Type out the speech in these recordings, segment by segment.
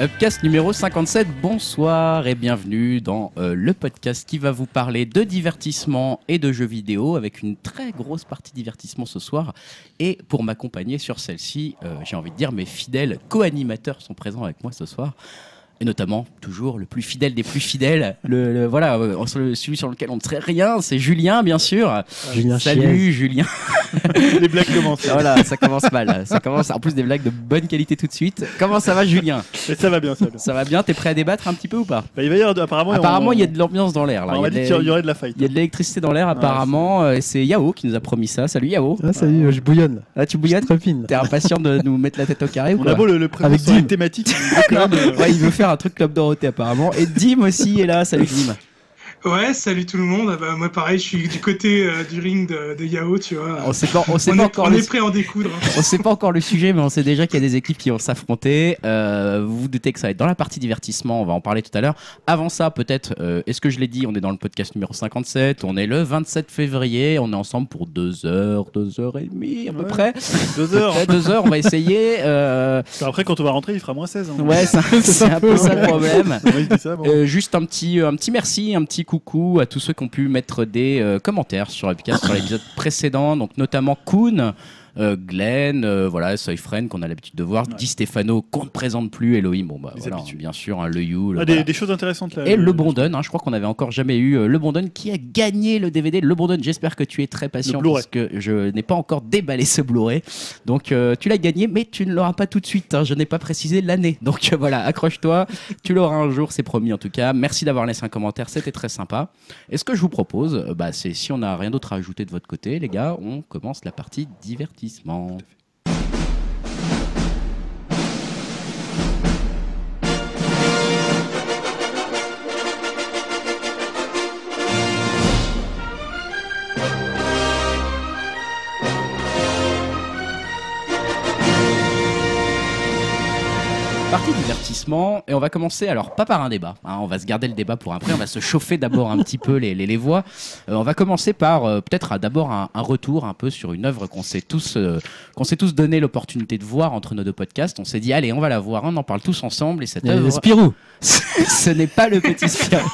Upcast numéro 57, bonsoir et bienvenue dans euh, le podcast qui va vous parler de divertissement et de jeux vidéo avec une très grosse partie divertissement ce soir. Et pour m'accompagner sur celle-ci, euh, j'ai envie de dire mes fidèles co-animateurs sont présents avec moi ce soir. Et notamment, toujours le plus fidèle des plus fidèles, le, le- voilà, euh, celui celui sur lequel on ne sait rien, c'est Julien, bien sûr. Julien Salut Julien. Les blagues commencent. Voilà, ça commence mal. Ça commence en plus des blagues de bonne qualité tout de suite. Comment ça va, Julien Mais ça va bien, ça va bien. Ça va bien T'es prêt à débattre un petit peu ou pas Bah, il va y avoir, apparemment, Apparemment, on- il y a de l'ambiance dans l'air. là. on Il y m'a a dit de- qu'il y aurait de la fight. il y a de l'électricité dans l'air, apparemment. euh, C'est Yao qui nous a promis ça. Salut Yao. Ah, ça y est, je bouillonne. Ah, tu Je bouillonnes trépine. T'es impatient de nous mettre la tête au carré ou On a quoi beau le, le présenter Avec sur les Dim. thématiques, il est quand même, euh, Ouais, il veut faire un truc Club Dorothée, apparemment. Et Dim aussi est là. Salut Dim. Ouais, salut tout le monde. Ah bah, moi, pareil, je suis du côté euh, du ring de, de Yao, tu vois. On sait pas, on sait On pas est, encore on le est prêt à en découdre. hein. On sait pas encore le sujet, mais on sait déjà qu'il y a des équipes qui vont s'affronter. Euh, vous vous doutez que ça va être dans la partie divertissement, on va en parler tout à l'heure. Avant ça, peut-être, euh, est-ce que je l'ai dit, on est dans le podcast numéro 57, on est le 27 février, on est ensemble pour 2 heures, 2 heures et demie à peu Ouais. près. deux heures. Peut-être deux heures, on va essayer. euh, Enfin, après, quand on va rentrer, il fera moins 16. hein. Ouais, c'est un- c'est un peu ça le problème. Ouais, je dis ça, bon. Euh, juste un petit, un petit merci, un petit coucou à tous ceux qui ont pu mettre des euh, commentaires sur Upcast sur l'épisode précédent, donc notamment Kuhn, euh, Glenn, euh, voilà, Soyfriend qu'on a l'habitude de voir, Ouais. Di Stefano qu'on ne présente plus, Elohim, bon bah Les voilà, habitués. bien sûr, hein, le You, le- Ah, des, voilà. des choses intéressantes là. Et Le Bondon, hein, je crois qu'on n'avait encore jamais eu euh, Le Bondon qui a gagné le DVD. Le Bondon, j'espère que tu es très patient Le Blu-ray. parce que je n'ai pas encore déballé ce Blu-ray. Donc euh, tu l'as gagné, mais tu ne l'auras pas tout de suite. hein. Je n'ai pas précisé l'année. Donc euh, voilà, accroche-toi. Tu l'auras un jour, c'est promis en tout cas. Merci d'avoir laissé un commentaire, c'était très sympa. Et ce que je vous propose, euh, bah, c'est si on n'a rien d'autre à ajouter de votre côté, les gars, on commence la partie divertissement. Partie divertissement, et on va commencer, alors pas par un débat, hein, on va se garder le débat pour après, on va se chauffer d'abord un petit peu les, les, les voix. Euh, on va commencer par euh, peut-être ah, d'abord un, un retour un peu sur une œuvre qu'on s'est tous, euh, qu'on s'est tous donné l'opportunité de voir entre nos deux podcasts. On s'est dit, allez, on va la voir, hein, on en parle tous ensemble, et cette Il y a œuvre, Spirou, ce n'est pas le petit Spirou.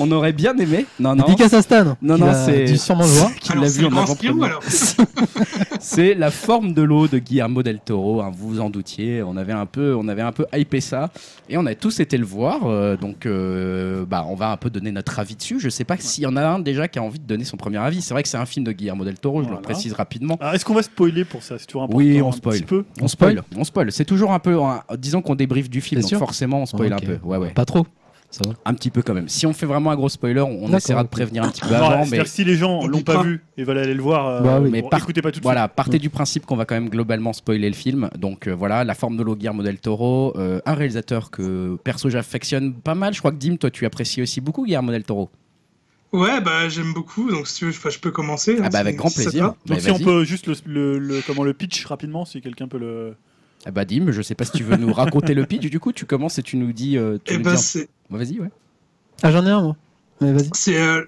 on aurait bien aimé, non, non. dédicace à Stan. Non, qui non, l'a c'est- dû sûrement le voir. Qui Alors, l'a c'est vu le en grand avant-première. Spirou, alors C'est la forme de l'eau de Guillermo del Toro. hein, vous vous en doutiez. On avait un peu, on avait un peu hypé ça, et on a tous été le voir. euh, donc, euh, bah, on va un peu donner notre avis dessus. Je sais pas s'il y en a un déjà qui a envie de donner son premier avis. C'est vrai que c'est un film de Guillermo del Toro. Je le Voilà. précise rapidement. Ah, Est-ce qu'on va spoiler pour ça C'est toujours important. hein, Oui, on un spoil. Petit peu. On spoil, on spoil. C'est toujours un peu, hein, disons qu'on débriefe du film, T'es donc sûr forcément on spoil Ah, ok. un peu. Ouais, ouais, Pas trop. Ça va. un petit peu quand même. Si on fait vraiment un gros spoiler, on D'accord, essaiera de ok. prévenir un petit peu Genre, avant, c'est-à-dire Bah, mais que si les gens on l'ont dit pas pas. vu et veulent aller le voir, euh, Bah oui. bon, Mais par- écoutez pas tout de suite. Voilà, partez du principe qu'on va quand même globalement spoiler le film. Donc euh, voilà, La forme de l'eau, Guillermo del Toro, euh, un réalisateur que perso j'affectionne pas mal. Je crois que Dim, toi tu apprécies aussi beaucoup Guillermo del Toro. Ouais, bah j'aime beaucoup, donc si tu veux, je, enfin, je peux commencer. hein, Ah bah si- avec grand si ça te plaisir. va. Bah, Donc si on vas-y. peut juste le, le- le- comment le pitch rapidement, si quelqu'un peut le. Ah bah Dim, je sais pas si tu veux nous raconter le pitch. Du coup, tu commences et tu nous dis. euh, tu Eh nous bah, dis c'est. un- Bah, Vas-y, ouais. Ah, j'en ai un, moi. Mais vas-y. c'est, euh,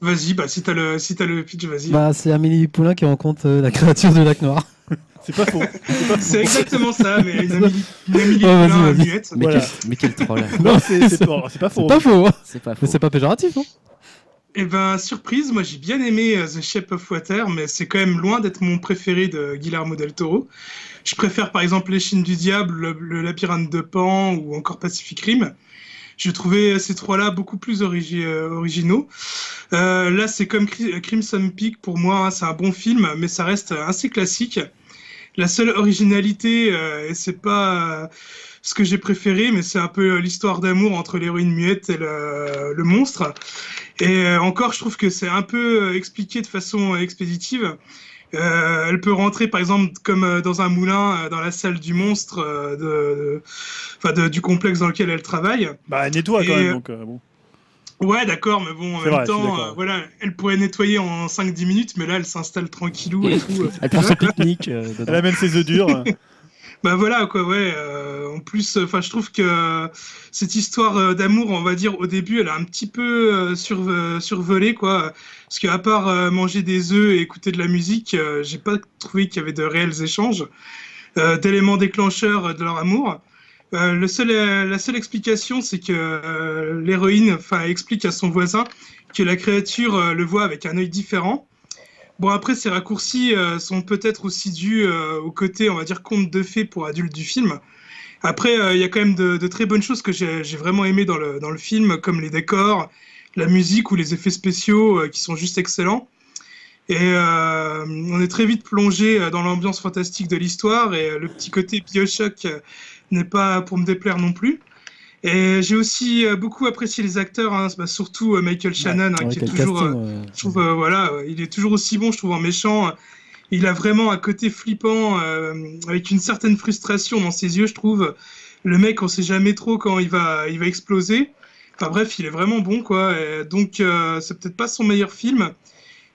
Vas-y, bah si t'as le, si t'as le pitch, vas-y. Bah, c'est Amélie Poulain qui rencontre euh, la créature du lac noir. C'est pas faux. c'est exactement ça, mais une amie, une amie Oh, Ouais, vas-y, plein vas-y. muette. Mais, Voilà. quel, mais quel troll. non, c'est c'est pas, c'est pas faux. C'est pas faux, hein. C'est pas faux. Mais c'est pas péjoratif, hein. Eh ben, surprise, moi j'ai bien aimé euh, The Shape of Water, mais c'est quand même loin d'être mon préféré de Guillermo del Toro. Je préfère par exemple Les Chines du Diable, le, le Labyrinthe de Pan ou encore Pacific Rim. Je trouvais euh, ces trois-là beaucoup plus origi- euh, originaux. Euh, là, c'est comme Cri- Crimson Peak pour moi, hein, c'est un bon film, mais ça reste euh, assez classique. La seule originalité, euh, et c'est pas euh, ce que j'ai préféré, mais c'est un peu euh, l'histoire d'amour entre l'héroïne muette et le- le monstre. Et euh, encore, je trouve que c'est un peu euh, expliqué de façon euh, expéditive. Euh, elle peut rentrer, par exemple, comme euh, dans un moulin, euh, dans la salle du monstre, euh, de, de- enfin, de- du complexe dans lequel elle travaille. Bah nettoie quand Et, même. euh, Donc, euh, bon. Ouais, d'accord, mais bon, en C'est même vrai, je suis temps, d'accord. euh, voilà, elle pourrait nettoyer en 5-10 minutes, mais là, elle s'installe tranquillou et tout. euh, Elle prend son pique-nique. euh, dedans. Elle amène ses œufs durs. Bah voilà quoi, ouais. euh, en plus, enfin, je trouve que euh, cette histoire euh, d'amour, on va dire au début, elle a un petit peu euh, sur- euh, survolé quoi. Parce que à part euh, manger des œufs et écouter de la musique, euh, j'ai pas trouvé qu'il y avait de réels échanges euh, d'éléments déclencheurs euh, de leur amour. Euh, le seul, euh, la seule explication, c'est que euh, l'héroïne enfin, explique à son voisin que la créature euh, le voit avec un œil différent. Bon, après, ces raccourcis euh, sont peut-être aussi dus euh, au côté, on va dire, conte de fées pour adultes du film. Après, euh, il y a quand même de, de très bonnes choses que j'ai j'ai vraiment aimées dans le, dans le film, comme les décors, la musique ou les effets spéciaux euh, qui sont juste excellents. Et euh, on est très vite plongé euh, dans l'ambiance fantastique de l'histoire et euh, le petit côté Bioshock euh, n'est pas pour me déplaire non plus. Et j'ai aussi euh, beaucoup apprécié les acteurs, hein, bah, surtout euh, Michael Shannon, Ah, hein, Ouais, qui est quel toujours. euh, casting, euh, je trouve, euh, voilà, euh, il est toujours aussi bon, je trouve, en méchant. Il a vraiment un côté flippant, euh, avec une certaine frustration dans ses yeux, je trouve. Le mec, on sait jamais trop quand il va, il va exploser. Enfin bref, il est vraiment bon, quoi. Et donc, euh, c'est peut-être pas son meilleur film.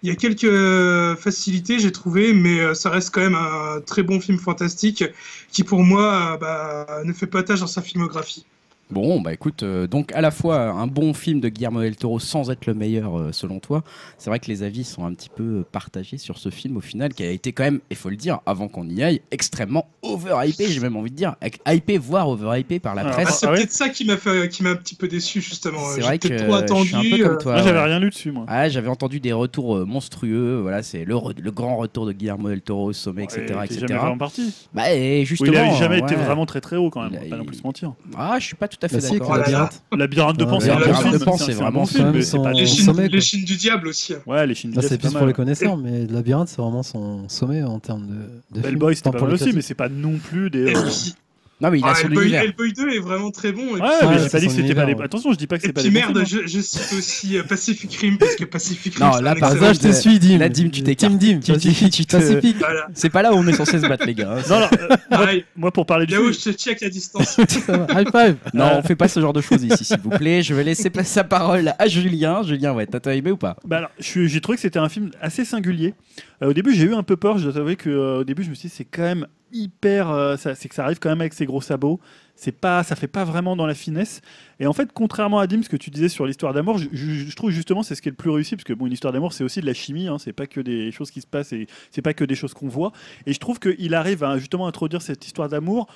Il y a quelques euh, facilités, j'ai trouvé, mais euh, ça reste quand même un très bon film fantastique qui, pour moi, euh, bah, ne fait pas tâche dans sa filmographie. Bon, bah écoute, euh, donc à la fois un bon film de Guillermo del Toro sans être le meilleur euh, selon toi. C'est vrai que les avis sont un petit peu euh, partagés sur ce film au final qui a été quand même, il faut le dire, avant qu'on y aille, extrêmement overhypé, j'ai même envie de dire, avec- hypé voire overhypé par la Alors, Ah, presse. c'est ah bah, ouais peut-être ça qui m'a fait, euh, qui m'a un petit peu déçu justement. C'est vrai que J'ai peut-être trop euh, je attendu. suis un peu euh, comme toi. Moi, ouais. j'avais rien lu dessus, moi. Ah, j'avais entendu des retours euh, monstrueux. Voilà, c'est le, re- le grand retour de Guillermo del Toro au sommet, Ouais, etc., il était etc. jamais vraiment parti. Bah, et Oui, justement, il a jamais été ouais. vraiment très très haut quand même, Il on a- va pas non plus il- se mentir. Ah, je suis pas tout à fait Bah si, avec d'accord. le Voilà. labyrinthe. Labyrinthe de Ouais, pan, c'est un bon Labyrinthe de film. Pan, c'est un bon vraiment film, son- mais c'est pas les son Chines- sommet, quoi. les Chines du diable aussi. hein. Ouais, les Shin Là, Bah, c'est pas plus pour les mal. connaisseurs, mais le labyrinthe, c'est vraiment son sommet en termes de. de Bell film. Boy, c'était Tant pas pour les mal aussi, mais critiques. c'est pas non plus des. Et euh, puis, Non, mais il a ah, son Hellboy, univers. Hellboy 2 est vraiment très bon. Et Ouais, puis, mais Ouais, j'ai c'est pas dit que son c'était pas univers, les. ouais. Attention, je dis pas que et c'est pas puis les. bons merde, films, je, je cite aussi euh, Pacific Rim parce que Pacific Rim. Non, c'est là, un par Ah, excellent- ça, je te Euh, suis, Dim. la Dim, tu t'écartes. Team Dim, Tu- tu- Pacifique, tu te- Pacifique. Voilà, C'est pas là où on est censé se battre, les gars. hein. hein. Non, non, euh, pareil. moi pour parler du Là où film, je te check à distance. Ça va, High five. Non, Euh, on fait pas ce genre de choses ici, s'il vous plaît. Je vais laisser passer la parole à Julien. Julien, ouais, t'as t'as aimé ou pas Bah alors, je suis- j'ai trouvé que c'était un film assez singulier. Euh, au début, j'ai eu un peu peur. Je dois t'avouer que euh, au début, je me suis dit c'est quand même hyper. euh, ça- c'est que ça arrive quand même avec ses gros sabots. C'est pas, ça fait pas vraiment dans la finesse. Et en fait, contrairement à Dim, ce que tu disais sur l'histoire d'amour, je, je- je trouve justement c'est ce qui est le plus réussi parce que bon, une histoire d'amour, c'est aussi de la chimie. Hein, c'est pas que des choses qui se passent et c'est pas que des choses qu'on voit. Et je trouve qu'il arrive à justement introduire cette histoire d'amour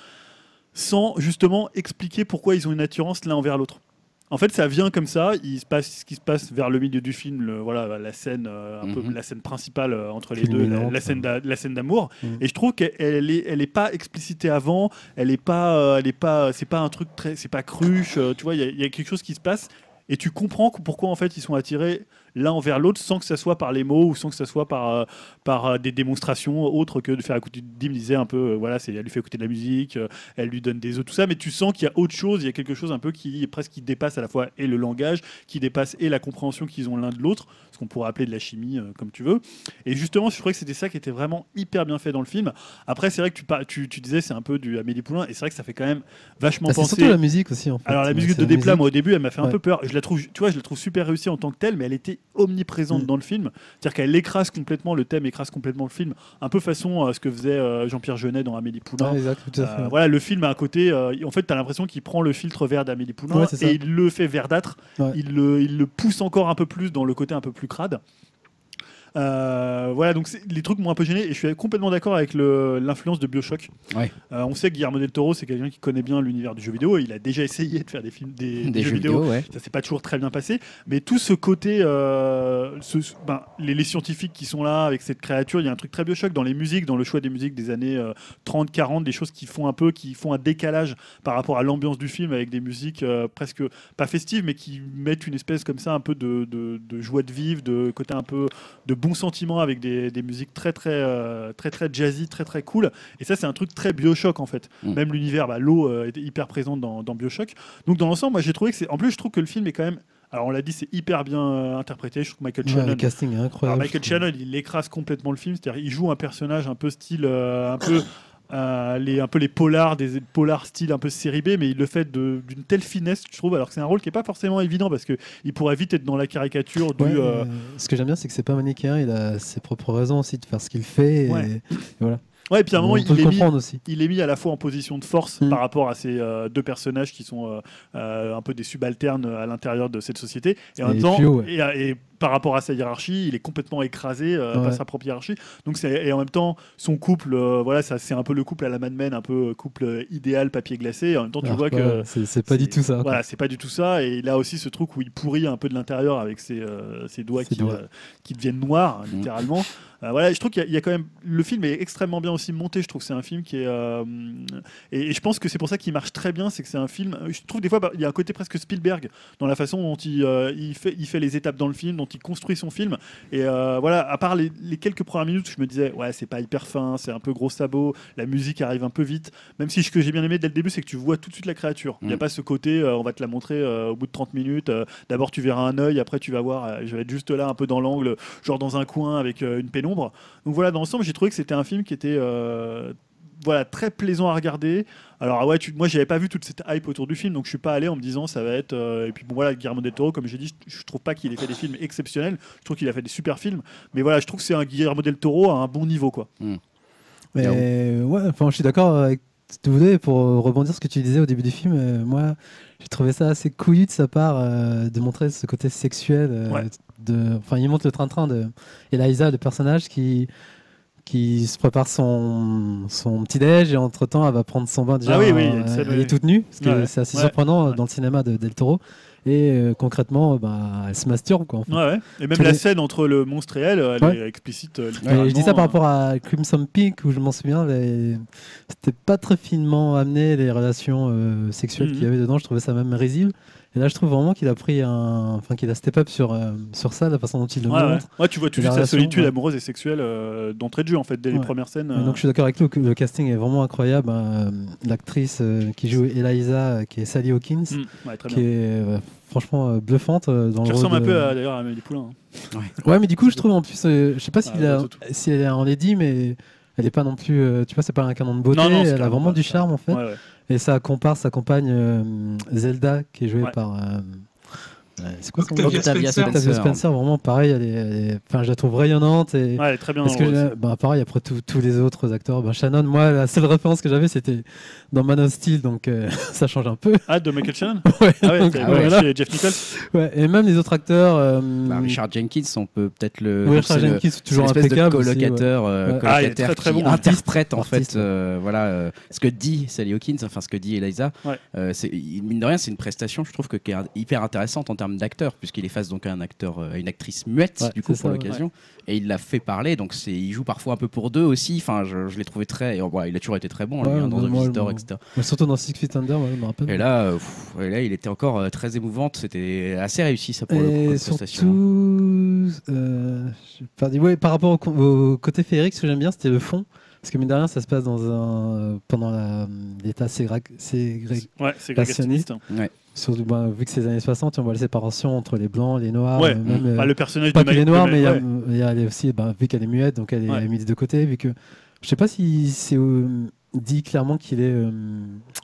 sans justement expliquer pourquoi ils ont une attirance l'un envers l'autre. En fait, ça vient comme ça. Il se passe ce qui se passe vers le milieu du film, le- voilà la scène, euh, un Mhm. peu la scène principale euh, entre les Film deux, la, imminente, la scène d'a- la scène d'amour. Mhm. Et je trouve qu'elle elle est, elle est pas explicitée avant. Elle est pas, euh, elle est pas, c'est pas un truc très, c'est pas cruche. euh, tu vois, il y a- il y, a quelque chose qui se passe et tu comprends que- pourquoi en fait ils sont attirés l'un envers l'autre sans que ça soit par les mots ou sans que ça soit par euh, par euh, des démonstrations autres que de faire écouter. Dim disait un peu, euh, voilà, c'est elle lui fait écouter de la musique, euh, elle lui donne des œufs, tout ça, mais tu sens qu'il y a autre chose, il y a quelque chose un peu qui presque qui dépasse à la fois et le langage, qui dépasse et la compréhension qu'ils ont l'un de l'autre, ce qu'on pourrait appeler de la chimie, euh, comme tu veux. Et justement, je trouvais que c'était ça qui était vraiment hyper bien fait dans le film. Après, c'est vrai que tu, par- tu, tu disais c'est un peu du Amélie Poulain, et c'est vrai que ça fait quand même vachement Ah, C'est penser. surtout la musique aussi, en fait. Alors la musique C'est de Desplat, moi au début, elle m'a fait un Ouais. peu peur. Je la trouve, tu vois, je la trouve super réussie en tant que telle, mais elle était omniprésente Mm. dans le film. C'est-à-dire qu'elle écrase complètement le thème, écrase complètement le film, un peu façon à ce que faisait euh, Jean-Pierre Jeunet dans Amélie Poulain. Ouais, exact, tout à fait. Euh, voilà, le film a un côté. euh, en fait, t'as l'impression qu'il prend le filtre vert d'Amélie Poulain Ouais, c'est ça. et il le fait verdâtre. Ouais. Il, le, il le pousse encore un peu plus dans le côté un peu plus crade. Euh, voilà, donc c'est- les trucs m'ont un peu gêné et je suis complètement d'accord avec le- l'influence de Bioshock. Ouais. Euh, on sait que Guillermo del Toro, c'est quelqu'un qui connaît bien l'univers du jeu vidéo. et Il a déjà essayé de faire des films, des, des jeux, vidéo ouais. ça s'est pas toujours très bien passé, mais tout ce côté, euh, ce- ce- ben, les, les scientifiques qui sont là avec cette créature, il y a un truc très biochoc dans les musiques, dans le choix des musiques des années euh, 30, 40, des choses qui font un peu, qui font un décalage par rapport à l'ambiance du film avec des musiques euh, presque pas festives, mais qui mettent une espèce comme ça un peu de, de- de joie de vivre, de côté un peu de bons sentiments avec des, des musiques très très euh, très très jazzy, très très cool. Et ça, c'est un truc très biochoc en fait. Mm. Même l'univers, bah, l'eau euh, est hyper présente dans, dans biochoc. Donc dans l'ensemble, moi j'ai trouvé que c'est. En plus, je trouve que le film est quand même. Alors on l'a dit, c'est hyper bien euh, interprété. Je trouve que Michael Ouais, Shannon. le casting est alors, incroyable. Michael je trouve. Shannon, il écrase complètement le film. C'est-à-dire, il joue un personnage un peu style, euh, un peu. euh, les, un peu les polars, des polars style un peu série B, mais il le fait de- d'une telle finesse, je trouve, alors que c'est un rôle qui est pas forcément évident parce que il pourrait vite être dans la caricature du. Ouais, euh, euh, ce que j'aime bien, c'est que c'est pas manichéen, il a ses propres raisons aussi de faire ce qu'il fait. et- Ouais. et Ouais, et puis à un moment, on il peut le est mis comprendre aussi. il est mis à la fois en position de force Mm. par rapport à ces euh, deux personnages qui sont euh, euh, un peu des subalternes à l'intérieur de cette société et en Et même temps plus haut, ouais. et, et par rapport à sa hiérarchie, il est complètement écrasé euh, par Ouais. sa propre hiérarchie. Donc c'est et en même temps son couple, euh, voilà, ça c'est un peu le couple à la Mad Men, un peu euh, couple euh, idéal papier glacé. Et en même temps, tu Alors vois que, que c'est- c'est pas c'est- du tout ça. quoi. voilà, c'est pas du tout ça. Et il a aussi ce truc où il pourrit un peu de l'intérieur avec ses, euh, ses doigts Ses qui, doigts. euh, qui deviennent noirs, Mhm. littéralement. Euh, voilà, je trouve qu'il y, a- il y a quand même. Le film est extrêmement bien aussi monté. Je trouve que c'est un film qui est. euh, et, et je pense que c'est pour ça qu'il marche très bien. C'est que c'est un film. Je trouve des fois, bah, il y a un côté presque Spielberg dans la façon dont il, euh, il, fait, il fait les étapes dans le film, dont il construit son film. Et euh, voilà, à part les, les quelques premières minutes où je me disais, ouais, c'est pas hyper fin, c'est un peu gros sabot, la musique arrive un peu vite. Même si ce que j'ai bien aimé dès le début, c'est que tu vois tout de suite la créature. Il n'y a Mm. pas ce côté, euh, on va te la montrer euh, au bout de 30 minutes. euh, D'abord, tu verras un œil, après, tu vas voir, euh, je vais être juste là, un peu dans l'angle, genre dans un coin avec euh, une pénombre. Donc voilà, dans l'ensemble, j'ai trouvé que c'était un film qui était. euh, voilà, très plaisant à regarder. Alors ah ouais, tu, moi j'avais pas vu toute cette hype autour du film, donc je suis pas allé en me disant ça va être. euh, et puis bon voilà, Guillermo del Toro, comme j'ai dit, je, je trouve pas qu'il ait fait des films exceptionnels. Je trouve qu'il a fait des super films, mais voilà, je trouve que c'est un Guillermo del Toro à un bon niveau quoi. Mais ouais, enfin, je suis d'accord avec tous deux. Et Pour euh, rebondir sur ce que tu disais au début du film, euh, moi, j'ai trouvé ça assez couillu de sa part euh, de montrer ce côté sexuel. euh, Ouais. de, enfin, il montre le train-train de Eliza, le personnage qui qui se prépare son, son petit déj et entre temps elle va prendre son bain déjà Ah oui, oui, euh, il y a une scène, elle oui. est toute nue parce que Ouais, ouais. c'est assez Ouais. surprenant euh, Ouais. dans le cinéma de Del Toro et euh, concrètement bah, elle se masturbe quoi en fait. Ouais, ouais. Et même Tous la les- scène entre le monstre et elle, elle Ouais. est explicite. euh, Ouais, littéralement, je dis ça par euh, rapport à Crimson Peak où je m'en souviens, les- c'était pas très finement amené les relations euh, sexuelles qu'il y Mhm. avait dedans. Je trouvais ça même risible. Et là, je trouve vraiment qu'il a pris un, enfin qu'il a step up sur euh, sur ça, la façon dont il le euh, Ouais, ouais. montre. Ouais, tu vois tout de Et la suite sa relation, solitude ouais. amoureuse et sexuelle euh, d'entrée de jeu en fait dès les Ouais. premières scènes. Et euh, Donc je suis d'accord avec toi, que le casting est vraiment incroyable. hein. L'actrice euh, qui joue Eliza, euh, qui est Sally Hawkins, mm, ouais, très qui bien. est euh, franchement euh, bluffante euh, dans Qui le ressemble rôle un de- peu à- d'ailleurs à Amélie Poulain. hein. Ouais, mais du coup, je trouve en plus, euh, je sais pas Ah, s'il a- pas du tout. si elle est, on l'est dit, mais elle est pas non plus, euh, tu vois, c'est pas un canon de beauté. Non, non, c'est elle a clairement vraiment pas du ça. charme en fait. Ouais, ouais. Et ça compare sa compagne euh, Zelda, qui est jouée Ouais. par. euh, euh, c'est quoi son nom Octavia Spencer. Octavia Spencer, vraiment pareil, elle est, elle est- enfin, je la trouve rayonnante. Et... Ouais, elle est très bien. Parce que, amoureuse. j'ai- bah, pareil, après tous tous les autres acteurs, bah, Shannon, moi, la seule référence que j'avais, c'était dans Man of Steel, donc euh, ça change un peu. Ah, de Michael Shannon Ouais, Ah ouais, donc, t'avais ah pas ouais. lâché Jeff Nichols. ouais. Et même les autres acteurs. euh, Bah, Richard Jenkins, on peut peut-être le. ouais, c'est Richard le- Jenkins, c'est toujours l'espèce de impeccable. aussi, ouais. colocataire, euh, Ouais. Ah, il est colocataire très, très qui bon. interprète en Artiste, fait euh, voilà euh, ce que dit Sally Hawkins, enfin ce que dit Eliza. Ouais. Euh, c'est- il- mine de rien, c'est une prestation, je trouve que qui est hyper intéressante en termes d'acteur, puisqu'il est face donc à un acteur, euh, à une actrice muette Ouais, du coup c'est pour ça, l'occasion, et il la fait parler. Donc c'est, il joue parfois un peu pour deux aussi. Enfin, je, je l'ai trouvé très, et, oh, bah, il a toujours été très bon lui, Ouais, hein, dans mais The moi, Visitor, je- etc. Mais surtout dans Six Feet Under, ouais, je me rappelle. Et là, euh, pff, et là, il était encore euh, très émouvante. C'était assez réussi ça pour le coup, Et comme prestation. surtout, euh, j'ai pas dit- ouais, par rapport au, con- au côté féerique, ce que j'aime bien, c'était le fond. Parce que, mine de rien, ça se passe dans un, euh, pendant la- l'état ségrég- ségrég- Ouais, c'est Passionniste. grégationniste. surtout, bah, vu que c'est les années 60, on voit la séparation entre les blancs, les noirs, Ouais, euh, même, euh, Bah, le personnage pas de que les Mike- noirs, de mais il y a- Mike- ouais. il y a, elle est aussi, bah, vu qu'elle est muette, donc elle est Ouais. mise de côté, vu que je sais pas si c'est euh, dit clairement qu'il est euh,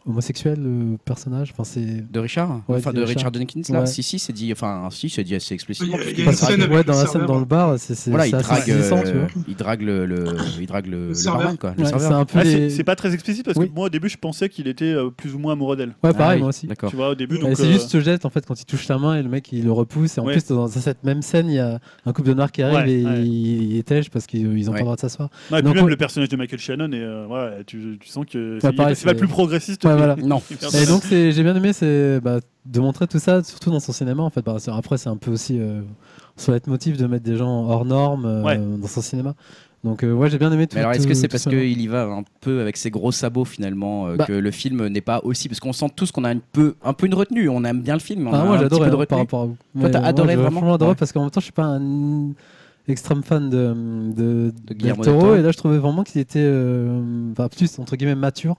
homosexuel, le personnage. Enfin, c'est De Richard Ouais, Enfin, de de Richard Richard. Jenkins, là Ouais. Si, si, c'est dit, enfin, si, c'est dit assez explicitement. Il y a- parce il qu'il y a une drague- scène avec ouais, le dans la scène serveur. dans le bar, c'est c'est- Voilà, il c'est assez drague, saisissant, tu vois. euh, il drague le, le- il drague le, le serveur. barman, quoi, le Ouais, c'est serveur. un peu Ah, les- c'est- C'est pas très explicite parce que Oui. moi au début je pensais qu'il était euh, plus ou moins amoureux d'elle. Ouais, Ah pareil, oui, moi aussi. D'accord. Tu vois au début Mais donc. c'est euh, juste ce geste en fait quand il touche la main et le mec il le repousse et en Ouais. plus dans cette même scène il y a un couple de noirs qui arrive Ouais, et ouais. ils ils étagent parce qu'ils ils ont Ouais. pas le droit de s'asseoir. non, et puis donc, même ouais. le personnage de Michael Shannon et euh, ouais, tu, tu sens que c'est Ouais, il est pareil, pas- c'est pas c'est- plus progressiste. Ouais, que- voilà. Non. que Et personne. bah. donc c'est- j'ai bien aimé c'est bah, de montrer tout ça surtout dans son cinéma en fait. Bah, c'est- après c'est un peu aussi euh, son motif de mettre des gens hors normes euh, Ouais. dans son cinéma. Donc euh, ouais j'ai bien aimé tout. Mais alors, est-ce que tout- c'est tout parce ça. qu'il y va un peu avec ses gros sabots finalement euh, Bah. que le film n'est pas aussi parce qu'on sent tous qu'on a un peu, un peu une retenue. On aime bien le film. On a Ah, moi un petit j'adorais peu de hein, par retenue. rapport à vous. Toi, t'as Mais, adoré moi, j'ai vraiment franchement adoré Ouais. parce qu'en même temps, je suis pas un extrême fan de, de, De de Guillermo del Toro Toro. et là je trouvais vraiment qu'il était euh, enfin, plus entre guillemets mature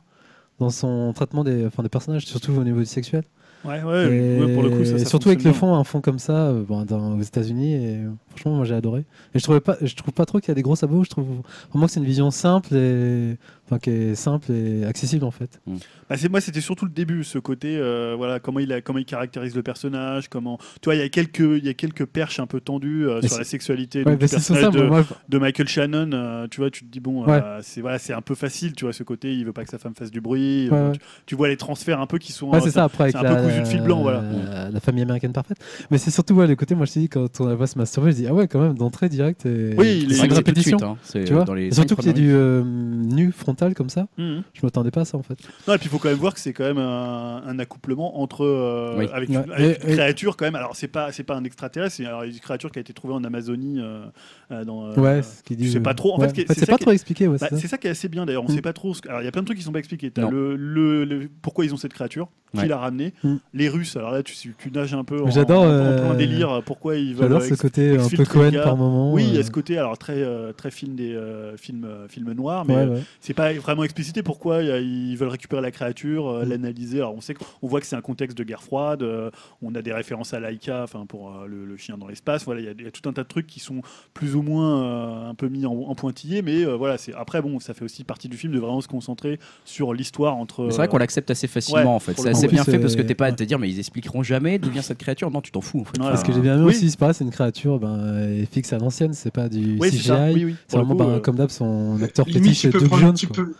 dans son traitement des, enfin, des personnages, surtout au niveau du sexuel. Ouais, ouais, ouais, Ah pour le coup ça. Et ça surtout avec le fonctionne fond, un fond comme ça euh, bon, dans- aux États-Unis. Et... Franchement, moi j'ai adoré. Et je, trouvais pas, je trouve pas trop qu'il y a des gros sabots. Je trouve vraiment que c'est une vision simple et, enfin, qui est simple et accessible en fait. Bah, c'est moi c'était surtout le début ce côté euh, voilà comment il a- comment il caractérise le personnage comment tu vois il y a quelques il y a quelques perches un peu tendues euh, Mais sur la c'est- sexualité Ouais, donc, bah, du c'est sur ça, personnage de, moi, de Michael Shannon euh, tu vois tu te dis bon euh, c'est voilà c'est un peu facile tu vois ce côté il veut pas que sa femme fasse du bruit Ouais, euh, ouais. tu, tu vois les transferts un peu qui sont Ouais, euh, c'est ça, après, avec c'est un peu la- cousu de fil blanc, voilà. la- La famille américaine parfaite. Mais c'est surtout, ouais, le côté, moi, je te dis, quand on la voit se masturber, je dis, ah ouais, quand même, d'entrée direct. Et... Oui, il c'est une est- il est répétition. C'est Tu vois dans les Et surtout cinq qu'il y a premières du euh, nu frontal comme ça, Mhm. je m'attendais pas à ça en fait. non et puis il faut quand même voir que c'est quand même un, un accouplement entre euh, Oui. avec, Ouais. une, avec Et- une et- créature quand même alors c'est pas c'est pas un extraterrestre c'est alors, une créature qui a été trouvée en Amazonie euh, euh, dans euh, ouais, ce qu'il tu dit. sais euh, pas trop. En ouais. fait, c'est c'est ça pas qui- trop expliqué, ouais, Bah, c'est ça. c'est ça qui est assez bien d'ailleurs. On Mm. sait pas trop. Ce... que- Alors il y a plein de trucs qui sont pas expliqués. T'as Non. le, le, le- pourquoi ils ont cette créature, Ouais. qui l'a ramenée, Mm. les Russes. Alors là, tu, tu nages un peu en, J'adore, en- en euh, plein délire. Pourquoi ils veulent. J'adore euh, ce ex- côté un peu exfiltrer Cohen le gars. par moment. Oui, il y euh, a ce côté alors très euh, très film des euh, films euh, films noirs, mais ouais, euh, ouais. c'est pas vraiment explicité pourquoi euh, ils veulent récupérer la créature, euh, Mm. l'analyser. Alors on sait qu'on voit que c'est un contexte de guerre froide. euh, on a des références à Laika, enfin pour euh, le, le chien dans l'espace. Voilà, il y a- il y, a tout un tas de trucs qui sont plus ou moins euh, un peu mis en, en pointillé, mais euh, voilà. C'est après bon, ça fait aussi partie du film de vraiment se concentrer sur l'histoire entre. Mais C'est vrai qu'on euh, l'accepte assez facilement ouais, en fait. pour C'est assez le coup. En bien plus, fait parce euh, que t'es pas à ouais. te dire mais ils expliqueront jamais d'où vient cette créature. Non, tu t'en fous en fait. Ouais, Enfin, Parce que j'ai bien aimé Oui. aussi, c'est pareil, c'est une créature ben, elle est fixe à l'ancienne, c'est pas du Oui, c'est CGI. ça. Oui, oui. C'est Pour le vraiment, coup, ben, euh, comme d'hab, son acteur Limite, fétiche, tu peux, Doug prendre, Jones. tu, quoi. peux,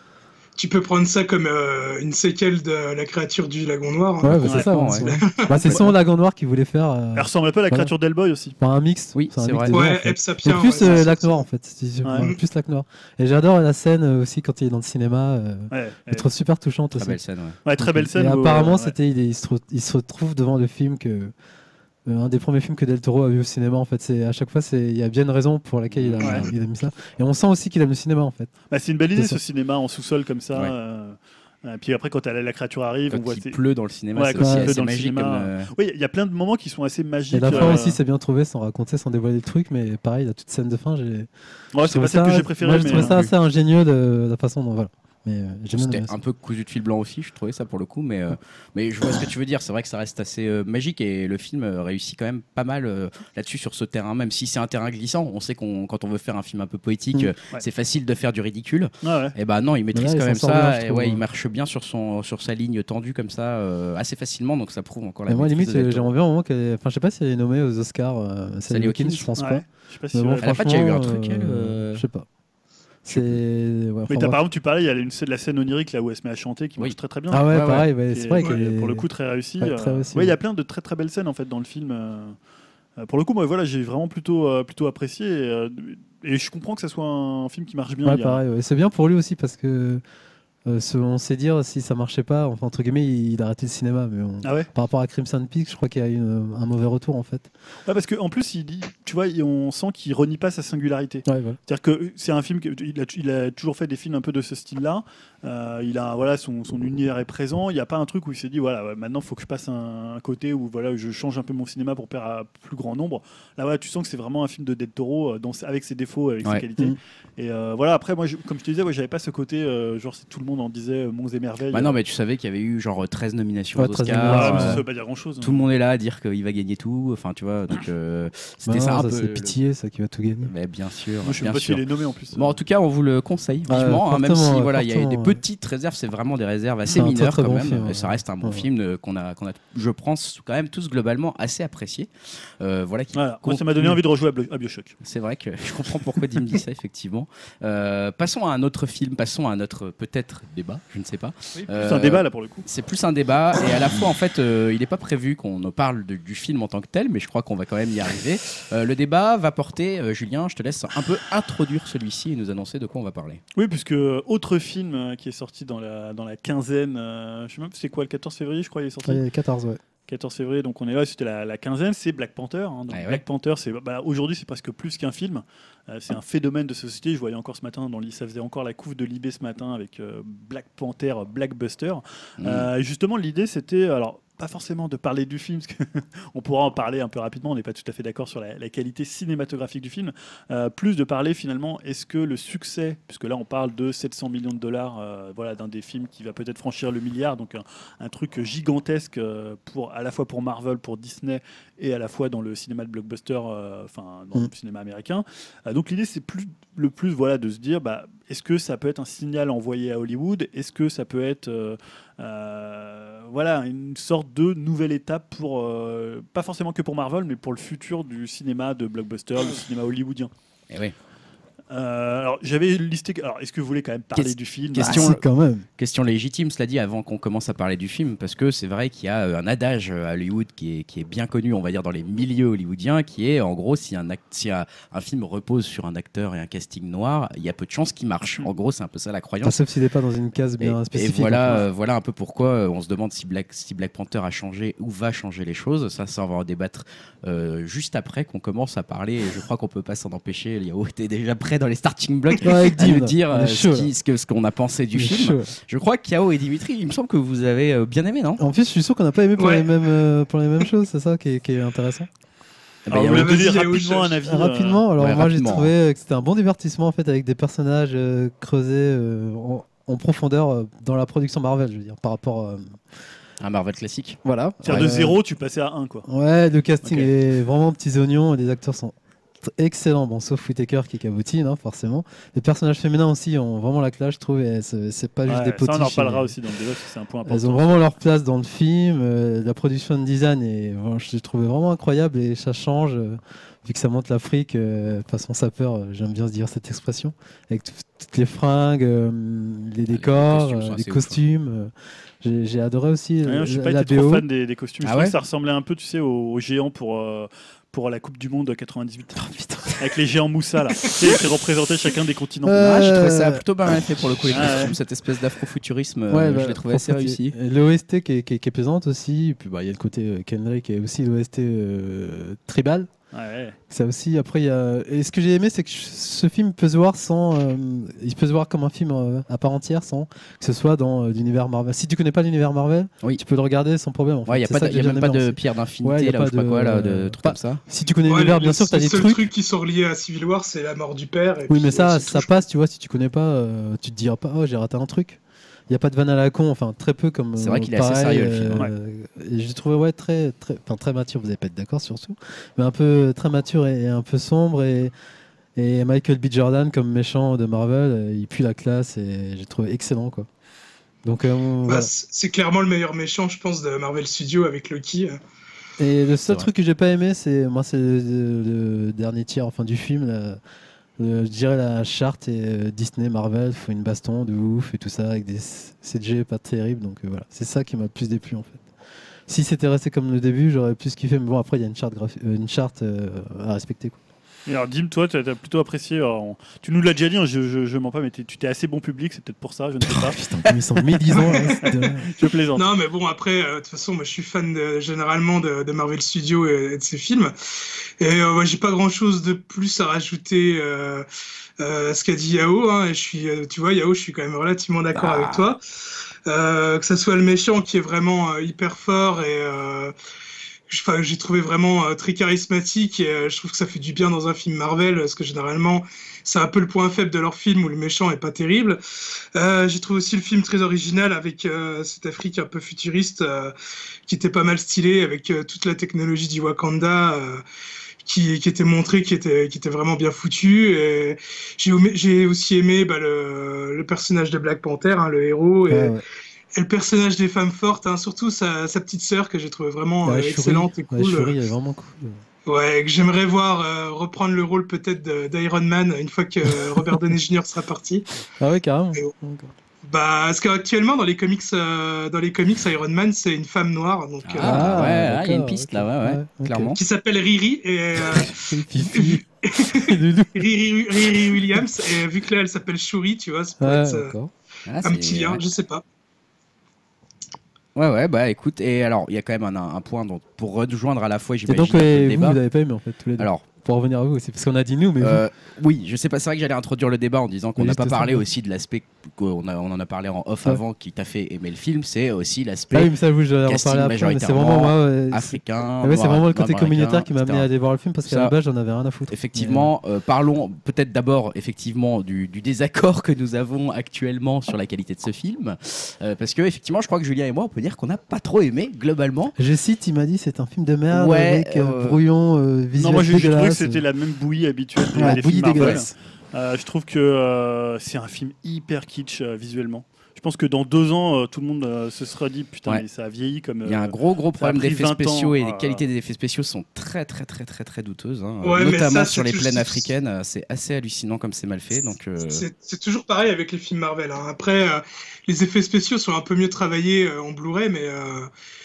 tu peux prendre ça comme euh, une séquelle de La créature du lagon noir. hein. Ouais, bah, c'est ça. Ouais, ouais, c'est- bah, c'est son lagon noir qu'il voulait faire. euh, Elle ressemble un peu à la Voilà. créature d'Hellboy aussi. Enfin, un mix. Oui, un c'est mix vrai. des deux, Ouais, en fait. Ebb Mais Sapien. ouais, plus c'est- euh, c'est- Lac Noir en fait, si tu- Ouais. enfin, plus Lac Noir. Et j'adore la scène euh, aussi quand il est dans le cinéma, euh, Ouais, je trouve super touchante Très aussi. belle scène. ouais. ouais, très belle Et scène. où, euh, apparemment, ouais. c'était il, est- il se re- il se retrouve devant le film que euh, un des premiers films que Del Toro a vu au cinéma en fait. C'est à chaque fois, c'est il y a bien une raison pour laquelle il a, Ouais. il a mis ça. Et on sent aussi qu'il aime le cinéma en fait. Bah, c'est une belle idée C'est ce ça. cinéma en sous-sol comme ça. Ouais. euh, euh, puis après, quand la la créature arrive, on Quand voit. il c'est- pleut dans le cinéma, Ouais, c'est quand aussi il pleut assez dans le magique. cinéma. comme, euh, Oui, il y a plein de moments qui sont assez magiques. Et la fin euh, aussi, c'est bien trouvé, sans raconter, sans dévoiler le truc, mais pareil, la toute scène de fin, j'ai. Ouais, c'est pas celle que j'ai préférée. Moi, je mais, trouvé euh, ça assez ingénieux de la façon dont voilà. Mais euh, j'ai bien aimé C'était ça. un peu cousu de fil blanc aussi, je trouvais ça pour le coup, mais, euh, mais je vois ce que tu veux dire. C'est vrai que ça reste assez euh, magique et le film euh, réussit quand même pas mal euh, là-dessus sur ce terrain, même si c'est un terrain glissant. On sait qu'on quand on veut faire un film un peu poétique, Mm. euh, Ouais. c'est facile de faire du ridicule. euh, ouais, ouais. Et ben non, il maîtrise là, il quand s'en même sort ça. bien, je et trouve, hein. ouais, il ouais. marche bien sur son sur sa ligne tendue comme ça euh, assez facilement, donc ça prouve encore la. Mais moi, maîtrise limite, de Del Bah euh, Toro. j'aimerais bien un moment qu'elle. Enfin, je sais pas si elle est nommée aux Oscars. euh, Sally Sally Hawkins, Hawkins, je pense Ouais. pas. Je sais pas si. Mais bon, ouais. Elle a pas déjà eu un franchement, truc, elle, euh, Je sais je pas. sais C'est. ouais, Mais enfin, t'as, bref. par exemple, tu parlais, il y a une, scène- la scène onirique là où elle se met à chanter qui Oui. marche très très bien. Ah ouais, Ouais, ouais. pareil, ouais, Qui c'est est- vrai qui qu'elle est, est. pour le coup très réussie. Ouais, euh, très réussie, ouais, il y a ouais. plein de très très belles scènes en fait dans le film. euh, euh, Pour le coup, moi voilà, j'ai vraiment plutôt euh, plutôt apprécié. Et, euh, et je comprends que ça soit un film qui marche bien. Ouais, il y a- pareil, ouais. C'est bien pour lui aussi parce que. euh, selon ses dires, si ça marchait pas, enfin entre guillemets, il, il a raté le cinéma. Mais on- Ah ouais. par rapport à Crimson Peak, je crois qu'il y a eu euh, un mauvais retour en fait. Ouais, parce que en plus, il dit, tu vois, il- on sent qu'il renie pas sa singularité. Ouais, voilà. C'est-à-dire que c'est un film que- il a, il a toujours fait des films un peu de ce style-là. Euh, il a voilà son, son univers est présent. Il n'y a pas un truc où il s'est dit voilà ouais, maintenant faut que je passe un, un côté où voilà je change un peu mon cinéma pour plaire à plus grand nombre. Là voilà tu sens que c'est vraiment un film de Del Toro euh, dans, ses- avec ses défauts avec Ouais. Mmh. ses qualités. Mhm. Et euh, voilà après moi je- comme je te disais ouais, j'avais pas ce côté euh, genre c'est- tout le monde en disait euh, monts et merveilles. Bah non, mais tu savais qu'il y avait eu genre 13 nominations Ouais, aux 13 Oscars. Voilà, mais Ah, ça euh, veut pas dire hein. grand chose. tout le monde est là à dire qu'il va gagner tout. Enfin, tu vois, donc euh, c'était Bah ça non, un peu. c'est le- pitié, ça qui va tout gagner. Mais bien sûr, Moi je sais bien pas sûr. s'il est nommé en plus. Bon, en tout cas, on vous le conseille Ouais, vivement, hein, même si fortement, voilà, il y a eu des fortement, ouais. petites réserves, c'est vraiment des réserves assez C'est un très, mineures très quand bon même. film, mais ça ouais. reste un bon Ouais. film euh, qu'on a, qu'on a, je pense, quand même tous globalement assez apprécié. Euh, voilà, qui Voilà. Moi, ça m'a donné continue. envie de rejouer à, Bio- à Bioshock. C'est vrai que je comprends pourquoi Dim dit ça, effectivement. Euh, passons à un autre film, passons à notre peut-être débat, je ne sais pas. Euh, C'est un débat là pour le coup. C'est plus un débat et à la fois en fait euh, il n'est pas prévu qu'on en parle de- du film en tant que tel mais je crois qu'on va quand même y arriver. Euh, le débat va porter, euh, Julien je te laisse un peu introduire celui-ci et nous annoncer de quoi on va parler. Oui, puisque euh, autre film euh, qui est sorti dans la, dans la quinzaine, euh, je sais même c'est quoi, le 14 février, je crois, il est sorti. Ouais, 14, ouais. 14 février, donc on est là, c'était la, la quinzaine, c'est Black Panther. hein. Donc Ah ouais. Black Panther, c'est bah, aujourd'hui, c'est presque plus qu'un film. Euh, c'est un phénomène de société. Je voyais encore ce matin, dans l'I- E ça faisait encore la couve de l'IB ce matin avec euh, Black Panther, Blackbuster. Mm. Euh, justement, l'idée, c'était alors. pas forcément de parler du film, parce qu'on pourra en parler un peu rapidement, on n'est pas tout à fait d'accord sur la, la, qualité cinématographique du film, euh, plus de parler finalement, est-ce que le succès, puisque là on parle de 700 millions de dollars, euh, voilà, d'un des films qui va peut-être franchir le milliard, donc un, un truc gigantesque euh, pour, à la fois pour Marvel, pour Disney, et à la fois dans le cinéma de blockbuster, enfin dans mmh. le cinéma américain. Euh, donc l'idée c'est plus, le plus voilà, de se dire, bah, est-ce que ça peut être un signal envoyé à Hollywood Est-ce que ça peut être euh, euh, voilà, une sorte de nouvelle étape pour, euh, pas forcément que pour Marvel, mais pour le futur du cinéma de blockbuster, le cinéma hollywoodien eh oui. Euh, alors j'avais listé. Alors est-ce que vous voulez quand même parler Qu'est- du film question, ah, quand même. question légitime, cela dit, avant qu'on commence à parler du film, parce que c'est vrai qu'il y a euh, un adage à Hollywood qui est, qui est bien connu, on va dire dans les milieux hollywoodiens, qui est en gros si un, act- si un, un film repose sur un acteur et un casting noir, il y a peu de chances qu'il marche. En gros, c'est un peu ça la croyance. Enfin, sauf s'il n'est pas dans une case bien et, spécifique. Et voilà, euh, voilà un peu pourquoi on se demande si Black, si Black Panther a changé ou va changer les choses. Ça, ça on va en débattre euh, juste après qu'on commence à parler. Et je crois qu'on peut pas s'en empêcher. Yahoo était déjà prêt dans les starting blocks ouais, à nous dire euh, ce, qui, ce, que, ce qu'on a pensé du film. Chaud. Je crois que Kao et Dimitri, il me semble que vous avez euh, bien aimé, non En plus, je suis sûr qu'on n'a pas aimé pour, ouais. les mêmes, euh, pour les mêmes choses, c'est ça qui est, qui est intéressant Ah, bah, alors, on peut dire rapidement un avis. euh, Rapidement, alors ouais, moi rapidement. j'ai trouvé euh, que c'était un bon divertissement en fait avec des personnages euh, creusés euh, en, en, profondeur euh, dans la production Marvel, je veux dire, par rapport euh, un Marvel classique. Voilà. cest de zéro, tu passais à 1 quoi. Ouais, le casting okay. est vraiment petits oignons et les acteurs sont excellent, bon, sauf Whitaker qui cabotine, hein, forcément. Les personnages féminins aussi ont vraiment la classe, je trouve, et c'est, c'est pas juste ouais, des potiches. euh, Ça, on en reparlera mais... aussi dans le débat, parce que c'est un point important. Elles ont vraiment leur place dans le film, euh, la production de design, et bon, je l'ai trouvé vraiment incroyable, et ça change, euh, vu que ça monte l'Afrique, euh, façon sapeur, j'aime bien se dire cette expression, avec tout, toutes les fringues, euh, les décors, euh, les costumes. Les costumes j'ai, j'ai adoré aussi. euh, Ouais, Ah, je suis pas la été trop fan des, des costumes, ah ouais je que ça ressemblait un peu, tu sais, aux, aux géants pour euh, pour la Coupe du Monde 98. Oh, Avec les géants Moussa, là. qui représentaient chacun des continents. Euh... Ah, j'ai trouvé ça plutôt bien fait pour le coup, les costumes, ah, cette espèce d'afrofuturisme. Ouais, euh, bah, je l'ai trouvé assez réussi. L'OST qui, qui, qui, est plaisante aussi. Et puis, il bah, y a le côté Kendrick et aussi l'OST euh, tribal. Ouais. Ça aussi, après, y a... et ce que j'ai aimé, c'est que ce film peut se voir sans. Euh, il peut se voir comme un film euh, à part entière, sans que ce soit dans euh, l'univers Marvel. Si tu connais pas l'univers Marvel, oui. tu peux le regarder sans problème. En il ouais, n'y a, pas de, y a même pas de pierre d'infinité, ouais, y a là, pas ou je de, sais pas quoi, là, de trucs comme ça. Si tu connais l'univers, bien sûr, tu as des trucs. Le truc qui sont reliés à Civil War, c'est la mort du père. Et oui, mais ça, ça touche. passe, tu vois, si tu connais pas, tu te dis, oh, oh j'ai raté un truc il n'y a pas de vanne à la con, enfin très peu comme. C'est vrai qu'il est pareil, assez sérieux le film. Euh, ouais. et J'ai trouvé ouais, très, très, très mature, vous n'allez pas être d'accord surtout, mais un peu très mature et, et un peu sombre. Et, et, Michael B. Jordan comme méchant de Marvel, euh, il pue la classe et j'ai trouvé excellent quoi. Donc, euh, bah, voilà. C'est clairement le meilleur méchant, je pense, de Marvel Studios avec Loki. hein. Et le seul truc que j'ai pas aimé, c'est moi, c'est le, le, le dernier tiers enfin, du film. Là, euh, je dirais la charte et euh, Disney, Marvel, faut une baston de ouf et tout ça avec des CG pas terribles. Donc euh, voilà, c'est ça qui m'a le plus déplu en fait. Si c'était resté comme le début, j'aurais plus kiffé. Mais bon, après, il y a une charte, graphi- euh, une charte à respecter. Quoi. Et alors, Dim, toi, tu as plutôt apprécié. Alors, on... tu nous l'as déjà dit, hein, je, je, je, m'en pas, mais tu t'es assez bon public, c'est peut-être pour ça, je ne sais pas. Putain, ils sont médisants. hein, je plaisante. Non, mais bon, après, de euh, toute façon, moi, je suis fan de, généralement de, de, Marvel Studios et, et, de ses films. Et euh, moi, j'ai pas grand-chose de plus à rajouter euh, à ce qu'a dit Yao. Hein, et je suis, tu vois, Yao, je suis quand même relativement d'accord ah. avec toi. Euh, que ça soit le méchant qui est vraiment euh, hyper fort et. euh, Enfin, j'ai trouvé vraiment euh, très charismatique et euh, je trouve que ça fait du bien dans un film Marvel parce que généralement c'est un peu le point faible de leur film où le méchant est pas terrible. Euh, j'ai trouvé aussi le film très original avec cette Afrique un peu futuriste euh, qui était pas mal stylée avec euh, toute la technologie du Wakanda. euh, Qui, qui, était montré, qui était, qui était vraiment bien foutu. Et j'ai, j'ai aussi aimé bah, le, le, personnage de Black Panther, hein, le héros. Et, ouais, ouais. Et le personnage des femmes fortes, hein, surtout sa, sa, petite sœur que j'ai trouvé Ah, vraiment euh, excellente et cool. La Shuri, elle est vraiment cool. Ouais, que j'aimerais voir euh, reprendre le rôle peut-être de, d'Iron Man une fois que euh, Robert Downey Jr. sera parti. Ah ouais, carrément. Et, bah, parce qu'actuellement dans les comics, euh, dans les comics, Iron Man c'est une femme noire, donc. euh, Ah ouais, il y a une piste okay. là, ouais, ouais, ouais clairement. Okay. Qui s'appelle Riri et. euh, Riri, Riri, Williams et vu que là elle s'appelle Shuri, tu vois, ça peut ouais, être ah, un petit lien, je sais pas. Ouais, ouais, bah écoute, et alors il y a quand même un, un point dont, pour rejoindre à la fois, j'imagine. Et donc, ouais, vous, débat. vous l'avez pas aimé en fait, tous les deux. Alors, pour revenir à vous, c'est parce qu'on a dit nous, mais Euh, oui, je sais pas, c'est vrai que j'allais introduire le débat en disant qu'on Oui, n'a pas c'était parlé ça. aussi de l'aspect, qu'on a- on en a parlé en off Ouais. avant, qui t'a fait aimer le film, c'est aussi vous. Ah oui, l'aspect mais ça, vous, je vais en casting parler après. mais C'est vraiment moi. ouais, c'est- africain. Ah ouais, c'est noir- vraiment le noir côté américain, communautaire qui m'a amené à etc. aller voir le film parce qu'à Ça- la base, j'en avais rien à foutre. Effectivement, euh, parlons peut-être d'abord effectivement du, du désaccord que nous avons actuellement sur la qualité de ce film, Euh, parce que effectivement, je crois que Julien et moi, on peut dire qu'on n'a pas trop aimé globalement. Mais Je cite, il m'a dit c'est un film de merde Ouais, avec euh, euh, brouillon, euh, visuel Non, moi j'ai j'ai trouvé que dégueulasse. c'était la même bouillie habituelle des, Ouais, des bouillie films Marvel. dégueulasse. Euh, je trouve que euh, c'est un film hyper kitsch euh, visuellement. Je pense que dans deux ans, euh, tout le monde euh, se sera dit putain, Ouais. mais ça a vieilli comme. Il y a euh, un gros gros problème pris d'effets 20 ans, spéciaux et euh, les qualités des effets spéciaux sont très très très très très douteuses, hein. Ouais, mais notamment ça, c'est sur les tout- plaines c'est- africaines. euh, C'est assez hallucinant comme c'est mal fait. Donc euh, C'est c'est toujours pareil avec les films Marvel. hein. Après, euh, les effets spéciaux sont un peu mieux travaillés euh, en Blu-ray, mais euh,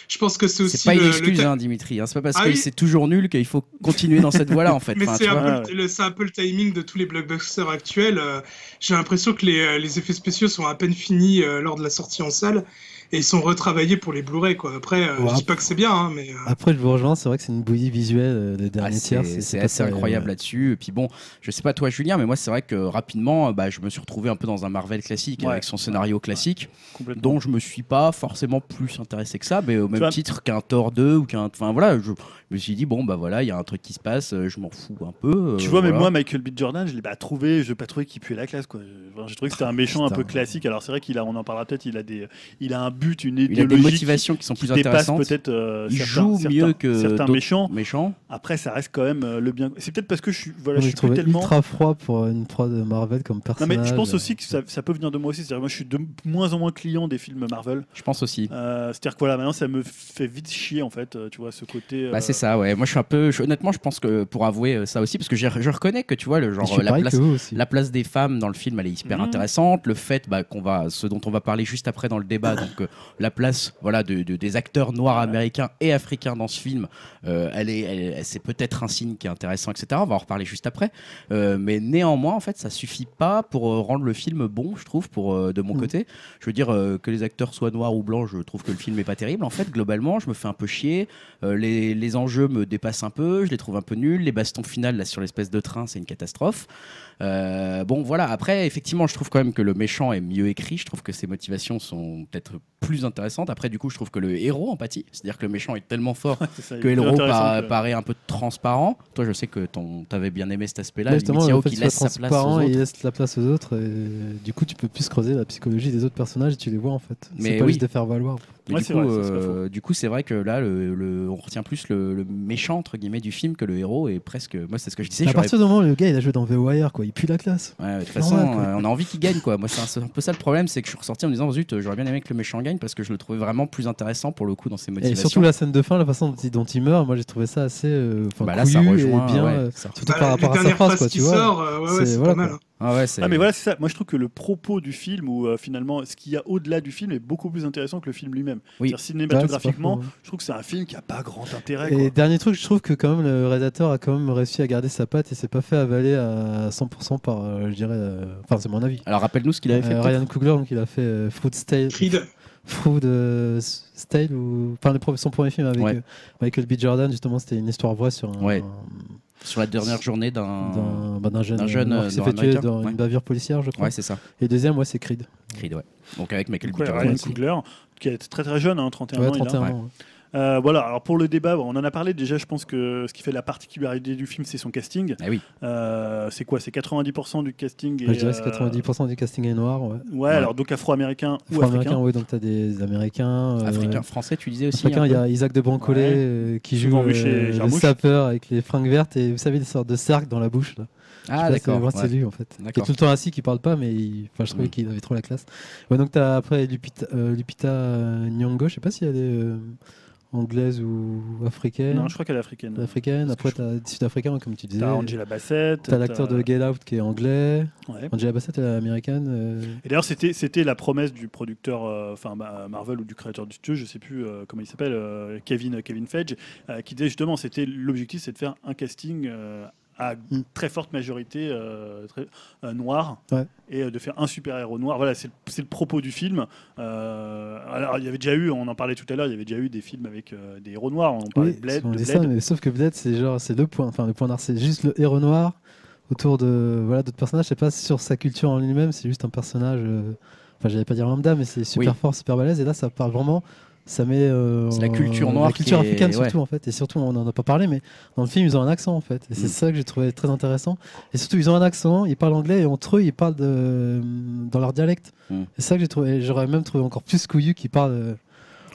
je pense que c'est aussi c'est pas le, une le excuse, ta- hein, Dimitri. hein. C'est pas parce Ah que oui. c'est toujours nul qu'il faut continuer dans cette voie-là en fait. Mais Enfin, c'est tu un, vois. peu vois. le- le- c'est un peu le timing de tous les blockbusters actuels. euh, J'ai l'impression que les, euh, les effets spéciaux sont à peine finis euh, lors de la sortie en salle et ils sont retravaillés pour les Blu-ray. quoi. Après, euh, Ouais. je dis pas que c'est bien, hein, mais. euh, Après, je vous rejoins, c'est vrai que c'est une bouillie visuelle euh, le Ah, dernier c'est tiers. c'est pas euh, assez terrible, incroyable ouais. là-dessus. Et puis bon, je sais pas toi Julien, mais moi c'est vrai que rapidement, euh, bah, je me suis retrouvé un peu dans un Marvel classique Ouais. avec son scénario classique, complètement. dont je me suis pas forcément plus intéressé que ça, mais au même vois- titre qu'un Thor 2 ou qu'un, enfin voilà, je me suis dit bon bah voilà, il y a un truc qui se passe, euh, je m'en fous un peu. euh, Tu vois, mais voilà. moi, Michael B. Jordan, je l'ai pas trouvé, je l'ai pas trouvé qu'il puait la classe. Quoi. Je- enfin, J'ai trouvé que c'était un méchant un peu Ah, putain. classique. Alors c'est vrai qu'il a, on en parlera peut-être, il a des, il a un but, une il a idéologie des motivations qui sont qui, qui plus dépasse intéressantes. peut-être. euh, Il certains- joue certains- mieux que certains d'autres- méchants. Méchant. Après, ça reste quand même euh, le bien. C'est peut-être parce que je suis, voilà, On je est suis plus trouvé tellement. ultra froid pour une prod de Marvel comme Non personnage. mais je pense aussi que ça, ça peut venir de moi aussi. C'est-à-dire que moi, je suis de moins en moins client des films Marvel. Je pense aussi. Euh, C'est-à-dire que voilà, maintenant, ça me fait vite chier en fait. euh, Tu vois, ce côté. Bah euh, c'est ça ouais moi je suis un peu je- honnêtement je pense que pour avouer euh, ça aussi parce que j'ai- je reconnais que tu vois le Je genre suis euh, la pareil place que vous aussi. La place des femmes dans le film, elle est hyper Mhm. intéressante. Le fait, bah, qu'on va, ce dont on va parler juste après dans le débat, donc euh, la place, voilà, de, de- des acteurs noirs américains et africains dans ce film, euh, elle est, elle- elle- c'est peut-être un signe qui est intéressant, etc. On va en reparler juste après. Euh, mais néanmoins, en fait, ça suffit pas pour euh, rendre le film bon, je trouve, pour euh, de mon Mhm. côté. Je veux dire euh, que les acteurs soient noirs ou blancs, je trouve que le film est pas terrible. En fait, globalement, je me fais un peu chier. Euh, les, les enjeux me dépassent un peu, je les trouve un peu nuls. Les bastons finales là sur l'espèce de train, c'est une catastrophe. Euh, bon, voilà. Après, effectivement, je trouve quand même que le méchant est mieux écrit. Je trouve que ses motivations sont peut-être plus intéressantes. Après, du coup, je trouve que le héros empathie, c'est-à-dire que le méchant est tellement fort c'est ça, que il est le plus héros intéressant bah, pa- que- paraît un peu transparent. Toi, je sais que ton t'avais bien aimé cet aspect-là. Là, limite, justement, Yao le fait qui qu'il laisse soit sa place aux transparent et autres. laisse la place aux autres, et, euh, du coup, tu peux plus creuser la psychologie des autres personnages et tu les vois en fait. Mais C'est pas oui. juste de faire valoir. Mais Ouais, du, c'est coup, vrai, ça, c'est pas euh, du coup, c'est vrai que là, le, le- on retient plus le, le méchant entre guillemets du film que le héros. Et presque, moi, c'est ce que je disais. Mais à j'aurais- partir du moment où le gars il a joué dans The Wire, quoi, il pue la classe. Ouais, de toute normal, façon, quoi. euh, on a envie qu'il gagne, quoi. Moi, c'est un, c'est un peu ça le problème, c'est que je suis ressorti en me disant, zut, euh, j'aurais bien aimé que le méchant gagne parce que je le trouvais vraiment plus intéressant pour le coup dans ses Et motivations. surtout la scène de fin, la façon dont il, dont il meurt, moi j'ai trouvé ça assez. euh, enfin, Bah là, ça couillu rejoint, et bien. ouais, euh, ça rejoint. surtout bah, par rapport les à sa dernières phrase, phrases quoi, qui tu vois. sortent, euh, ouais, ouais, C'est- c'est voilà, pas mal. quoi. hein. Ah ouais, c'est- Ah mais voilà c'est ça. Moi je trouve que le propos du film ou euh, finalement ce qu'il y a au-delà du film est beaucoup plus intéressant que le film lui-même. Oui. C'est-à-dire, Ouais, Cinématographiquement, c'est pas faux, je trouve que c'est un film qui a pas grand intérêt. Et quoi. dernier truc, je trouve que quand même le réalisateur a quand même réussi à garder sa patte et s'est pas fait avaler à 100% par, euh, je dirais, euh, enfin c'est mon avis. Alors rappelle-nous ce qu'il avait fait. Euh, peut-être. Ryan Coogler, donc il a fait euh, Fruit's Tale- Creed. Fruit euh, Style ou enfin le pro- son premier film avec Ouais. euh, Michael B. Jordan justement c'était une histoire vraie sur un, Ouais. un- Sur la dernière journée d'un. d'un, bah, d'un jeune, d'un jeune, noir euh, qui s'est fait tuer nord-américain, dans ouais. une bavure policière je crois Ouais, c'est ça. et deuxième ouais c'est Creed Creed, ouais. Donc avec Michael B. Ouais, Jordan, Ryan c'est- Coogler, qui est très très jeune, hein, 31 Ouais, ans. il a. 31 ouais. ans ouais. Euh, voilà, alors pour le débat, on en a parlé déjà, je pense que ce qui fait la particularité du film, c'est son casting. Ah oui. Euh, c'est quoi C'est 90% du casting Ouais, et, je dirais que c'est euh, 90% du casting est noir ouais. Ouais, alors donc afro-américain ou Afro-américain africain. ouais donc t'as des Américains euh, Africain, français, tu disais aussi. hein. Africain, un il y peu. a Isaac de Brancolé Ouais. euh, qui joue Souvent vu euh, chez le Jarmusch. sapeur avec les fringues vertes et vous savez des sortes de cercles dans la bouche. Là. Ah Je sais pas si d'accord. vous voyez, ouais. C'est lui en fait. Il est D'accord. tout le temps assis, qui parle pas, mais il- enfin, je trouvais Mm. qu'il avait trop la classe. Ouais, donc t'as après Lupita, euh, Lupita euh, Nyong'o, je sais pas si elle est euh, anglaise ou africaine. Non, je crois qu'elle est africaine. Africaine. Parce Après que t'as des Sud-Africains comme tu disais. T'as Angela Bassett. euh, T'as l'acteur de Get Out qui est anglais. Ouais. Angela Bassett elle est américaine. euh, Et d'ailleurs, c'était, c'était la promesse du producteur, euh, enfin bah, Marvel ou du créateur du studio, je sais plus euh, comment il s'appelle, euh, Kevin, Kevin Feige, euh, qui disait justement, c'était l'objectif, c'est de faire un casting euh, à Hmm. très forte majorité euh, très- euh, noire Ouais. et euh, de faire un super-héros noir. Voilà, c'est le- c'est le propos du film. Euh, alors, il y avait déjà eu, on en parlait tout à l'heure, il y avait déjà eu des films avec euh, des héros noirs. On parlait Oui, de Blade, on de dit Blade. ça, mais sauf que Blade, c'est genre, c'est deux points. Enfin, le point noir, c'est juste le héros noir autour de voilà d'autres personnages. C'est pas sur sa culture en lui-même, c'est juste un personnage. euh, Enfin, j'allais pas dire lambda, mais c'est super Oui. fort, super balèze. Et là, ça parle vraiment. Ça met. euh, C'est la culture euh, noire La culture qui est- africaine ouais. surtout, en fait. Et surtout, on en a pas parlé, mais dans le film, ils ont un accent, en fait. Et c'est Mm. ça que j'ai trouvé très intéressant. Et surtout, ils ont un accent, ils parlent anglais, et entre eux, ils parlent de- dans leur dialecte. Mm. C'est ça que j'ai trouvé. J'aurais même trouvé encore plus couillu qu'ils parlent. euh,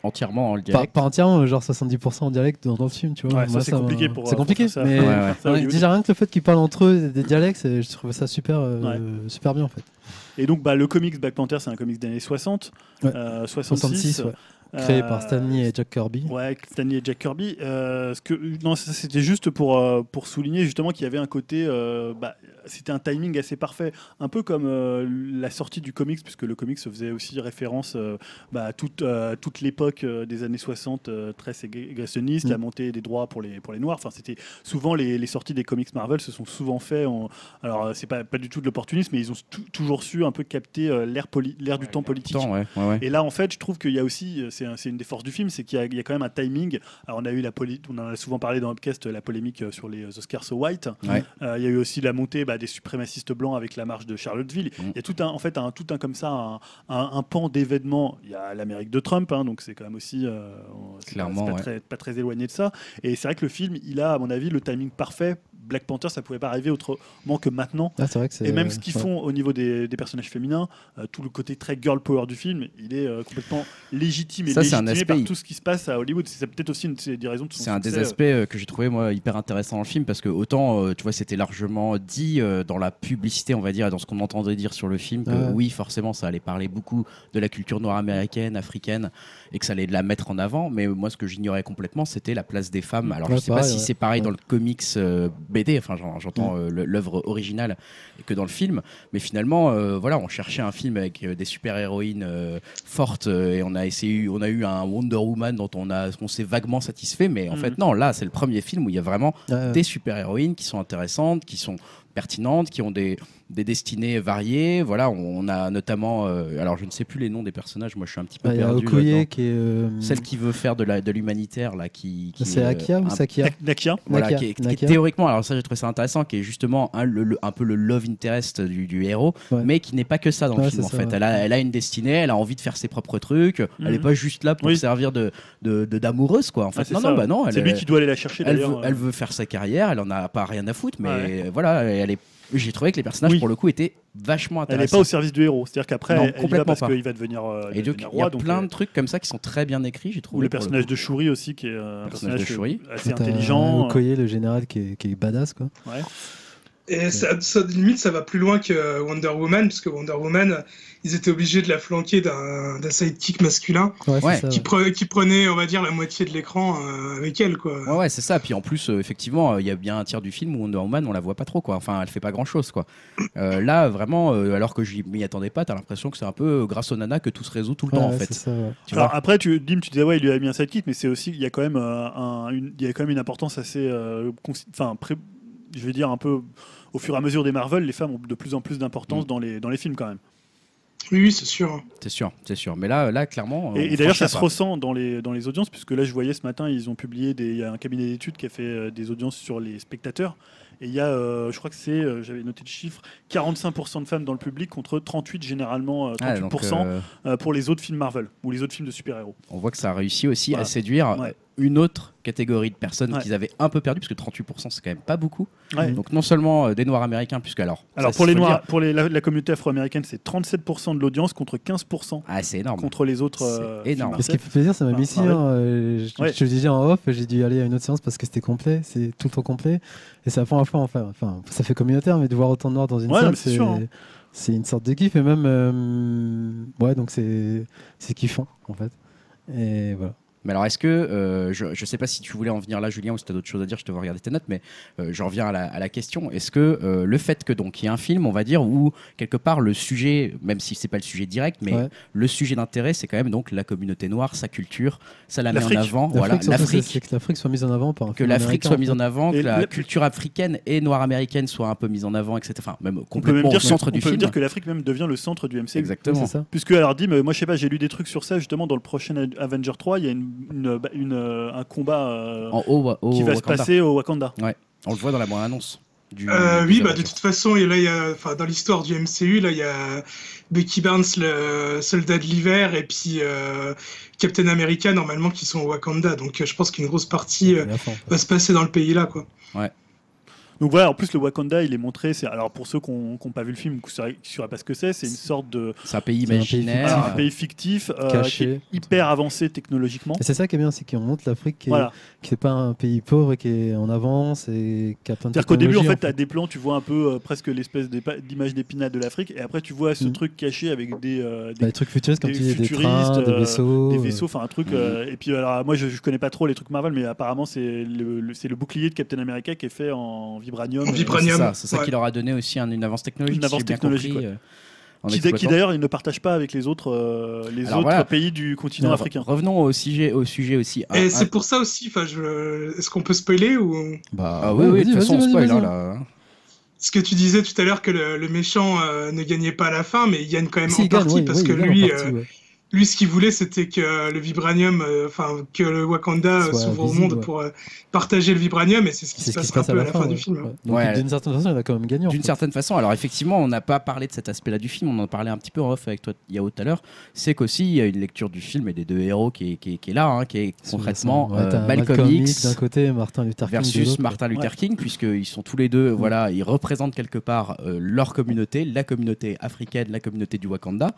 entièrement en pas, direct. pas entièrement, mais genre 70% en direct dans, dans le film, tu vois. Ouais, ça, Moi, c'est compliqué m'a- pour, C'est euh, pour compliqué, faire ça. mais Ouais, ouais. Ça, au ouais, niveau déjà rien que le fait qu'ils parlent entre eux des dialectes, c'est- je trouvais ça super, euh, super bien en fait. Et donc, bah, le comics Black Panther, c'est un comics des années 60, Ouais. euh, 66, 66, ouais. créé euh, par Stanley et Jack Kirby. Ouais, Stanley et Jack Kirby. Euh, ce que, non, ça, c'était juste pour, euh, pour souligner justement qu'il y avait un côté. euh, bah, c'était un timing assez parfait. Un peu comme euh, la sortie du comics, puisque le comics faisait aussi référence euh, bah, à toute, euh, toute l'époque euh, des années 60, euh, très ségrégationniste, Mm. la montée des droits pour les, pour les Noirs. Enfin, c'était souvent les, les sorties des comics Marvel se sont souvent faites en. Alors, euh, c'est pas, pas du tout de l'opportunisme, mais ils ont tou- toujours su un peu capter euh, l'ère poli- l'ère du temps politique. Temps, ouais, ouais, ouais. Et là, en fait, je trouve qu'il y a aussi, euh, c'est un- c'est une des forces du film, c'est qu'il y, a- il y a quand même un timing. Alors, on a eu la poli- on en a souvent parlé dans Upcast, la polémique euh, sur les euh, Oscars so white. Ouais. Euh, il y a eu aussi la montée bah, des suprémacistes blancs avec la marche de Charlottesville. Mm. Il y a tout un, en fait, un, tout un comme ça, un, un- un pan d'événements. Il y a l'Amérique de Trump, hein, donc c'est quand même aussi, euh, c'est pas- Clairement, c'est pas, ouais. très, pas très éloigné de ça. Et c'est vrai que le film, il a, à mon avis, le timing parfait. Black Panther, ça pouvait pas arriver autrement que maintenant. Ah, c'est vrai que c'est- Et même ce qu'ils ouais. font au niveau des, des personnages féminins, euh, tout le côté très girl power du film, il est euh, complètement légitime et Ça, c'est un légitimé aspect- par tout ce qui se passe à Hollywood. C'est peut-être aussi une des des raisons de son C'est un des succès, euh, aspects euh, que j'ai trouvé moi hyper intéressant dans le film parce que autant euh, tu vois c'était largement dit euh, dans la publicité on va dire et dans ce qu'on entendait dire sur le film que Ouais. oui forcément ça allait parler beaucoup de la culture noire américaine africaine et que ça allait la mettre en avant mais moi ce que j'ignorais complètement c'était la place des femmes alors Ouais, je sais pas pareil, si ouais. c'est pareil Ouais. dans le comics euh, BD enfin j'en- j'entends euh, le- l'œuvre originale que dans le film mais finalement euh, voilà on cherchait un film avec euh, des super héroïnes forte euh, et on a essayé on a eu un Wonder Woman dont on a on s'est vaguement satisfait mais en Mm. Mhm. fait non là c'est le premier film où il y a vraiment Ouais, ouais. des super héroïnes qui sont intéressantes qui sont pertinentes qui ont des des destinées variées voilà on, on a notamment euh, alors je ne sais plus les noms des personnages moi je suis un petit peu Ah, Il y a perdu Okoye là-dedans. qui est. euh, celle qui veut faire de la de l'humanitaire là qui, qui, C'est euh, Akia ou un- Sakia Nakia. voilà, Nakia, qui est- qui est Nakia. théoriquement, alors ça j'ai trouvé ça intéressant, qui est justement un, le- le- un peu le love interest du, du héros, Ouais. mais qui n'est pas que ça dans le Ouais, film c'est en ça, fait. ouais. Elle, a, elle a une destinée, elle a envie de faire ses propres trucs, elle n'est Mhm. pas juste là pour Oui. servir d'amoureuse de, de, d'amoureuse quoi. En fait, Ah, c'est non, ça, non, bah non, elle, C'est lui qui doit aller la chercher elle, d'ailleurs. veut, euh, elle veut faire sa carrière, elle en a pas rien à foutre, mais Ouais. voilà, elle est. J'ai trouvé que les personnages Oui. pour le coup étaient vachement Elle n'est pas intéressants. au service du héros. C'est-à-dire qu'après, Non, elle y va complètement parce pas. qu'il va devenir, euh, il Et va donc devenir il y a roi. donc, plein euh, de trucs comme ça qui sont très bien écrits, j'ai Ou trouvé. le pour le personnage coup. de Shuri aussi, qui est euh, un personnage personnage, de Shuri. euh, assez T'as intelligent. euh, Okoye, le général, qui est, qui est badass quoi. Et ça, ça, limite, ça va plus loin que euh, Wonder Woman, parce que Wonder Woman, euh, ils étaient obligés de la flanquer d'un d'un sidekick masculin Ouais, c'est Ouais. ça, qui, ouais. pre- qui prenait, on va dire, la moitié de l'écran euh, avec elle, quoi. Ouais, ouais, c'est ça. Puis en plus, euh, effectivement, euh, il y a bien un tiers du film où Wonder Woman, on la voit pas trop, quoi. Enfin, elle fait pas grand chose, quoi. Euh, là, vraiment, euh, alors que je m'y attendais pas, t'as l'impression que c'est un peu euh, grâce au nana que tout se résout tout le temps, Ouais, en ouais, fait. c'est ça, ouais. Tu Alors vois après, tu, Dim, tu disais ouais, il lui a mis un sidekick, mais c'est aussi il y a quand même euh, un- une, il y a quand même une importance assez, euh, consi- enfin, pré- je vais dire un peu au fur et à mesure des Marvel, les femmes ont de plus en plus d'importance Mm. dans les dans les films quand même. Oui, oui, c'est sûr. hein. c'est sûr, c'est sûr. Mais là, là, clairement. Et, on et d'ailleurs, ça franchit se la ressent dans les dans les audiences, puisque là, je voyais ce matin, ils ont publié des, il y a un cabinet d'études qui a fait euh, des audiences sur les spectateurs. Et il y a, euh, je crois que c'est, euh, j'avais noté le chiffre, 45% de femmes dans le public contre 38 généralement, euh, 38% barre. Ah, donc, euh, euh, pour les autres films Marvel ou les autres films de super-héros. on voit que ça a réussi aussi à Voilà. séduire Ouais. une autre catégorie de personnes Ouais. qu'ils avaient un peu perdu, parce que 38%, c'est quand même pas beaucoup. Ouais. Donc non seulement euh, des Noirs américains, puisque alors. Alors ça, pour faut les le noirs, dire. pour les- la, la communauté afro-américaine, c'est 37% de l'audience contre 15% Ah, c'est énorme. contre les autres. C'est euh, énorme. Et films ce qui fait plaisir, ça m'a Enfin, mis si. Marvel. hein, euh, je, Ouais. je te le disais en off, j'ai dû aller à une autre séance parce que c'était complet, c'est tout le temps complet. Et c'est la première fois, enfin, enfin, ça fait communautaire, mais de voir autant de noirs dans une Ouais, salle, mais c'est sûr, hein. c'est une sorte de kiff. Et même, euh, ouais, donc c'est c'est kiffant en fait. Et voilà. Mais alors, est-ce que, euh, je ne sais pas si tu voulais en venir là, Julien, ou si tu as d'autres choses à dire, je te vois regarder tes notes, mais euh, j'en reviens à la, à la question. Est-ce que euh, le fait que donc il y ait un film, on va dire, où quelque part le sujet, même si c'est pas le sujet direct, mais Ouais. le sujet d'intérêt, c'est quand même donc la communauté noire, sa culture, ça la met en L'Afrique. avant, voilà, surtout, c'est- c'est l'Afrique. que l'Afrique soit mise en avant par un Que l'Afrique soit mise en avant, que Et la la- culture africaine et noire américaine soit un peu mise en avant, etc. Enfin, même On peut même complètement au dire que- centre du on peut film. dire que l'Afrique même devient le centre du MCU. avant. Exactement. C'est ça. Puisque alors dit, mais moi je sais pas, j'ai lu des trucs sur ça justement dans le prochain Ad- Avenger 3, il y a une, une- bah, une, euh, un combat euh, En haut, au- au qui va se Wakanda. passer au Wakanda. On le voit dans la bande annonce. du- Euh, des oui, bah, de Avengers. toute façon, et là, il y a, enfin, dans l'histoire du MCU, là, il y a Becky Barnes, le soldat de l'hiver, et puis euh, Captain America, normalement, qui sont au Wakanda. Donc, euh, je pense qu'une grosse partie euh, Et la fin, en fait. va se passer dans le pays-là. quoi. Donc voilà, en plus le Wakanda il est montré, c'est alors pour ceux qui n'ont pas vu le film, qui ne sauraient qui sauraient pas ce que c'est, c'est une sorte de C'est un pays C'est un pays c'est imaginaire. un pays fictif euh, qui est Caché. hyper avancé technologiquement. Et c'est ça qui est bien, c'est qu'on montre l'Afrique qui est- Voilà. qui n'est pas un pays pauvre et qui est en avance et qui a plein de C'est-à-dire qu'au début, en technologies, fait, tu as des plans, tu vois un peu euh, presque l'espèce d'épa- d'image d'épinade de l'Afrique, et après, tu vois ce Mm. Mhm. truc caché avec des, euh, Bah, des, des trucs futuristes comme des tu dis, des futuristes, trains, des euh, vaisseaux. des euh, vaisseaux, enfin un truc. mm. euh, et puis, alors, moi, je, je connais pas trop les trucs Marvel, mais apparemment, c'est le, le- c'est le bouclier de Captain America qui est fait en vibranium. En euh, C'est vibranium. ça, c'est ça Ouais. qui leur a donné aussi un- une avance technologique. Une si avance j'ai bien technologique, compris, euh, en qui, d'a- qui, exploitant- d'ailleurs, ils ne partagent pas avec les autres, euh, les Alors, autres voilà. pays du continent Alors, africain. Revenons au sujet, au sujet aussi. Ah, et ah, c'est pour ça aussi, enfin, je... est-ce qu'on peut spoiler ou... Bah, ah oui, oui, de vas-y, toute façon, on vas-y, spoil. vas-y. hein, là. Ce que tu disais tout à l'heure que le, le méchant euh, ne gagnait pas à la fin, mais il gagne quand même Si, en il gagne, partie oui, parce oui, que il gagne en lui, partie, euh, ouais. lui, ce qu'il voulait, c'était que le vibranium, euh, enfin que le Wakanda euh, Soit s'ouvre au visible, monde ouais. pour euh, partager le vibranium, et c'est ce qui C'est se ce qui passe se passe un peu à la fin, du ouais. film. Ouais. Donc, Ouais. D'une certaine façon, il a quand même gagné. en D'une fait. certaine façon, alors effectivement, on n'a pas parlé de cet aspect-là du film, on en parlait un petit peu en off avec toi, Yao, tout à l'heure. C'est qu'aussi, il y a une lecture du film et des deux héros qui est, qui est- qui est là, hein, qui est concrètement Ouais, euh, t'as Malcolm, X, d'un côté, et Martin Luther King de versus l'autre. Martin Luther Ouais. Mm. King, puisqu'ils sont tous les deux, voilà, ils représentent quelque part euh, leur communauté, la communauté africaine, la communauté du Wakanda.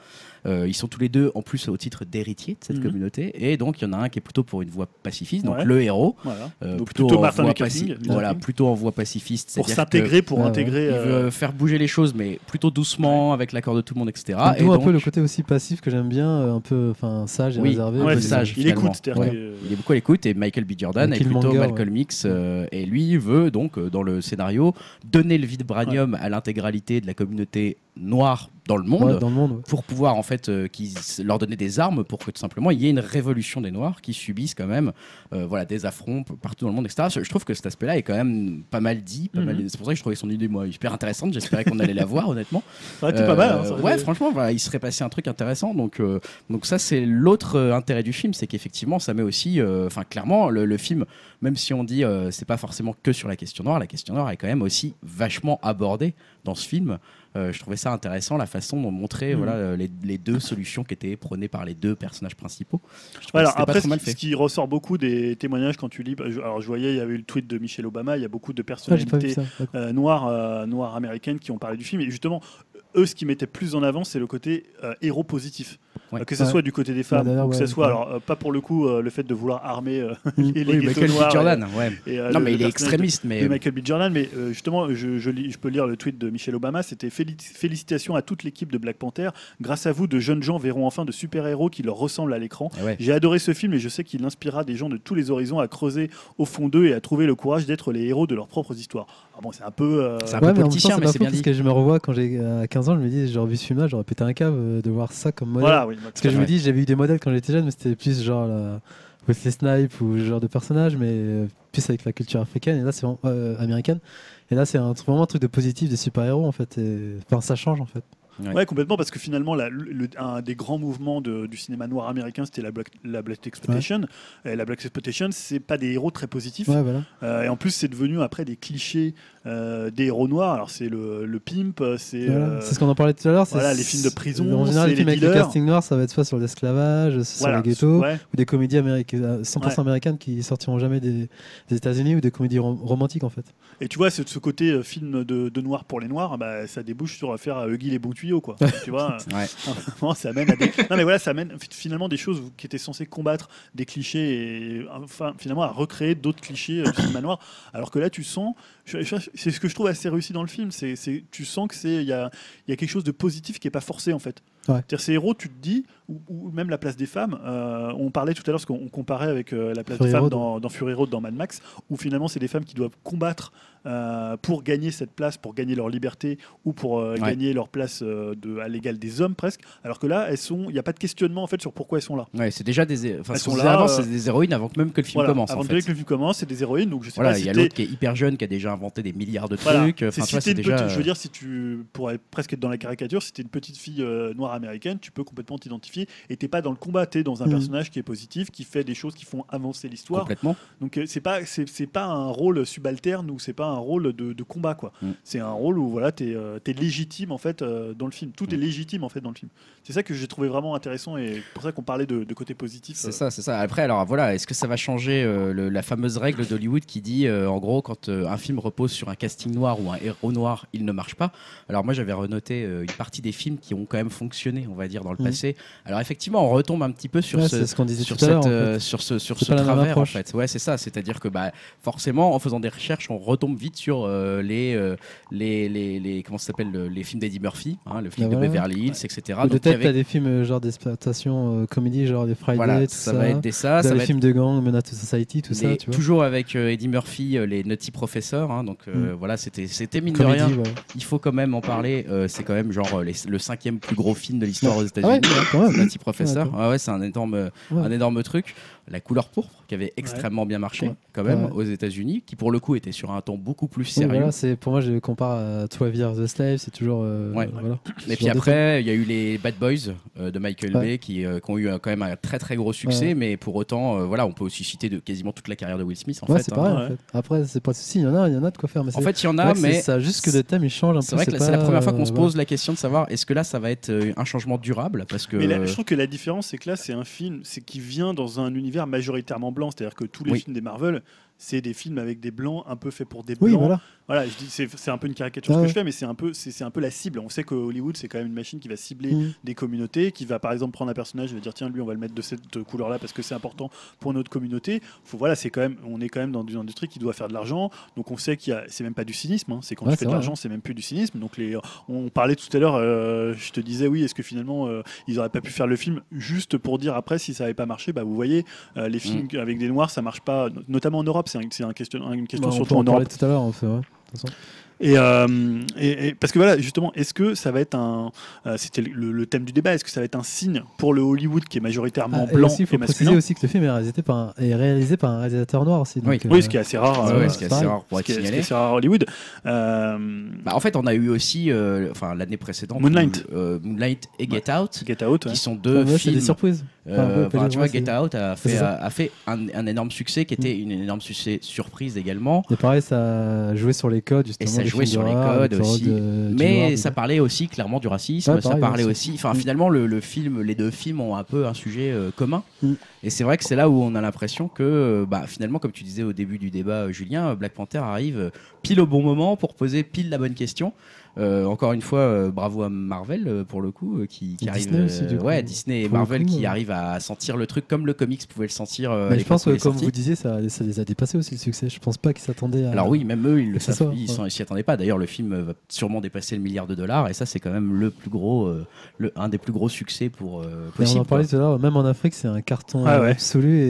Euh, ils sont tous les deux, en plus, au titre d'héritier de cette Mhm. communauté. Et donc, il y en a un qui est plutôt pour une voie pacifiste, donc Ouais. le héros. Voilà. euh, Donc, plutôt, en Martin voie Luther paci- King. Luther Voilà, King. plutôt en voie pacifiste. Pour c'est-à-dire que Ah s'intégrer, pour Ouais, ouais. intégrer. Il euh, veut faire bouger les choses, mais plutôt doucement, avec l'accord de tout le monde, etc. Donc, Et d'où un peu donc, le côté aussi passif que j'aime bien, euh, un peu enfin sage et Oui, réservé. un peu ouais, mais- c'est- sage, il finalement. écoute, c'est-à-dire Ouais. que, euh, Il est beaucoup à l'écoute et Michael B. Jordan Le est plutôt Killmonger, Malcolm X euh, et lui veut donc euh, dans le scénario donner le vibranium à l'intégralité de la communauté noire dans le monde ouais, bah. dans le monde. ouais. pour pouvoir en fait euh, qu'ils s- leur donner des armes pour que tout simplement il y ait une révolution des noirs qui subissent quand même euh, voilà des affronts p- partout dans le monde etc je, je trouve que cet aspect là est quand même pas mal dit pas mal- Mhm. c'est pour ça que je trouvais son idée moi hyper intéressante j'espérais qu'on allait la voir honnêtement ça aurait été pas mal. hein, euh, ça aurait ouais, été- franchement, voilà, il serait passé un truc intéressant. Donc, euh, donc ça, c'est l'autre euh, intérêt du film, c'est qu'effectivement, ça met aussi, euh, enfin, clairement, le, le film, même si on dit euh, c'est pas forcément que sur la question noire, la question noire est quand même aussi vachement abordée dans ce film. Euh, je trouvais ça intéressant la façon dont montrer Mhm. voilà, euh, les, les deux solutions qui étaient prônées par les deux personnages principaux. Je trouvais Ouais, que alors c'était pas après, trop mal ce, fait. qui- ce qui ressort beaucoup des témoignages quand tu lis, bah, je- alors je voyais, il y avait eu le tweet de Michelle Obama, il y a beaucoup de Ah, j'ai pas vu personnalités ça. d'accord. euh, noires, euh, noires américaines qui ont parlé du film. Et justement, eux, ce qui mettaient plus en avant, c'est le côté euh, héros positif. Ouais. Euh, que ce Ouais. Bah, soit du côté des femmes, d'ailleurs, ou que ce ouais, soit, ouais. alors euh, pas pour le coup, euh, le fait de vouloir armer euh, Mm. les, les Oui, ghettos Michael B. noirs et- Jordan, ouais. et, euh, non, le- mais le il est personnage de- extrémiste, mais de Michael B. Jordan, mais euh, justement, je, je lis- je peux lire le tweet de Michelle Obama, c'était Féli- félicitations à toute l'équipe de Black Panther. Grâce à vous, de jeunes gens verront enfin de super-héros qui leur ressemblent à l'écran. Ah ouais. J'ai adoré ce film et je sais qu'il inspirera des gens de tous les horizons à creuser au fond d'eux et à trouver le courage d'être les héros de leurs propres histoires. Ah bon, c'est un peu. euh, C'est un peu Ouais, mais en même politicien, temps, c'est mais pas c'est faux bien parce dit. que je me revois quand j'ai à 15 ans, je me dis, j'aurais vu ce film-là, j'aurais pété un câble euh, de voir ça comme modèle. Voilà, oui. Parce que je me Ouais. dis, j'avais eu des modèles quand j'étais jeune, mais c'était plus genre la Wesley Snipes ou ce genre de personnage, mais euh, plus avec la culture africaine, et là c'est vraiment- euh, américaine. Et là c'est un, vraiment un truc de positif des super-héros en fait. et- Enfin, ça change en fait. Ouais, complètement, parce que finalement, la- le- un des grands mouvements de- du cinéma noir américain, c'était la Black, la Black Exploitation. Et la Black Exploitation, c'est pas des héros très positifs. Ouais, voilà. Euh, et en plus, c'est devenu après des clichés euh, des héros noirs. Alors, c'est le, le pimp, c'est. Voilà, euh, C'est ce qu'on en parlait tout à l'heure. c'est- voilà, les films de prison, En général, c'est les films les avec le dealers. casting noir, ça va être soit sur l'esclavage, sur voilà, les ghettos, ouais. ou des comédies américaines, euh, 100% américaines qui sortiront jamais des, des États-Unis ou des comédies rom- romantiques en fait. Et tu vois, ce, ce côté euh, film de, de noir pour les noirs, bah, ça débouche sur euh, faire euh, Huggy les bons tuyaux, quoi. tu vois, euh, Ouais. à un moment, ça mène à des... Non, mais voilà, ça mène fi- finalement des choses qui étaient censées combattre des clichés et enfin, finalement à recréer d'autres clichés euh, du cinéma noir. Alors que là, tu sens, je- je- c'est ce que je trouve assez réussi dans le film, c'est, c'est- tu sens que c'est, il y a, il y a quelque chose de positif qui est pas forcé en fait. Ouais. C'est-à-dire ces héros, tu te dis, ou, ou même la place des femmes, euh, on parlait tout à l'heure, parce qu'on comparait avec euh, la place Fury des femmes Road, dans, dans Fury Road, dans Mad Max, où finalement c'est des femmes qui doivent combattre euh, pour gagner cette place, pour gagner leur liberté, ou pour euh, Ouais. gagner leur place euh, de, à l'égal des hommes presque, alors que là, elles sont, il n'y a pas de questionnement en fait sur pourquoi elles sont là. Ouais, c'est déjà des. hé- Enfin, Elles ce sont qu'on disait là, avant, euh, c'est des héroïnes avant que même que le film Voilà, commence. avant en de fait. donner que le film commence, c'est des héroïnes, donc je sais Voilà, pas il si y a t'es- l'autre qui est hyper jeune, qui a déjà inventé des milliards de Voilà. trucs. C'est Enfin, tu si vois, t'es c'est une déjà. petite, je euh, veux dire, si tu pourrais presque être dans la caricature, si t'es une petite fille euh, noire américaine, tu peux complètement t'identifier et t'es pas dans le combat, t'es dans un Mhm. personnage qui est positif, qui fait des choses qui font avancer l'histoire. Complètement. Donc euh, c'est pas c'est c'est pas un rôle subalterne ou c'est pas un rôle de, de combat quoi. Mm. C'est un rôle où voilà t'es euh, t'es légitime en fait euh, dans le film. Tout est Mm. légitime en fait dans le film. C'est ça que j'ai trouvé vraiment intéressant et pour ça qu'on parlait de, de côté positif. C'est euh, ça, c'est ça. Après, alors voilà, est-ce que ça va changer euh, le- la fameuse règle d'Hollywood qui dit, euh, en gros, quand euh, un film repose sur un casting noir ou un héros noir, il ne marche pas Alors moi, j'avais renoté euh, une partie des films qui ont quand même fonctionné, on va dire, dans le Mmh. Mhm. passé. Alors effectivement, on retombe un petit peu sur Ouais, ce, c'est ce qu'on disait sur, tout à l'heure. cette, en euh, fait. sur ce, sur C'est ce pas la même travers en approche. fait. Ouais, c'est ça. C'est-à-dire que bah, forcément, en faisant des recherches, on retombe vite sur euh, les, euh, les, les, les- comment ça s'appelle le- les films d'Eddie Murphy, hein, le film Bah de voilà. Beverly Hills, etc. Ou de Donc, il y tête, avait- t'as des films euh, genre d'exploitation euh, comédie, genre les Friday, voilà, tout ça, ça. va être des ça, T'as Ah, ça les va être films de gang, Menace to Society, tout ça, les- tu vois. toujours avec euh, Eddie Murphy, euh, les Nutty Professors. hein, donc euh, voilà, c'était c'était mine de rien. Mm. Comédie, ouais. Il faut quand même en parler. euh, c'est quand même genre euh, les- le cinquième plus gros film de l'histoire aux Ah États-Unis. ouais, quand même. Nutty Professor. d'accord. Ah ouais, c'est un énorme, euh, Ouais. un énorme truc. La couleur pourpre, qui avait extrêmement bien marché, Ouais. quand même, Ouais. aux États-Unis, qui pour le coup était sur un ton beaucoup plus Oui, sérieux. voilà, c'est pour moi je le compare à 12 Years a Slave, c'est toujours euh, Ouais. voilà. Et Ce puis genre de truc. après, il y a eu les Bad Boys euh, de Michael Ouais. Bay qui, euh, qui ont eu euh, quand même un très très gros succès, Ouais. mais pour autant, euh, voilà, on peut aussi citer de, quasiment toute la carrière de Will Smith en ouais, fait. c'est hein. pareil en ouais. fait. Après c'est pas de souci, il y en a, il y en a de quoi faire mais En c'est fait, il y en c'est vrai a, que c'est mais ça juste que le thème il change un peu, c'est vrai que c'est pas, la première fois qu'on euh, se voilà. pose la question de savoir est-ce que là ça va être euh, un changement durable parce que Mais là, je trouve que la différence, c'est que là, c'est un film c'est qui vient dans un univers majoritairement blanc. C'est-à-dire que tous les Oui. films des Marvel, c'est des films avec des blancs un peu faits pour des blancs. Oui, voilà. Voilà, je dis c'est c'est un peu une caricature Ah ce que ouais. je fais, mais c'est un peu c'est c'est un peu la cible. On sait que Hollywood c'est quand même une machine qui va cibler Mm. des communautés, qui va par exemple prendre un personnage et va dire tiens lui on va le mettre de cette couleur là parce que c'est important pour notre communauté. Faut voilà c'est quand même on est quand même dans une industrie qui doit faire de l'argent, donc on sait qu'il y a c'est même pas du cynisme. hein. C'est quand Ouais, tu fais c'est de vrai, l'argent c'est même plus du cynisme. Donc les on parlait tout à l'heure, euh, je te disais oui est-ce que finalement euh, ils auraient pas pu faire le film juste pour dire après si ça avait pas marché bah vous voyez euh, Mm. les films avec des noirs ça marche pas no- notamment en Europe c'est un- c'est un question, une question Bah, on surtout peut en en Europe. parler tout à l'heure en fait, ouais. Et, euh, et- et- parce que voilà, justement, est-ce que ça va être un, euh, c'était le, le thème du débat, est-ce que ça va être un signe pour le Hollywood qui est majoritairement Ah, et blanc aussi, il faut et préciser masculin aussi que le film est réalisé par un, est réalisé par un réalisateur noir aussi. Donc, Oui. euh, Oui, ce qui est assez rare. Ouais, euh, Ouais, c'est ce qui est assez pareil. rare pour ce être qui est- ce qui est signalé. assez rare à Hollywood. Euh, Bah, en fait, on a eu aussi, euh, enfin l'année précédente, Moonlight. où, euh, Moonlight et Get Out, Get Out. Bah, ouais. qui sont ouais, deux ouais, c'est films. des surprises. euh, Enfin, ouais, enfin, ouais, tu vois, c'est- Get Out a c'est fait, ça. Mm. a, a fait un, un énorme succès qui était une énorme succès surprise également. Et pareil, ça jouait sur les codes justement. ça des jouait films sur les d'horreur, codes des parodies aussi. de- du noir, Mais du ça blanc. parlait aussi clairement du racisme, Ouais, ça pareil, parlait ouais, aussi. Enfin, Mm. finalement, le, le film, les deux films ont un peu un sujet euh, commun. Mm. Et c'est vrai que c'est là où on a l'impression que, euh, bah, finalement, comme tu disais au début du débat, euh, Julien, euh, Black Panther arrive euh, pile au bon moment pour poser pile la bonne question. Euh, encore une fois, euh, bravo à Marvel euh, pour le coup, euh, qui, qui Et arrive. Disney aussi, du coup. ouais, Disney et Pour le Marvel coup, qui euh. arrivent à sentir le truc comme le comics pouvait le sentir. euh, à Mais je l'époque pense où il que est comme sorti. vous disiez, ça, ça les a dépassés aussi le succès. Je pense pas qu'ils s'attendaient à. Alors oui, même eux, ils le Euh, C'est savent, ça, ils ouais. s'en- ils s'y attendaient pas. D'ailleurs, le film euh, va sûrement dépasser le milliard de dollars, et ça, c'est quand même le plus gros, euh, le, un des plus gros succès pour euh, Mais possible. on en parlait quoi. tout à l'heure, même en Afrique, c'est un carton Ah ouais. absolu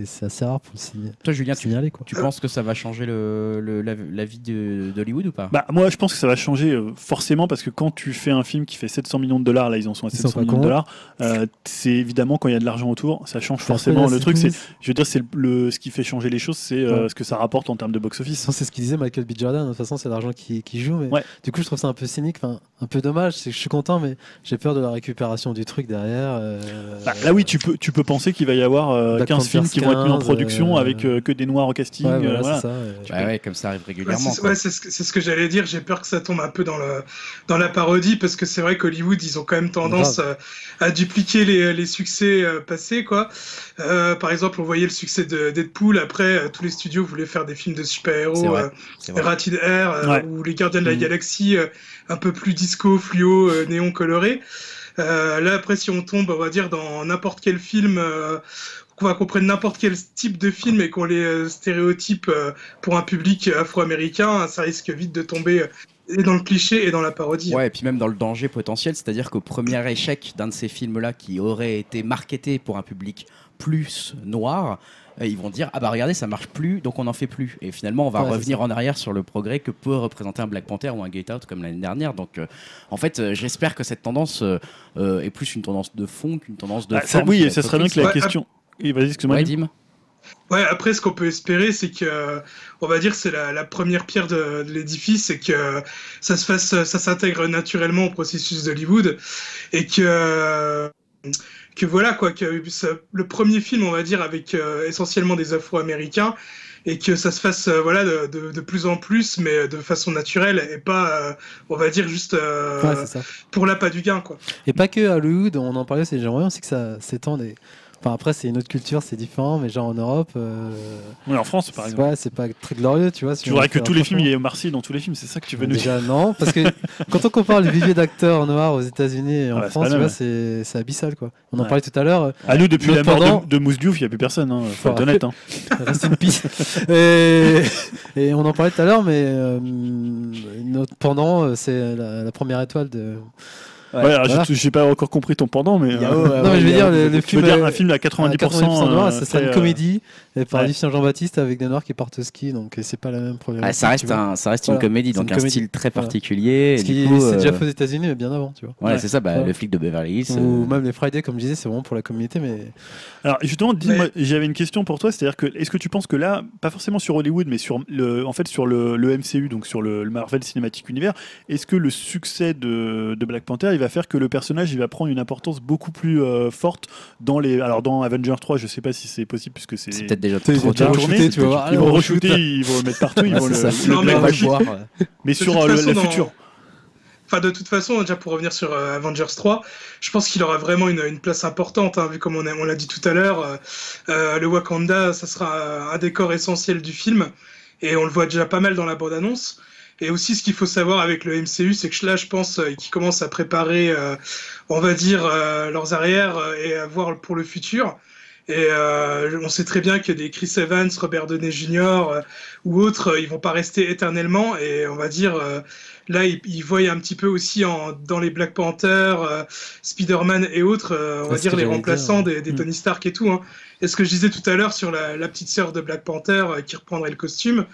et c'est assez rare pour le signa- Toi, Julien, tu, signaler. Quoi. tu penses que ça va changer le, le- la, la vie de- d'Hollywood ou pas Bah, moi, je pense que ça va changer euh, forcément parce que quand tu fais un film qui fait 700 millions de dollars, là, ils en sont à Ils sont 700 pas millions de cons. dollars, euh, c'est évidemment quand il y a de l'argent autour, ça change Ça forcément. reconnaît Le ses truc, c'est, touristes. je veux dire, c'est le, le- ce qui fait changer les choses, c'est euh, Ouais. ce que ça rapporte en termes de box-office. Sans- C'est ce qu'il disait Michael B. Jordan, de toute façon c'est l'argent qui, qui joue. Mais Ouais. Du coup je trouve ça un peu cynique, enfin, un peu dommage, c'est que je suis content mais j'ai peur de la récupération du truc derrière. euh, Bah, là oui, tu peux, tu peux penser qu'il va y avoir euh, Black 15 films Panthers qui vont être mis en 15, production euh, avec euh, que des noirs au casting. ouais, euh, voilà, voilà. c'est ça. euh, Bah ouais, comme ça arrive Ouais, régulièrement. c'est quoi. ouais, c'est ce que, c'est ce que j'allais dire. J'ai peur que ça tombe un peu dans, le, dans la parodie parce que c'est vrai qu'Hollywood, ils ont quand même tendance euh, à, dupliquer les, les succès euh, passés. Quoi. Euh, par exemple, on voyait le succès de Deadpool. Après, euh, tous les studios voulaient faire des films de C'est super-héros, vrai, euh, c'est vrai. Mm. Ratid Air euh, Ouais. ou Les Gardiens de la Mhm. Galaxie, euh, un peu plus disco, fluo, euh, néon coloré. Euh, là, après, si on tombe, on va dire, dans n'importe quel film, euh, qu'on va- qu'on prenne n'importe quel type de film et qu'on les euh, stéréotype euh, pour un public afro-américain, ça risque vite de tomber euh, et dans le cliché et dans la parodie. hein. Ouais, et puis même dans le danger potentiel, c'est-à-dire qu'au premier échec d'un de ces films-là qui aurait été marketé pour un public plus noir, euh, ils vont dire Ah bah regardez, ça marche plus, donc on n'en fait plus. Et finalement, on va Ouais, c'est revenir en arrière sur le progrès que peut représenter un Black Panther ou un Get Out comme l'année dernière. Donc euh, en fait, euh, j'espère que cette tendance euh, euh, est plus une tendance de fond qu'une tendance de. Ah, ça, forme oui, sur et ça Netflix. serait bien que la Ouais, question. Oui, vas-y, excuse-moi. Ouais, Dim. Dim. Ouais, après, ce qu'on peut espérer, c'est que, euh, on va dire, c'est la, la première pierre de, de l'édifice et que euh, ça se fasse, ça s'intègre naturellement au processus d'Hollywood et que, euh, que voilà, quoi, que ça- le premier film, on va dire, avec euh, essentiellement des Afro-Américains et que ça se fasse, euh, voilà, de, de, de plus en plus, mais euh, de façon naturelle et pas, euh, on va dire, juste euh, Ouais, c'est ça. pour l'appât du gain, quoi. Et pas que à Hollywood, on en parlait, c'est j'aimerais aussi que ça s'étende. et- Enfin, après, c'est une autre culture, c'est différent, mais genre en Europe, euh, Oui, en France, par c'est exemple. ouais, c'est pas très glorieux, tu vois. si Tu on voudrais fait que un tous les films, il franchement. y ait Marcy dans tous les films, c'est ça que tu veux nous dire. Déjà, non, parce que quand on compare le vivier d'acteurs noirs aux États-Unis et en Ah bah, c'est France, pas tu mal, vois, c'est c'est abyssal, quoi. On en Ouais. parlait tout à l'heure, euh, À nous, depuis la mort Cependant- de, de Mousse Diouf, il n'y a plus personne, hein, faut être Ouais. honnête. hein. Rest in peace. Et, et on en parlait tout à l'heure, mais euh, notre pendant, euh, c'est la, la première étoile de. Ouais, alors, Voilà. j'ai- j'ai pas encore compris ton pendant, mais. euh, non, mais je veux dire, le, le tu film. veux dire euh, un film à 90%, à noir, euh, ça serait une très, euh, comédie et par ouais. Lucien Jean-Baptiste avec des noirs qui partent au ski, donc euh, c'est pas la même problématique. Ah, ça tu reste, vois. un, ça reste Voilà, une comédie, c'est donc une un comédie. style très Voilà. particulier. Parce et du qu'il coup, c'est déjà euh, fait aux États-Unis, mais bien avant, tu vois. Ouais, Ouais. c'est ça, bah, Ouais. le flic de Beverly Hills. Ou euh, même les Friday, comme je disais, c'est vraiment pour la communauté, mais Alors justement, dis-moi, Mais- j'avais une question pour toi, c'est-à-dire que est-ce que tu penses que là, pas forcément sur Hollywood, mais sur le, en fait sur le, le MCU, donc sur le, le Marvel Cinematic Universe, est-ce que le succès de, de Black Panther, il va faire que le personnage, il va prendre une importance beaucoup plus euh, forte dans les, alors dans Avengers 3, je sais pas si c'est possible puisque c'est C'est peut-être déjà C'est trop déjà tard. reshooté, C'est tu vas voir. déjà- ils Ah, vont on le shoot. reshooter, ils vont le mettre partout, ils Ah, vont c'est le, ça. ils Non, le mais- on va le blanchir. voir. mais De sur toute euh, le, façon, la dans- future. Enfin, de toute façon, déjà pour revenir sur euh, Avengers 3, je pense qu'il aura vraiment une, une place importante, hein, vu comme on a- on l'a dit tout à l'heure, euh, euh, le Wakanda, ça sera euh, un décor essentiel du film, et on le voit déjà pas mal dans la bande-annonce. Et aussi, ce qu'il faut savoir avec le MCU, c'est que là, je pense euh, qu'ils commencent à préparer, euh, on va dire, euh, leurs arrières euh, et à voir pour le futur. Et euh, on sait très bien que des Chris Evans, Robert Downey Jr. euh, ou autres, euh, ils vont pas rester éternellement. Et on va dire, euh, là, ils, ils voient un petit peu aussi en, dans les Black Panther, euh, Spider-Man et autres, euh, on Ouais, va Ah, ce dire que les j'allais remplaçants dire, ouais. des, des Mm. Tony Stark et tout. Hein. Et ce que je disais tout à l'heure sur la, la petite sœur de Black Panther euh, qui reprendrait le costume.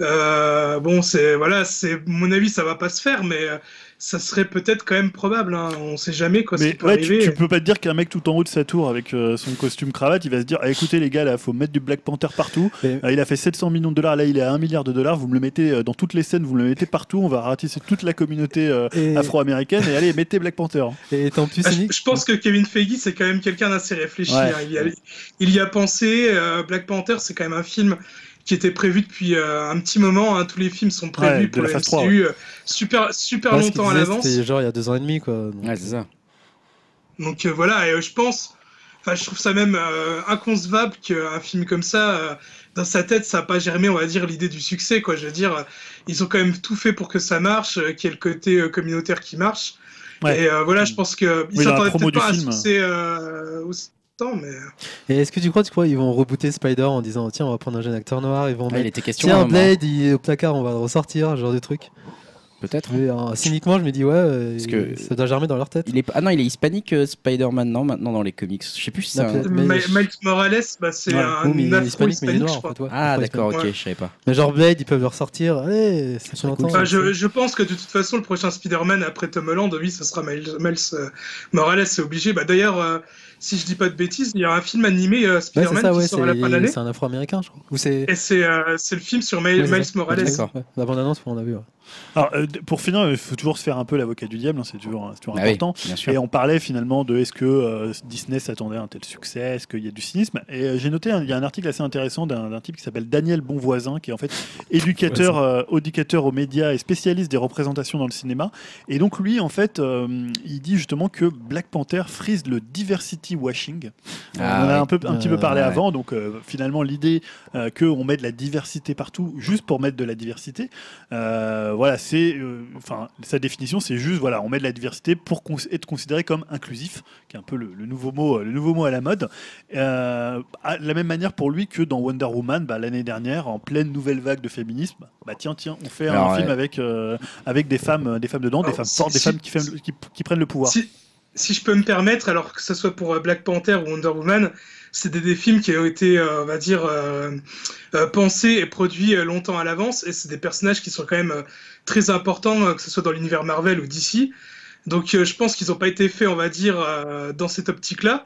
euh, bon, c'est voilà, c'est mon avis, ça va pas se faire, mais euh, ça serait peut-être quand même probable. Hein. On sait jamais quoi, ce qui Mais peut ouais, tu, arriver. tu peux pas te dire qu'un mec tout en haut de sa tour avec euh, son costume cravate, il va se dire Ah, écoutez les gars, là faut mettre du Black Panther partout. Mais- Euh, il a fait 700 millions de dollars, là il est à 1 milliard de dollars. Vous me le mettez euh, dans toutes les scènes, vous me le mettez partout. On va ratisser toute la communauté euh, Et, afro-américaine et allez, mettez Black Panther. et étant plus Ah, je- cynique, Je pense que Kevin Feige, c'est quand même quelqu'un d'assez réfléchi. Ouais. hein. Il, y a, il y a pensé. euh, Black Panther, c'est quand même un film qui était prévu depuis euh, un petit moment. hein. Tous les films sont prévus Ouais, de pour la le phase 3, MCU euh, super, super voilà ce qu'il longtemps à disait, l'avance. C'était genre il y a deux ans et demi, quoi. donc, Ouais, c'est ça. Donc euh, voilà, et euh, je pense, enfin je trouve ça même euh, inconcevable qu'un film comme ça, euh, dans sa tête, ça n'a pas germé, on va dire, l'idée du succès, quoi. Je veux dire, euh, ils ont quand même tout fait pour que ça marche, euh, qu'il y ait le côté euh, communautaire qui marche. Ouais. Et euh, voilà, je pense qu'ils Oui, ils dans la s'attendaient promo peut-être du pas à un film. succès euh, aussi temps, mais... Et est-ce que tu crois, tu crois, ils vont rebooter Spider en disant tiens, on va prendre un jeune acteur noir, ils vont Ah, il mettre était question. à un tiens, moment, Blade, il est au placard, on va le ressortir, ce genre de truc. Peut-être. Mais, euh, cyniquement, je me dis ouais, euh, Parce que- ça doit germer dans leur tête. Il est... Ah non, il est hispanique euh, Spider-Man, non, maintenant dans les comics. Je sais plus si c'est Non, un- peut-être. Mais- Ma- euh, Miles Morales, bah, c'est Ouais. un Oui, mais il est afro-hispanique, hispanique, mais il est noir, je en crois. fait, ouais. Ah Afro-hispanique. d'accord, ok, Ouais. je savais pas. Ah Mais genre Blade, ils peuvent le ressortir. Allez, ça fait longtemps. Enfin, Ah, je, je pense que de toute façon, le prochain Spider-Man après Tom Holland, oui, ce sera Miles, Miles, euh, Morales, c'est obligé. Bah, D'ailleurs, euh, si je dis pas de bêtises, il y a un film animé euh, Ouais, c'est Spider-Man ça, qui ouais, sort à la fin de c'est l'année. c'est un afro-américain, je crois. Ou c'est. Et c'est euh, c'est le film sur Ma- Ouais, c'est Miles ça. Morales. D'accord. Ouais, La bande-annonce, on l'a vu. ouais. Alors euh, d- pour finir, il faut toujours se faire un peu l'avocat du diable, hein, c'est toujours, c'est toujours Ah oui, important. bien sûr. Et on parlait finalement de est-ce que euh, Disney s'attendait à un tel succès, est-ce qu'il y a du cynisme. Et euh, j'ai noté, un- il y a un article assez intéressant d'un d'un type qui s'appelle Daniel Bonvoisin, qui est en fait éducateur, euh, audicateur aux médias et spécialiste des représentations dans le cinéma. Et donc lui, en fait, euh, il dit justement que Black Panther frise le diversity washing. Ah on en a oui. un, peu, un petit peu Euh, parlé ouais. avant, donc euh, finalement l'idée euh, qu'on met de la diversité partout juste pour mettre de la diversité, euh, voilà, c'est euh, enfin, sa définition, c'est juste, voilà, on met de la diversité pour cons- être considéré comme inclusif, qui est un peu le, le nouveau, mot, euh, le nouveau mot à la mode. Euh, à- de la même manière pour lui que dans Wonder Woman, bah, l'année dernière, en pleine nouvelle vague de féminisme, bah tiens, tiens, on fait Alors, un ouais. film avec, euh, avec des femmes, euh, des femmes dedans, des Alors, femmes si- fortes, des si- femmes qui, fem- qui- qui prennent le pouvoir. Si, si je peux me permettre, alors que ce soit pour euh, Black Panther ou Wonder Woman, c'est des, des films qui ont été, euh, on va dire, euh, euh, pensés et produits euh, longtemps à l'avance, et c'est des personnages qui sont quand même euh, très importants, euh, que ce soit dans l'univers Marvel ou DC. Donc euh, je pense qu'ils n'ont pas été faits, on va dire, euh, dans cette optique-là.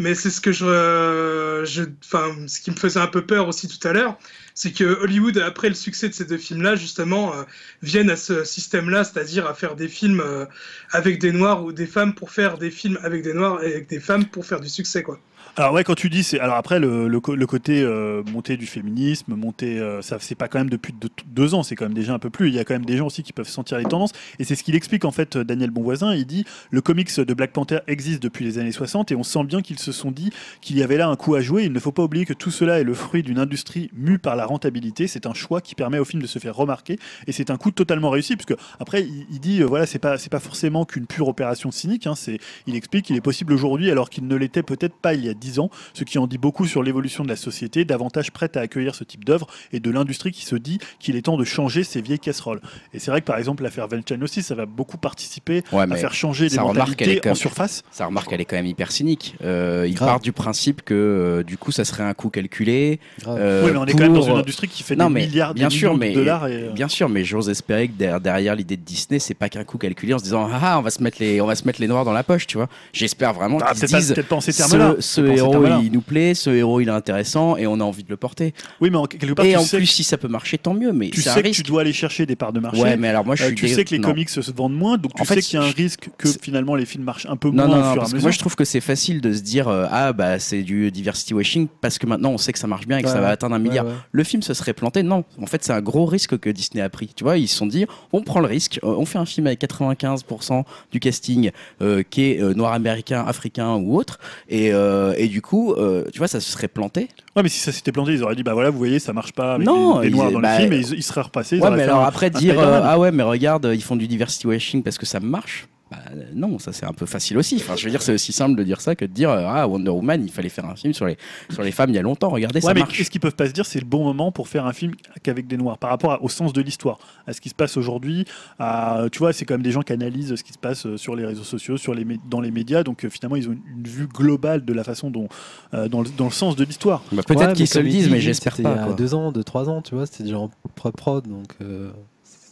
Mais c'est ce que je, euh, je, enfin, ce qui me faisait un peu peur aussi tout à l'heure, c'est que Hollywood, après le succès de ces deux films-là, justement, euh, viennent à ce système-là, c'est-à-dire à faire des films euh, avec des noirs ou des femmes pour faire des films avec des noirs et avec des femmes pour faire du succès Euh, quoi. Alors ouais, quand tu dis, c'est alors après le, le, co- le côté euh, montée du féminisme, montée, euh, ça c'est pas quand même depuis deux, deux ans, c'est quand même déjà un peu plus. Il y a quand même des gens aussi qui peuvent sentir les tendances, et c'est ce qu'il explique en fait euh, Daniel Bonvoisin. Il dit le comics de Black Panther existe depuis les années 60 et on sent bien qu'ils se sont dit qu'il y avait là un coup à jouer. Il ne faut pas oublier que tout cela est le fruit d'une industrie mue par la rentabilité. C'est un choix qui permet au film de se faire remarquer et c'est un coup totalement réussi puisque après il, il dit euh, voilà c'est pas c'est pas forcément qu'une pure opération cynique. hein, c'est il explique qu'il est possible aujourd'hui alors qu'il ne l'était peut-être pas il y a 10 ans, ce qui en dit beaucoup sur l'évolution de la société, davantage prête à accueillir ce type d'œuvre et de l'industrie qui se dit qu'il est temps de changer ses vieilles casseroles. Et c'est vrai que par exemple l'affaire Venchine aussi, ça va beaucoup participer Ouais, à mais faire changer les ça remarque, elle est mentalités quand en même- surface. ça remarque, elle est quand même hyper cynique. Euh, il Grave. part du principe que euh, du coup, ça serait un coût calculé. Grave. euh, oui, mais on est quand même dans pour- une industrie qui fait Non, des mais milliards, des bien sûr, millions de mais- dollars. Et... euh, Bien sûr, mais j'ose espérer que derrière, derrière l'idée de Disney, c'est pas qu'un coup calculé en se disant ah, ah, on va se mettre les on va se mettre les noirs dans la poche, tu vois. J'espère vraiment Ah, qu'ils se peut-être pas, disent peut-être pas en ces termes-là. ce, ce Peut-être pas en ces héros termes-là. il nous plaît, ce héros il est intéressant et on a envie de le porter. Oui, mais en quelque part, et tu en sais, plus, si ça peut marcher, tant mieux. Mais tu, c'est un sais que tu risque. dois aller chercher des parts de marché. Ouais, mais alors moi je Euh, suis tu dé- sais que les non. comics se vendent moins, donc tu En fait, sais qu'il y a un risque que c'est- finalement les films marchent un peu Non, moins non, au non, fur et à parce que mesure. moi je trouve que c'est facile de se dire euh, ah bah c'est du diversity washing parce que maintenant on sait que ça marche bien et que ça Ouais, va atteindre un Ouais, milliard. ouais. Le film se serait planté Non, en fait c'est un gros risque que Disney a pris. Tu vois, ils se sont dit on prend le risque, euh, on fait un film avec 95% du casting euh, qui est euh, noir américain, africain ou autre, et, euh, et du coup euh, tu vois ça se serait planté. Ouais, mais si ça s'était planté, ils auraient dit bah voilà, vous voyez, ça marche pas avec Non, les, les ils- noirs dans bah, le film, et ils, ils seraient repassés. ils ouais, auraient mais fait alors un- après dire Spider-Man. euh, ah ouais mais regarde euh, ils font du diversity washing parce que ça marche. Bah, euh, non, ça c'est un peu facile aussi. Enfin, je veux dire, c'est aussi simple de dire ça que de dire euh, ah Wonder Woman, il fallait faire un film sur les sur les femmes il y a longtemps. Regardez, Ouais, ça mais marche. Est-ce qu'ils peuvent pas se dire c'est le bon moment pour faire un film qu'avec des noirs par rapport à- au sens de l'histoire, à ce qui se passe aujourd'hui, à tu vois, c'est quand même des gens qui analysent ce qui se passe euh, sur les réseaux sociaux, sur les mé- dans les médias, donc euh, finalement ils ont une, une vue globale de la façon dont euh, dans, le, dans le sens de l'histoire. Bah, peut-être Ouais, mais qu'ils se comme le il disent, dit, mais j'espère c'était pas. Il y a quoi. deux ans, deux, trois ans, tu vois, c'était déjà en pré-prod, donc. euh,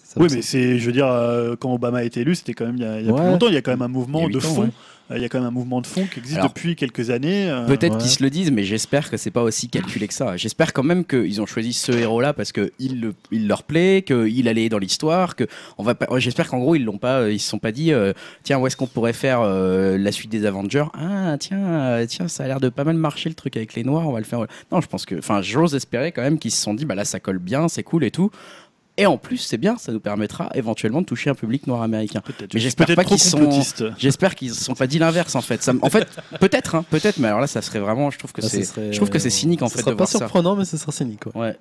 ça Oui, me mais c'est, je veux dire, euh, quand Obama a été élu, c'était quand même il y a, il y a plus Ouais. longtemps. Il y a quand même un Il y mouvement a huit de ans, fond. ouais. Euh, Il y a quand même un mouvement de fond qui existe Alors, depuis quelques années. euh, Peut-être Ah, Ouais. qu'ils se le disent, mais j'espère que c'est pas aussi calculé que ça. J'espère quand même qu'ils ont choisi ce héros-là parce que il, le- il leur plaît, qu'il allait dans l'histoire, que on va pas. ouais, J'espère qu'en gros ils l'ont pas, ils se sont pas dit, euh, tiens où est-ce qu'on pourrait faire euh, la suite des Avengers Ah tiens, euh, tiens ça a l'air de pas mal marcher le truc avec les noirs, on va le faire. euh. Non, je pense que, enfin, j'ose espérer quand même qu'ils se sont dit, bah là ça colle bien, c'est cool et tout. Et en plus c'est bien, ça nous permettra éventuellement de toucher un public noir américain. Peut-être. Mais Je suis j'espère peut-être pas trop qu'ils sont- complotiste. J'espère qu'ils ne se sont pas dit l'inverse en fait. Ça me- en fait, peut-être, hein, peut-être, mais alors là, ça serait vraiment. Je trouve que Ah, ce c'est. serait- Je trouve que c'est cynique en ce fait sera de pas voir ça. surprenant, mais ce sera cynique. Quoi. Ouais.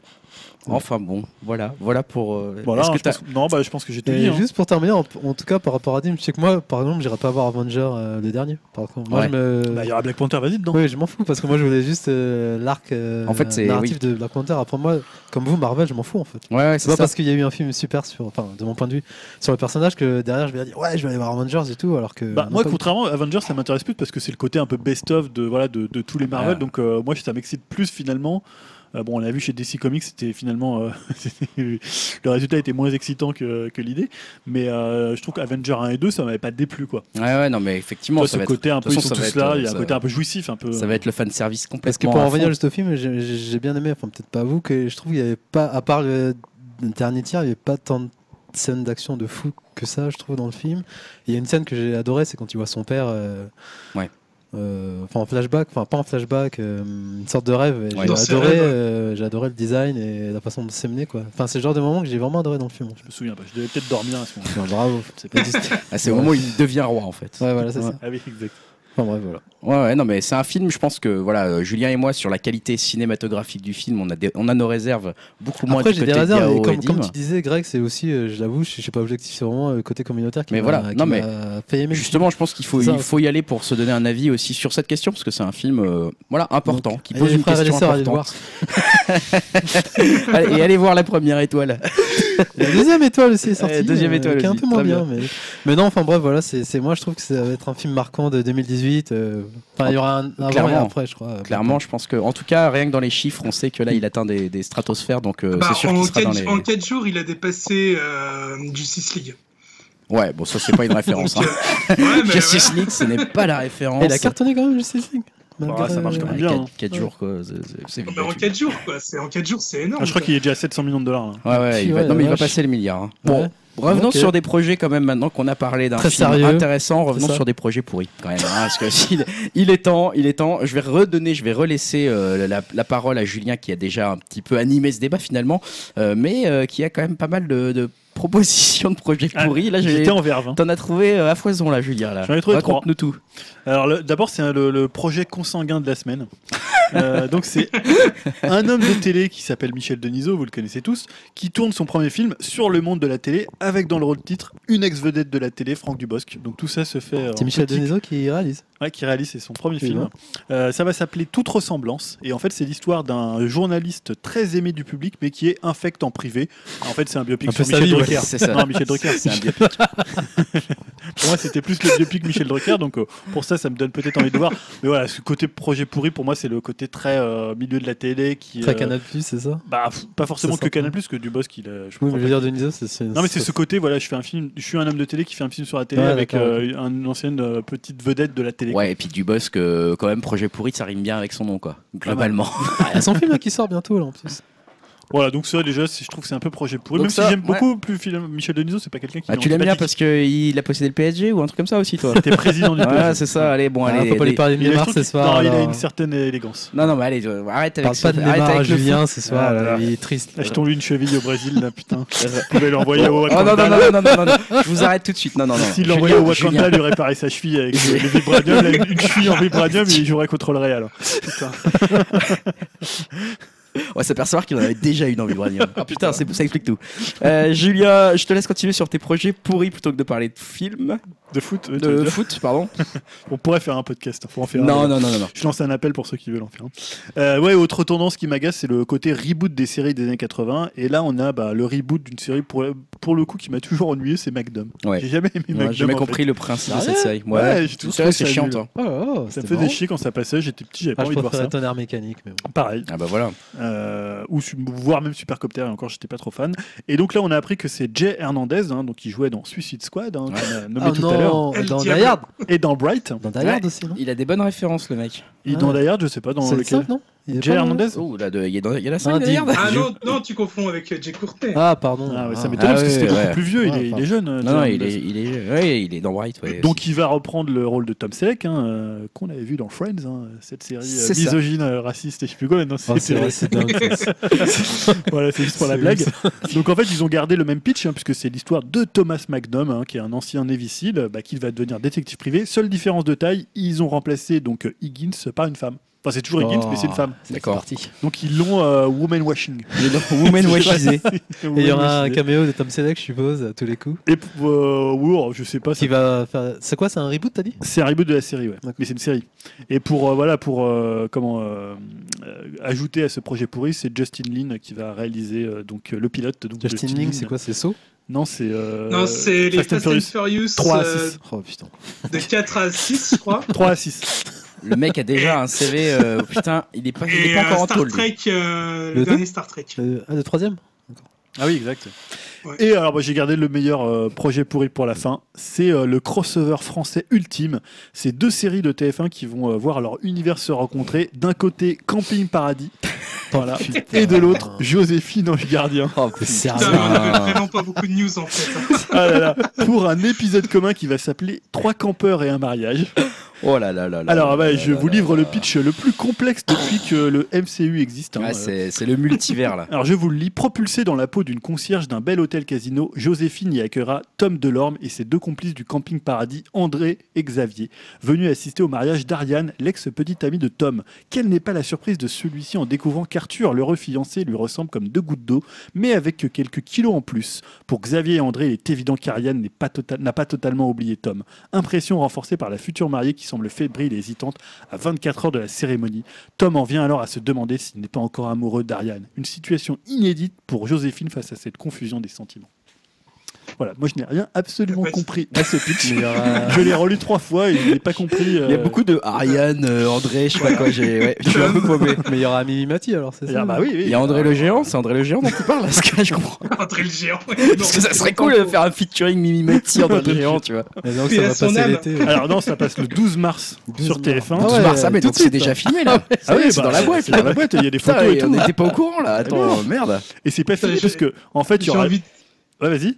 Enfin bon, voilà, voilà pour. euh, Voilà, est-ce que je t'as- pense- Non, bah, je pense que j'ai tout Et dit. hein. juste pour terminer, en, en tout cas par rapport à Dim, je sais que moi, par exemple, j'irai pas voir Avenger euh, le dernier. Par contre, moi, Ouais. je me. Bah, il y aura Black Panther, vas-y dedans. Oui, je m'en fous parce que moi je voulais juste euh, l'arc euh, En fait, c'est- narratif de Black Panther. Après moi, comme vous, Marvel, je m'en fous en fait. Ouais, ouais, C'est c'est pas ça. parce qu'il y a eu un film super sur, enfin, de mon point de vue, sur le personnage que derrière je vais dire ouais, je vais aller voir Avengers et tout, alors que Bah, non, moi, pas- contrairement à Avengers, ça m'intéresse plus parce que c'est le côté un peu best-of de, voilà, de, de tous les Marvel. Ah. Donc, euh, moi, ça m'excite plus finalement. Euh, bon, on l'a vu chez DC Comics, c'était finalement. euh, c'était- le résultat était moins excitant que, que l'idée. Mais euh, je trouve qu'Avengers 1 et 2, ça m'avait pas déplu. Quoi. Ouais, ouais, non, mais effectivement, Tu vois, ça ce va, être, côté un peu, de toute ils façon, sont ça va tous être- là, il y a un ça côté va- un peu jouissif. Un peu... ça va être le fan service complètement. euh, Parce que pour à en revenir fond. juste au film, j'ai j'ai bien aimé, enfin peut-être pas vous, que je trouve qu'il n'y avait pas, à part le dernier tiers, il n'y avait pas tant de scènes d'action de fou que ça, je trouve, dans le film. Et Il y a une scène que j'ai adorée, c'est quand il voit son père. euh, Ouais. euh, Enfin, en flashback, enfin pas en flashback, euh, une sorte de rêve. et Ouais. J'ai Dans ses adoré, rêves, ouais. euh, j'ai adoré le design et la façon de s'émener quoi. Enfin, c'est le genre de moment que j'ai vraiment adoré dans le film. en fait. Je me souviens pas, je devais peut-être dormir à ce moment. Enfin, bravo. C'est pas Ah, c'est au moment où il devient roi en fait. Ouais, voilà, c'est Ouais. ça. Ah oui, exact. Enfin bref, voilà. Ouais, ouais, non, mais c'est un film, je pense que voilà, euh, Julien et moi, sur la qualité cinématographique du film, on a, des- on a nos réserves beaucoup moins Après, du j'ai côté des de réserves, Yao et et comme, Dim. comme tu disais, Greg, c'est aussi, euh, je l'avoue, je je suis pas objectif, c'est vraiment euh, le côté communautaire qui Mais m'a voilà, qui non, mais m'a fait aimer. le film. Justement, je pense qu'il faut, C'est ça, il faut y aller pour se donner un avis aussi sur cette question, parce que c'est un film euh, voilà, important, Donc, qui allez, pose les une frères et les question sœurs, allez le importante. Allez, et allez voir la première étoile. La deuxième étoile aussi est sortie. Ouais, deuxième euh, étoile Qui est un aussi, peu moins très bien. Mais, mais non, enfin bref, voilà, c'est c'est- moi je trouve que ça va être un film marquant de 2018. euh, Enfin, il y aura un avant et Clairement. un après, je crois. Clairement, je pense que, en tout cas, rien que dans les chiffres, on sait que là, il atteint des, des stratosphères, donc euh, Bah, c'est sûr en, qu'il sera dans 4, les. jours, il a dépassé euh, Justice League. Ouais, bon, ça, c'est pas une référence. hein. Donc, euh, ouais, mais Justice League, ce n'est pas la référence. euh, Et il a cartonné quand même, Justice League. Bah, ça marche quand même. bien, hein. 4 jours, quoi. c'est- c'est- c'est ouais. vite Mais en battu. 4 jours, quoi. C'est- En 4 jours, c'est énorme. Ah, je crois quoi. qu'il est déjà à 700 millions de dollars. Ouais, là. ouais, il va, Ouais, non, mais la il va vache. passer le milliard. hein. Ouais. Bon, revenons Ok. sur des projets quand même maintenant qu'on a parlé d'un Très film sérieux. intéressant. Revenons C'est ça. sur des projets pourris quand même. hein, parce que s'il- il est temps, il est temps. Je vais redonner, je vais relaisser euh, la, la parole à Julien qui a déjà un petit peu animé ce débat finalement, euh, mais euh, qui a quand même pas mal de, de propositions de projets Ah, pourris. là, j'ai- J'étais en verve. hein. t'en as trouvé euh, à foison là, Julien. Là, J'en ai trouvé trois. raconte-nous tout. Alors le- d'abord c'est le, le projet consanguin de la semaine. Euh, donc c'est un homme de télé qui s'appelle Michel Denisot, vous le connaissez tous, qui tourne son premier film sur le monde de la télé avec dans le rôle titre une ex-vedette de la télé, Franck Dubosc. Donc tout ça se fait. euh, C'est en Michel petit- Denisot qui réalise. Ouais, qui réalise, c'est son premier Oui, film. bon. Euh, ça va s'appeler Toute ressemblance. Et en fait, c'est l'histoire d'un journaliste très aimé du public, mais qui est infect en privé. En fait, c'est un biopic Un peu sur sa Michel vie, ouais. Drucker. C'est ça. Non, Michel Drucker. C'est un biopic. Pour moi, c'était plus le biopic Michel Drucker. Donc, euh, pour ça, ça me donne peut-être envie de voir. Mais voilà, ce côté projet pourri, pour moi, c'est le côté très euh, milieu de la télé qui. Très euh, Canal Plus, c'est ça bah, f- pas forcément C'est que sympa. Canal, que du boss qu'il a. je Oui, crois mais je veux dire, Denisot, c'est. non mais c'est ce côté voilà je fais un film je suis un homme de télé qui fait un film sur la télé Ouais, avec d'accord, euh, une ancienne euh, petite vedette de la télé. Ouais, et puis Dubosc, euh, quand même, projet pourri, ça rime bien avec son nom, quoi. Globalement. Ah, Il y a son film là, qui sort bientôt, là, en plus. Voilà donc ça déjà c'est- je trouve que c'est un peu projet pourri. Donc Même ça, si j'aime ouais. beaucoup plus Phil- Michel Denisot c'est pas quelqu'un qui. Ah, est tu l'aimes bien antipathique. parce qu'il a possédé le PSG ou un truc comme ça aussi, toi T'es président du Ah, PSG. c'est ça, allez, bon, Ah, allez. faut pas des- lui parler de Il a- je Neymar trouve ce qu'il- soir. non, il a alors. une certaine élégance. Non, non, mais allez, euh, arrête avec Parle ça, pas de arrête Neymar, avec le Julien, ce soir. Ah là là, là. Il est triste. Achetons-lui une cheville au Brésil là putain. foot. Vous pouvez l'envoyer au Oh, non, non, Wakanda. non, non, non, non, non, je vous arrête tout de suite. Non, non, non. S'il Julien, l'envoyait au Julien. Wakanda, lui réparait sa cheville avec le, le vibranium, là, une cheville en vibranium, il jouerait contre le Real. Putain. On va s'apercevoir qu'il en avait déjà une envie, Branium. Ah putain, c'est- ça explique tout. Euh, Julien, je te laisse continuer sur tes projets pourris plutôt que de parler de films, De foot, euh, tu veux de dire foot, pardon. On pourrait faire un podcast. Faut en faire un, Non, d'ailleurs. non, non, non, non. Je lance un appel pour ceux qui veulent en faire. un. Euh, ouais, autre tendance qui m'agace, c'est le côté reboot des séries des années 80. Et là, on a bah, le reboot d'une série pour, pour le coup qui m'a toujours ennuyé, c'est McDum. Ouais. J'ai jamais aimé Ouais, McDum. J'ai jamais en fait. compris le principe de Ah cette ouais série. Moi, Ouais, j'ai toujours c'est vrai, c'est trouvé ça chiant, nul. toi. Oh, oh, Ça me c'était faisait marrant. chier quand ça passait, j'étais petit, j'avais pas Ah, je envie de voir préférais ça. tonnerre mécanique, mais bon. Pareil. Ah bah voilà. euh, ou su- voire même Supercopter, et encore j'étais pas trop fan. Et donc là, on a appris que c'est Jay Hernandez, hein, donc qui jouait dans Suicide Squad, hein, qu'on a nommé Ah tout à l'heure, non, Elle dans Die diable. Hard et dans Bright, Dans Die Ouais. Hard aussi, non Il a des bonnes références, le mec. et dans Ah. Die Hard, je sais pas dans C'est le lequel. cinq, non Il est Jay pas dans- Hernandez Oh, là, de- il y a dans- il y a la Un scène d'ailleurs. deal. Ah non, non, tu confonds avec euh, Jay Courtney. Ah, pardon. Ah ouais, ça Ah. m'étonne Ah parce que ouais, c'était ouais. beaucoup plus vieux, il, Ouais, est, il enfin. est jeune. euh, Non, Jay non, il Hernandez. est, il est, ouais, il est dans Bright. Ouais, Donc il va reprendre le rôle de Tom Selleck, hein, euh, qu'on avait vu dans Friends, hein, cette série euh, C'est ça. misogyne, euh, raciste et je sais plus quoi. Non, Oh, c'était- c'est vrai, c'est dingue. ça. voilà, c'est juste pour la C'est blague. Donc en fait, ils ont gardé le même pitch, hein, puisque c'est l'histoire de Thomas McDum, hein, qui est un ancien Navy Seal, bah, qui va devenir détective privé. Seule différence de taille, ils ont remplacé donc euh, Higgins par une femme. Enfin, c'est toujours Higgins, Oh. mais c'est une femme. D'accord. Donc ils l'ont euh, woman washing. Il est dans Woman Washisé. Et il y aura un caméo de Tom Selleck, je suppose, à tous les coups. Et euh, wow, je sais pas. ça Qui va faire. C'est quoi, c'est un reboot, t'as dit C'est un reboot de la série, ouais. D'accord. Mais c'est une série. Et pour euh, voilà, pour euh, comment euh, euh, ajouter à ce projet pourri, c'est Justin Lin qui va réaliser euh, donc euh, le pilote. Donc Justin Link, c'est quoi, c'est Saut Non, c'est euh, non, c'est les Fast and Fast and Furious. Furious 3 à euh, 6. Oh putain. de 4 à 6, je crois. 3 à 6. Le mec a déjà un CV. euh, putain, il est pas, il est Et pas euh, encore en Star tôle. lui. Trek, euh, le, Le deux dernier Star Trek. Le- Ah, le troisième Ah oui, exact. Ouais. Et alors, moi, j'ai gardé le meilleur euh, projet pourri pour la fin. C'est euh, le crossover français ultime. C'est deux séries de TF1 qui vont euh, voir leur univers se rencontrer. D'un côté, Camping Paradis. voilà. Et de l'autre, Joséphine Ange Gardien. Oh, putain. Ah. Putain, Sérieux mais on avait vraiment pas beaucoup de news en fait. Ah là là. Pour un épisode commun qui va s'appeler Trois campeurs et un mariage. Oh là là là là. Alors, bah, là je là vous là livre là. le pitch le plus complexe depuis que le MCU existe. hein. Ouais, Euh, c'est c'est le multivers là. Alors je vous le lis, propulsée dans la peau d'une concierge d'un bel hôtel casino, Joséphine y accueillera Tom Delorme et ses deux complices du camping paradis, André et Xavier, venus assister au mariage d'Ariane, l'ex-petite amie de Tom. Quelle n'est pas la surprise de celui-ci en découvrant qu'Arthur, le refiancé, lui ressemble comme deux gouttes d'eau, mais avec quelques kilos en plus. Pour Xavier et André, il est évident qu'Ariane n'est pas tota- n'a pas totalement oublié Tom. Impression renforcée par la future mariée qui semble fébrile et hésitante à 24 heures de la cérémonie. Tom en vient alors à se demander s'il n'est pas encore amoureux d'Ariane. Une situation inédite pour Joséphine face à cette confusion des sentiments. Voilà, moi je n'ai rien absolument Ouais, c'est- compris à ce pitch. Mais il y aura- Je l'ai relu trois fois et je n'ai pas compris. euh, Il y a euh, beaucoup de Ariane, euh, André, je sais pas quoi, j'ai ouais, je suis un peu paumé. Mais il y aura Mimimati alors, c'est ça Ah bah oui, oui. Il y a André le géant, c'est André le géant dont tu parles là, ce que je comprends. André le géant. Parce que ça serait cool de faire un featuring Mimi Mati André le géant, tu vois. Mais donc Et ça à va son passer âme. l'été. Alors non, ça passe le 12 mars 12 sur mars. TF1. Ah Ah ouais, mars, ah, mais tout donc de c'est suite, déjà là. filmé là. Ah oui, c'est bah, dans la boîte c'est dans là. la boîte, il y a des Putain, photos et et on tout. n'était pas au courant là. Ah Attends, merde. Et c'est pas fini Putain, parce que, en fait, il y J'ai aura. envie, Ouais, vas-y.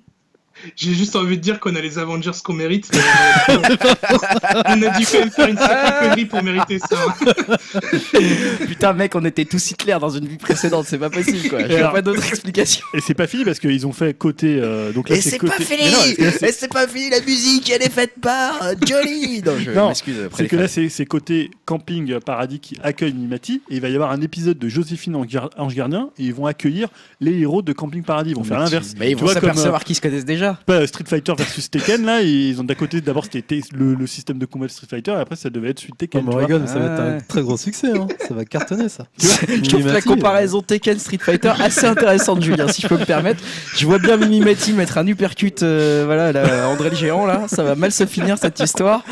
j'ai juste envie de dire qu'on a les Avengers qu'on mérite. mais, euh, on a dû quand même faire une sacrée connerie pour mériter ça. hein. Putain, mec, on était tous Hitler dans une vie précédente, c'est pas possible quoi. Et J'ai alors- pas d'autre explication. Et c'est pas fini parce qu'ils ont fait côté. euh, donc là, Et c'est côté- pas fini Mais non, parce que là, c'est- Et c'est pas fini, la musique, elle est faite par euh, Johnny Non, je Non, m'excuse. après C'est les que là, fans. c'est c'est côté camping euh, paradis qui accueille Mimati. Et il va y avoir un épisode de Joséphine Ange Gar- Ange Gardien. Et ils vont accueillir les héros de camping paradis. Ils vont faire l'inverse. Mais ils Tu vont vois, comme, euh, s'apercevoir qu'ils se connaissent déjà. Pas, euh, Street Fighter versus Tekken. Là, ils ont d'un côté, d'abord, c'était Te- le, le système de combat de Street Fighter. Et après, ça devait être suite Oh, Tekken. mais tu on vois. rigole, mais ça va être un Ouais. très gros succès, hein. ça va cartonner ça. Je trouve euh, la comparaison Tekken Street Fighter assez intéressante, Julien, si je peux me permettre. Je vois bien Mimi Mati mettre un uppercut, euh, voilà, là, André le géant là. Ça va mal se finir cette histoire.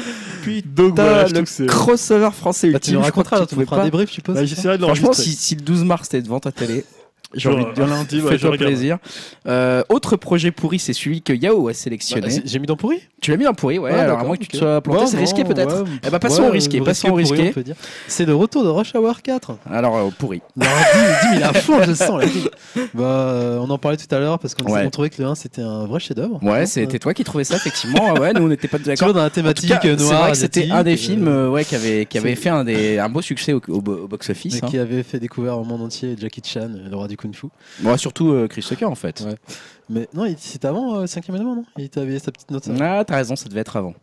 Donc Putain, voilà, je trouve le que c'est. crossover français Bah, tu ultime. nous je crois raconteras, que alors, tu tu pouvais nous feras un pas. débrief, je suppose. Bah, J'essaierai de Franchement, l'enregistrer. si, si le 12 mars t'es devant ta télé, j'ai envie de Genre, dire, un lundi, ouais, je fais-toi regarde. plaisir. Euh, autre projet pourri, c'est celui que Yao a sélectionné. Bah, c'est- J'ai mis dans pourri tu l'as mis en pourri, ouais. Ouais, alors à d'accord, moins que tu te ok. sois planté, Ouais, c'est non, risqué peut-être. ouais, Eh ben, passons ouais, au risqué, euh, passons au pourri, risqué. on peut dire. C'est le retour de Rush Hour 4. Alors euh, pourri. Non, Dim, Dim, il est à fond, je le sens. Là, Dim. bah, euh, on en parlait tout à l'heure parce qu'on Ouais. on trouvait que le 1 c'était un vrai chef-d'œuvre. Ouais, c'était toi qui trouvais ça effectivement. Ah ouais, nous on n'était pas d'accord. Toujours dans la En tout thématique cas, euh, C'est noire. vrai que c'était un des asiatique, films euh, euh, ouais, qui avait, qui avait c'est- fait un, des, un beau succès au, au bo- au box-office. mais hein. qui avait fait découvrir au monde entier Jackie Chan, euh, le roi du kung-fu. Bon, surtout euh, Chris Tucker en fait. Ouais. Mais non, il- c'était avant euh, cinquième élément, non Il t'avait sa petite note. ça. Ah, t'as raison, ça devait être avant.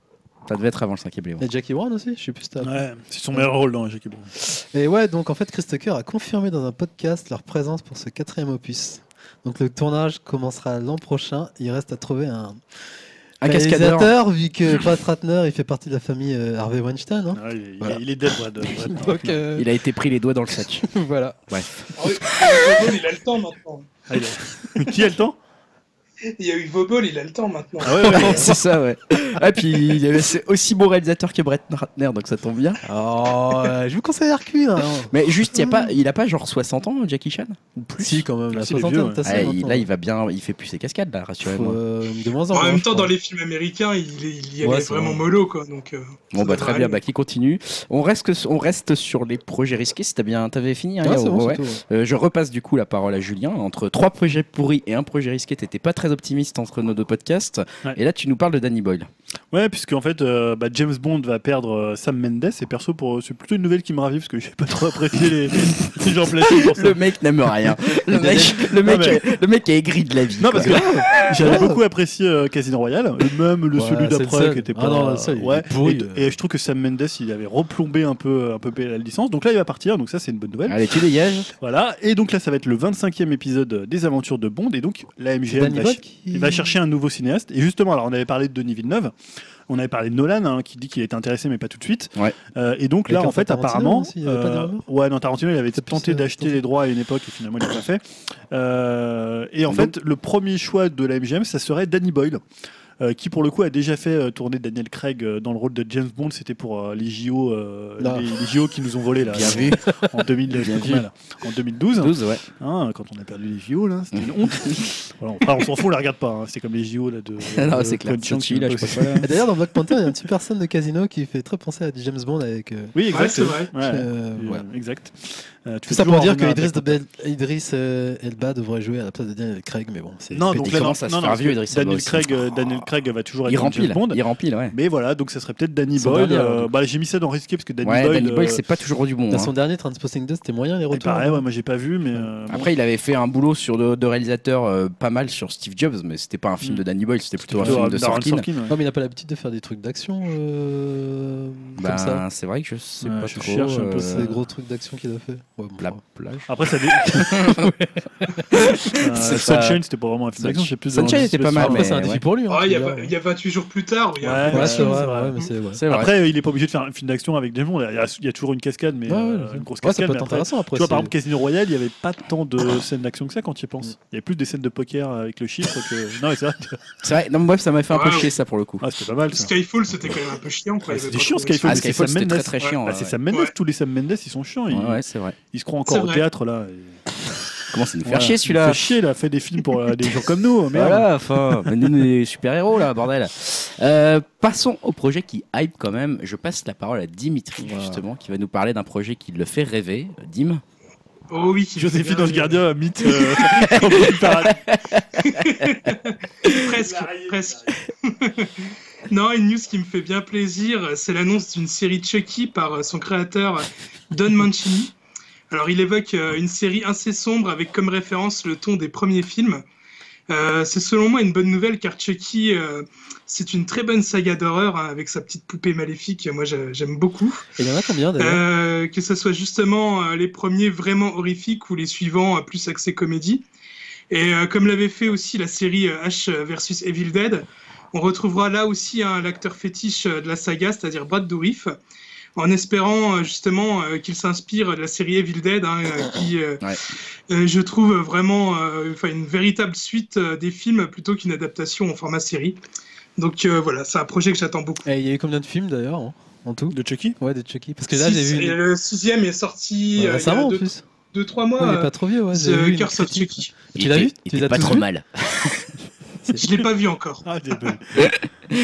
Ça devait être avant le cinquième élément. Et Jackie Brown aussi, je sais plus si t'as- Ouais, c'est son meilleur rôle dans Jackie Brown. Et ouais, donc en fait, Chris Tucker a confirmé dans un podcast leur présence pour ce quatrième opus. Donc le tournage commencera l'an prochain. Il reste à trouver un, Un réalisateur, Ah, cascadeur. vu que Pat Ratner, il fait partie de la famille euh, Harvey Weinstein. hein. Ah, il, il- Voilà. il est dead, Brad. Brad. Donc euh, Il a été pris les doigts dans le sac. voilà. Il a le temps maintenant. Ah, il est- Qui a le temps Il y a eu Vobol, il a le temps maintenant. Ah ouais, ouais. c'est ça, ouais. Ah, puis il avait- c'est aussi bon réalisateur que Brett Ratner, donc ça tombe bien. Oh, euh, je vous conseille RQ. Hein. Mais juste, y a pas, il a pas genre 60 ans, Jackie Chan Ou plus Si, quand même, la C'est les soixantaine, vieux, ouais. t'as ça, Ah, il- maintenant. Là, il va bien, il fait plus ses cascades, là, Faut, rassurez-moi. euh, de moins en en moins, même je temps, crois. dans les films américains, il, est- il y Ouais, allait c'est vraiment vrai. mollo, quoi. Donc, euh, Bon, bah ça très devrait bien, aller. bah qui continue. On reste, on reste sur les projets risqués. Si t'as bien, t'avais fini, hein, Ah, Yao c'est bon, Ouais. c'est tout, ouais. Euh, je repasse du coup la parole à Julien. Entre trois projets pourris et un projet risqué, t'étais pas très optimiste entre nos deux podcasts. Ouais. Et là, tu nous parles de Danny Boyle. Ouais, puisque en fait, euh, bah, James Bond va perdre euh, Sam Mendes et perso, pour euh, c'est plutôt une nouvelle qui me ravit parce que j'ai pas trop apprécié les, les gens placés pour ça. Le mec n'aime rien. Le mec, le mec, Non, le mec est aigri de la vie. Non, parce que quoi. j'avais beaucoup apprécié euh, Casino Royale, et même le Ouais, celui c'est le d'après seul. qui était pas. Ah non, le seul, il est ouais, pourri, et- euh. et, je trouve que Sam Mendes il avait replombé un peu, un peu la licence, donc là il va partir, donc ça c'est une bonne nouvelle. Allez, tu dégages. Voilà, et donc là ça va être le 25e épisode des aventures de Bond, et donc la C'est MGM Danny va, Boyle ch- qui- il va chercher un nouveau cinéaste. Et justement, alors on avait parlé de Denis Villeneuve, on avait parlé de Nolan, hein, qui dit qu'il est intéressé, mais pas tout de suite. Ouais. Euh, et donc Et là, comme en fait, Tarantino apparemment. euh, aussi, il y avait pas des rumeurs ouais, non, Tarantino, il avait C'est plus, tenté euh, d'acheter tenté. les droits à une époque, et finalement, il l'a pas fait. Euh, et en Donc- fait, le premier choix de la MGM, ça serait Danny Boyle. euh, qui pour le coup a déjà fait euh, tourner Daniel Craig euh, dans le rôle de James Bond, c'était pour euh, les JO, euh, Là. les, les JO qui nous ont volé là, Bien en- vu. en, 2000, je sais Bien plus combien, vu. là, en 2012. 12, ouais. Hein, quand on a perdu les JO, là, c'était une honte. Voilà, on- enfin, on s'en fout, on la regarde pas. hein. C'est comme les JO là, de. Non, de c'est clair. Quan Chiang Sochi, là, qui- je sais pas quoi, là. Et D'ailleurs, dans Black Panther, il y a une super scène de casino qui fait très penser à du James Bond avec. euh, Oui, Ouais, exact. c'est vrai. Ouais, euh, euh, ouais. Exact. Euh, tu Tout fais ça pour toujours dire en que revenir à Idris, Black Elba- Idris, euh, Elba devrait jouer à la place de Daniel Craig, mais bon, c'est. Non, c'est donc Il pété. là, commence à se non, faire non, vieux, Panther. Idris Elba Daniel aussi. Oh. Craig, euh, Daniel Craig va toujours être Il dans remplit, James Bond. il remplit, ouais. Mais voilà, donc ça serait peut-être Danny Son Boyle. dernier, euh, alors. bah, j'ai mis ça dans risqué parce que Danny Ouais, Boyle. Danny Boyle, euh, c'est pas toujours du bon. Dans hein. son dernier Transposing 2, c'était moyen les il retours. hein. paraît, ouais, moi j'ai pas vu, mais. euh, bon. Après, il avait fait un boulot sur de, de réalisateur euh, pas mal sur Steve Jobs, mais c'était pas un film Mm. de Danny Boyle, c'était plutôt un Plutôt film de Darren Sorkin. ouais. Non, mais il n'a pas l'habitude de faire des trucs d'action euh, Ben, comme ça. c'est vrai que je sais Ouais, pas je trop. cherche un peu C'est euh, des gros trucs d'action qu'il a fait. Ouais, bon, La enfin, plage. Après, ça. dé- Euh, C'est Sunshine, c'était pas vraiment un Sunshine- film d'action, j'ai plus Sunshine dans- était pas mal, Après, mais c'est un défi ouais. pour lui. hein, Ah, Il y, a je veux pas- dire. il y a 28 jours plus tard. où il y a Ouais, un peu Ouais, ouais, c'est d'action, vrai, c'est vrai. ouais, mais c'est. ouais. C'est vrai. Après, euh, il est pas obligé de faire un film d'action avec James Bond. Il y a- il y a toujours une cascade, mais Ouais, ouais, euh, c'est- une grosse Ouais, ça cascade. peut mais être après- intéressant après. Tu vois, par c'est- exemple, Casino Royale, il n'y avait pas tant de scènes d'action que ça quand tu y penses. Mm. Il y avait plus des scènes de poker avec le chiffre que. Non, mais c'est vrai. que- C'est vrai, non, mais bref, ça m'a fait un peu Ouais. chier ça pour le coup. Ah, c'était pas mal ça. Skyfall, c'était quand même un peu chiant. quoi. Ah, Il y avait c'était pas chiant, trop de- Skyfall. Ah, c'est Skyfall, Sam c'était Mendes. très très chiant. Bah, ouais. c'est Sam Mendes, Ouais. tous les Sam Mendes, ils sont chiants. Ils, Ouais, ouais, c'est vrai. ils se croient encore C'est au vrai. théâtre là. Et- Comment c'est nous faire Voilà. chier Il celui-là fait chier là, fait des films pour euh, des gens comme nous. Merde. Voilà, enfin, nous, nous, les super-héros là, bordel. Euh, passons au projet qui hype quand même. Je passe la parole à Dimitri Voilà. justement, qui va nous parler d'un projet qui le fait rêver. Dim. Oh oui, qui Joséphine fait dans le bien, gardien, un mythe. euh, comme une parade. Presque, presque. non, une news qui me fait bien plaisir, c'est l'annonce d'une série Chucky par euh, son créateur Don Mancini. Alors, il évoque euh, une série assez sombre avec comme référence le ton des premiers films. Euh, c'est selon moi une bonne nouvelle car Chucky, euh, c'est une très bonne saga d'horreur hein, avec sa petite poupée maléfique. Moi, je- j'aime beaucoup. Et Il y en a combien d'ailleurs Euh, que ce soit justement euh, les premiers vraiment horrifiques ou les suivants euh, plus axés comédie. Et euh, comme l'avait fait aussi la série euh, H versus Evil Dead, on retrouvera là aussi hein, l'acteur fétiche euh, de la saga, c'est-à-dire Brad Dourif, en espérant euh, justement euh, qu'il s'inspire de la série Evil Dead, hein, euh, qui, euh, Ouais. euh, je trouve vraiment euh, enfin, une véritable suite euh, des films plutôt qu'une adaptation en format série. Donc euh, voilà, c'est un projet que j'attends beaucoup. Eh, Il y a eu combien de films d'ailleurs en- en tout De Chucky Ouais, des Chucky. Parce que là, j'ai Six- vu. et une- le sixième est Ouais, sorti euh, il y Récemment a en deux, plus. deux trois mois. Ouais, Il est euh, pas trop vieux, ouais. j'ai The vu une Curse of critique. Chucky. Tu l'as était- vu Tu Il les était as pas tous trop vus mal. Je l'ai pas vu encore. Ah, des-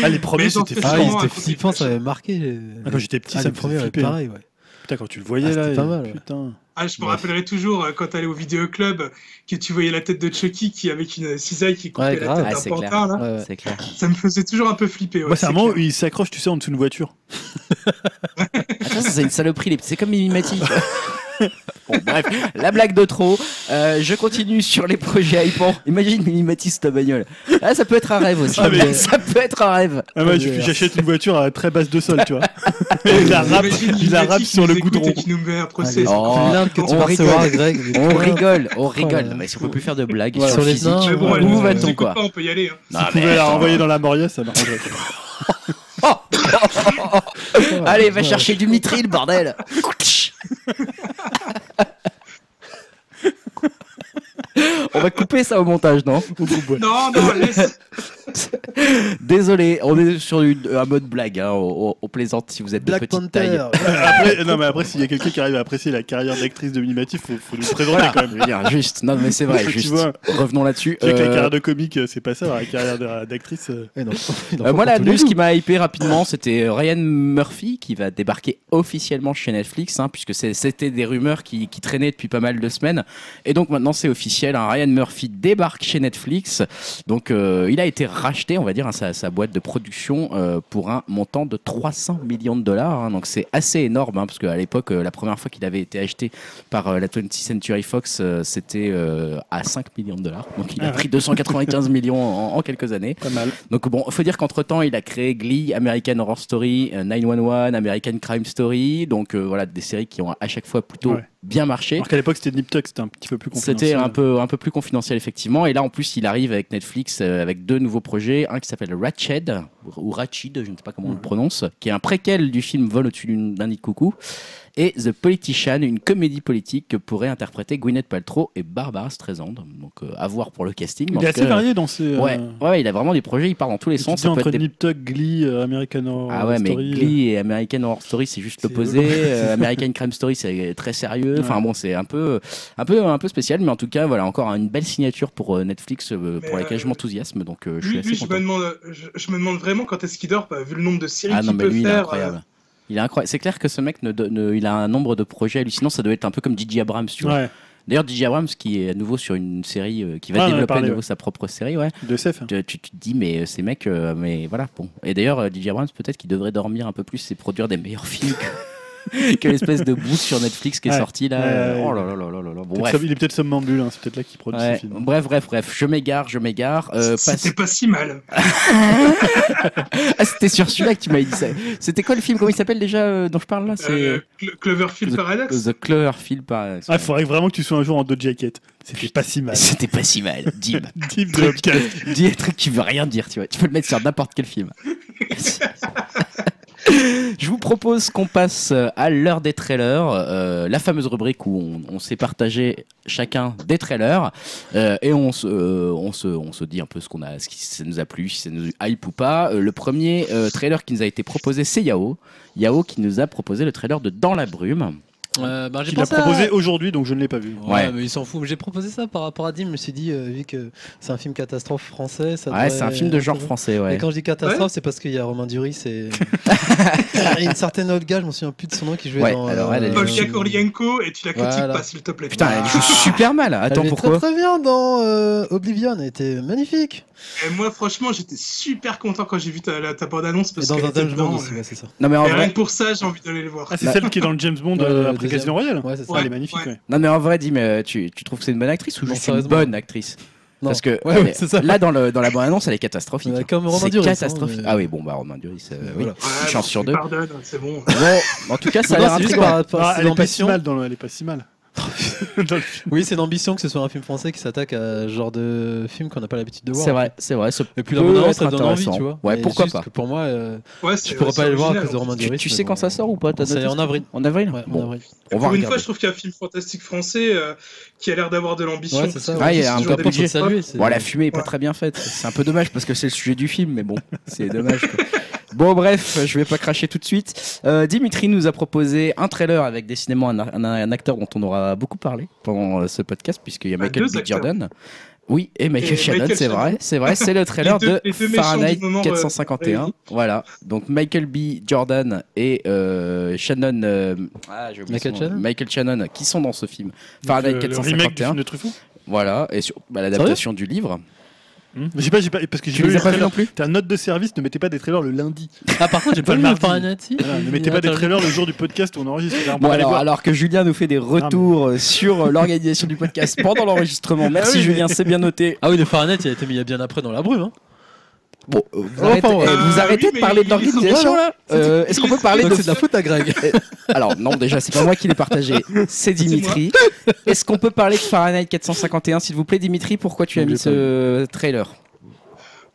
Ah, les premiers, Mais ils ont c'était fait fou. Ah, Sûrement il hein. un était côté flippant, ça fâché. m'avait marqué. les- Ah, quand j'étais petit, Ah, ça le me faisait premier, ouais, flipper. hein. pareil, ouais. Putain, quand tu le voyais Ah, là. c'était et- pas mal, ouais. Putain. Ah, je me Bref. rappellerai toujours euh, quand t'allais au vidéoclub que tu voyais la tête de Chucky qui avec une euh, cisaille qui coupait Ouais, la grave. tête Ah, d'un c'est clair. pantard. Là. Ouais, ouais. C'est clair. Ça me faisait toujours un peu flipper. ouais, Moi, c'est un c'est moment où clair. il s'accroche, tu sais, en dessous d'une voiture. Attends, ça, c'est une saloperie, les petits. C'est comme Mimimati. bon, bref, la blague de trop. Euh, je continue sur les projets hypants. Imagine Mimimati sous ta bagnole. Ah, ça peut être un rêve aussi. euh, Ah, mais- Ça peut être un rêve. Ah ouais, Ouais, je- ouais. j'achète une voiture à très basse de sol, tu vois. Et il la rappe, Imagine il la Illuminati rappe qui sur nous le écoute goudron. et qui nous met un procès. Allez. Oh, Plein que tu on vas recevoir, rigole. Greg. mais On plein. rigole, on rigole. là. Mais si on peut plus faire de blagues Ouais. sur Oh. Sur les physique, nains, Mais bon, ouais. elle où nous va-t-on écoute quoi pas, On peut y aller. hein. Non, Vous pouvez mais la attends. renvoyer dans la Moria, ça m'arrangerait. Allez, va Ouais. chercher du mitril, bordel. On va couper ça au montage, non Non, non, laisse. Désolé, on est sur une- un mode blague. hein, On, on- on plaisante si vous êtes de Black petite taille. Panther. ouais. Euh, Après, non, mais après, s'il y a quelqu'un qui arrive à apprécier la carrière d'actrice de Minimatif, faut, faut nous prévenir Voilà, quand même. je veux dire, juste. Non, mais c'est vrai, Tu juste. vois. Revenons là-dessus. Tu sais que la Euh, carrière de comique, euh, c'est pas ça, la carrière de- d'actrice. euh. Eh non, il en Euh, faut moi, la pour tous les news goûts. qui m'a hypé rapidement, c'était euh, Ryan Murphy qui va débarquer officiellement chez Netflix, hein, puisque c'est- c'était des rumeurs qui, qui traînaient depuis pas mal de semaines. Et donc maintenant, c'est officiel. hein, Ryan Murphy débarque chez Netflix. Donc, euh, il a été racheté, on va dire, hein, sa, sa boîte de production euh, pour un montant de 300 millions de dollars. hein. donc, c'est assez énorme, hein, parce qu'à l'époque, euh, la première fois qu'il avait été acheté par euh, la 20th Century Fox, euh, c'était euh, à 5 millions de dollars. Donc, il Ah a ouais. pris 295 millions en- en quelques années. Pas mal. Donc bon, faut dire qu'entre temps, il a créé Glee, American Horror Story, euh, 911, American Crime Story. Donc euh, voilà, des séries qui ont à chaque fois plutôt Ouais. bien marché. Alors qu'à l'époque, c'était Nip Tuck, c'était un petit peu plus confidentiel. C'était un peu, un peu plus confidentiel, effectivement. Et là, en plus, il arrive avec Netflix euh, avec deux nouveaux projets. Un qui s'appelle Ratched, ou Ratched, je ne sais pas comment on le prononce, qui est un préquel du film Vol au-dessus d'une- d'un nid de coucou. Et The Politician, une comédie politique que pourraient interpréter Gwyneth Paltrow et Barbara Streisand. Donc euh, à voir pour le casting. mais en Il est tout assez cas, varié dans ses. euh, Ouais, ouais, il a vraiment des projets, il part dans tous les tu te sens. dis Ça peut entre être des Nip Tuck, Glee, euh, American Horror ah ouais, Story. mais euh. Glee et American Horror Story, c'est juste C'est l'opposé. Euh, American Crime Story, c'est très sérieux. Enfin Ouais. bon, c'est un peu, un peu, un peu spécial, mais en tout cas, voilà, encore une belle signature pour euh, Netflix, euh, pour Mais, laquelle je euh, m'enthousiasme. Donc, euh, je suis Lui, assez lui, je, content. me demande, euh, je, je me demande vraiment quand est-ce qu'il dort, bah, vu le nombre de séries Ah non, qu'il mais peut lui, il est faire. euh, incroyable. Il est incroyable. C'est clair que ce mec, ne, do- ne- il a un nombre de projets hallucinants. Ça doit être un peu comme DJ Abrams, tu vois. Ouais. D'ailleurs, DJ Abrams, qui est à nouveau sur une série, euh, qui va Ah, on en a développer parlé, à nouveau ouais. sa propre série, ouais. De SF. hein. Tu, tu- tu te dis, mais euh, ces mecs, euh, mais voilà, bon. Et d'ailleurs, euh, DJ Abrams, peut-être qu'il devrait dormir un peu plus et produire des meilleurs films que, que l'espèce de boot sur Netflix qui est Ouais. sorti là. Ouais, ouais, oh ouais. là là là là là là. Bon, Peut-être bref. som- Il est peut-être somnambule, hein, c'est peut-être là qu'il produit Ouais. ses films. bref, bref, bref, je m'égare, je m'égare. Euh, passe- C'était pas si mal. Ah, c'était sur celui-là que tu m'avais dit ça. C'était quoi le film Comment il s'appelle déjà euh, dont je parle là Euh, C'est euh, Cl- Cloverfield Paradox. The Cloverfield Paradox. Ah, faudrait vraiment que tu sois un jour en deux jackets. C'était pas si mal. C'était pas si mal, Dim. Type de podcast. Dis un truc qui veut rien dire, tu vois. Tu peux le mettre sur n'importe quel film. Je vous propose qu'on passe euh, à l'heure des trailers, euh, la fameuse rubrique où on, on s'est partagé chacun des trailers euh, et on se, euh, on, se, on se dit un peu ce qu'on a, ce qui ça nous a plu, si ça nous hype ou pas. Euh, le premier euh, trailer qui nous a été proposé, c'est Yao. Yao qui nous a proposé le trailer de Dans la brume. Euh, bah, j'ai Il a pensé à- proposé aujourd'hui, donc je ne l'ai pas vu. Ouais, Ouais. mais il s'en fout. Mais J'ai proposé ça par rapport à Dim. Je me suis dit, euh, vu que c'est un film catastrophe français, ça Ouais, c'est un devrait- film de genre français, Et ouais. quand je dis catastrophe, c'est parce qu'il y a Romain Duris et et une certaine autre gars, je me souviens plus de son nom, qui jouait Ouais, dans. euh, alors elle, elle joue- Olga Kouryenko, et tu la critiques Voilà. pas, s'il te plaît. Putain, elle joue super mal. hein. elle Attends, est pourquoi très très bien dans euh, Oblivion, elle était magnifique. Et moi, franchement, j'étais super content quand j'ai vu ta, la- ta bande-annonce. Et Parce dans qu'elle un était James Bond dedans, aussi, et- ouais, c'est ça. Non, mais en Et rien vrai, que pour ça, j'ai envie d'aller le voir. Ah, c'est celle qui est dans le James Bond Ouais, euh, après deuxième. Casino Royale Ouais, c'est ça. Ouais. Elle est magnifique, ouais. Non mais en vrai, dis, mais euh, tu, tu trouves que c'est une bonne actrice ou Non, juste une sérieusement. bonne actrice Non. Parce que Ouais, elle ouais, est- c'est ça. là dans, le, dans la bande annonce, elle est catastrophique. Ouais, comme Romain c'est Duris, hein, catastrophique. mais- Ah oui, bon bah Romain Duris, euh, oui. Voilà. Une chance sur deux. Pardonne, hein, c'est bon. Bon, en tout cas, ça a Non, l'air c'est juste intriguant. par rapport à Ah, ses elle est pas si ambitions. mal dans le- Elle est pas si mal. Dans le- Oui, c'est l'ambition que ce soit un film français qui s'attaque à ce genre de film qu'on n'a pas l'habitude de voir. C'est vrai, c'est vrai. ça Et puis peut la bande être ça donne envie, intéressant. tu vois. Ouais, Mais pourquoi juste pas. que Pour moi, euh, Ouais, je c'est- pourrais c'est pas aller le voir à original, hein. cause de en Romain Tu, Duris. tu mais sais bon. quand ça sort ou pas T'as C'est noté en ça avril. En avril. Ouais, en Bon, avril. on Pour va une fois, regarder. je trouve qu'il y a un film fantastique français euh, qui a l'air d'avoir de l'ambition. Ouais, c'est ça. ouais. parce que Ah, il y a c'est un toujours peu des pour se budgets saluer, propres. c'est- Bon, la fumée est pas Ouais. très bien faite. C'est un peu dommage parce que c'est le sujet du film, mais bon, c'est dommage. quoi. Bon, bref, je vais pas cracher tout de suite. Euh, Dimitri nous a proposé un trailer avec décidément un, un- un acteur dont on aura beaucoup parlé pendant euh, ce podcast, puisqu'il y a Bah, Michael deux B. acteurs. Jordan. Oui, et Michael Et Shannon, Michael c'est Shannon. vrai, c'est vrai, c'est le trailer Les deux- de les deux méchants Fahrenheit du moment, euh, 451. réunis. voilà, donc Michael B. Jordan et euh, Shannon, euh, ah, j'ai oublié Michael son nom. Shannon Michael Shannon, qui sont dans ce film. Fahrenheit euh, Le- Le 451. remake du film de Truffaut. Voilà, et sur bah, l'adaptation du livre. Hmm J'ai pas, j'ai pas, parce que j'ai Tu les vu as le pas vus trailer. non plus Ta note de service ne mettez pas des trailers le lundi. Ah, par contre, j'ai Pas pas le vu mardi. Fahrenheit. Voilà, ne mettez pas des Attends, trailers le jour du podcast où on enregistre. Car Bon, on va aller alors, voir. alors que Julien nous fait des retours euh, sur euh, l'organisation du podcast pendant l'enregistrement, merci Ah oui, mais- Julien, c'est bien noté. Ah oui, le Fahrenheit, il a été mis bien après dans la brume. Hein. Bon, euh, vous Oh, arrêtez, enfin, ouais. eh, vous Euh, arrêtez oui, de mais parler de il est sorti, l'organisation là Euh, Est-ce il qu'on peut est sorti. parler Donc de. Eh, c'est de la faute à Greg. Alors, non, déjà, c'est pas moi qui l'ai partagé, c'est Dimitri. Est-ce qu'on peut parler de Fahrenheit 451, s'il vous plaît, Dimitri Pourquoi tu as mis ce trailer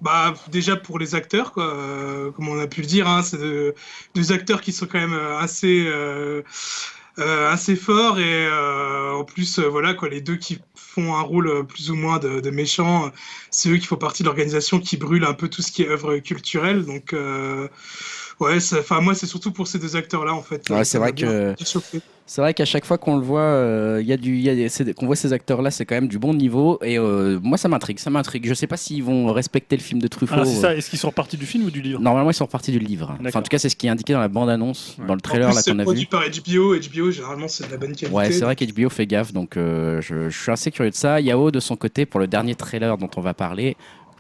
Bah, déjà pour les acteurs, quoi, euh, comme on a pu le dire, hein, c'est de- deux acteurs qui sont quand même euh, assez, euh, euh, assez forts et euh, en plus, euh, voilà, quoi, les deux qui font un rôle euh, plus ou moins de, de méchants, euh, c'est eux qui font partie de l'organisation qui brûle un peu tout ce qui est œuvre culturelle. Donc, euh, ouais, ça- enfin, moi, c'est surtout pour ces deux acteurs-là, en fait. Ouais, Ça c'est m'a vrai bien- que- bien chauffé. C'est vrai qu'à chaque fois qu'on le voit, euh, il y a du, il y a des- c'est- qu'on voit ces acteurs-là, c'est quand même du bon niveau. Et euh, moi, ça m'intrigue, ça m'intrigue. Je sais pas s'ils vont respecter le film de Truffaut. Alors, Ah, c'est euh, ça. Est-ce qu'ils sont repartis du film ou du livre Normalement, ils sont repartis du livre. Enfin, en D'accord. tout cas, c'est ce qui est indiqué dans la bande-annonce, Ouais. dans le En trailer plus, là c'est qu'on a produit vu. par HBO. HBO, généralement, c'est de la bonne qualité. Ouais, c'est vrai qu'HBO fait gaffe, donc euh, je, je suis assez curieux de ça. Yao, de son côté, pour le dernier trailer dont on va parler,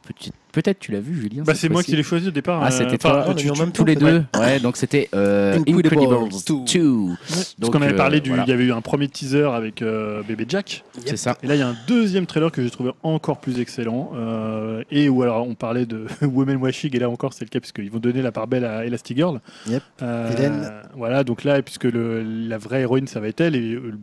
peut- peut-être tu l'as vu, Julien Bah, cette c'est moi fois-ci. qui l'ai choisi au départ. Ah, euh, c'était enfin, toi. euh, On l'a tu- mis en tu- même Tous temps, les c'est deux, ouais, donc c'était euh, Incredibles Incredibles 2. two. Parce qu'on avait euh, parlé du. voilà. Il y avait eu un premier teaser avec euh, Bébé Jack. C'est ça. Et là, il y a un deuxième trailer que j'ai trouvé encore plus excellent. euh, et où alors on parlait de Women Washing, et là encore c'est le cas, puisqu'ils vont donner la part belle à Elastigirl. Yep. Euh, Vilaine. Voilà, donc là, puisque le- la vraie héroïne, ça va être elle, et euh,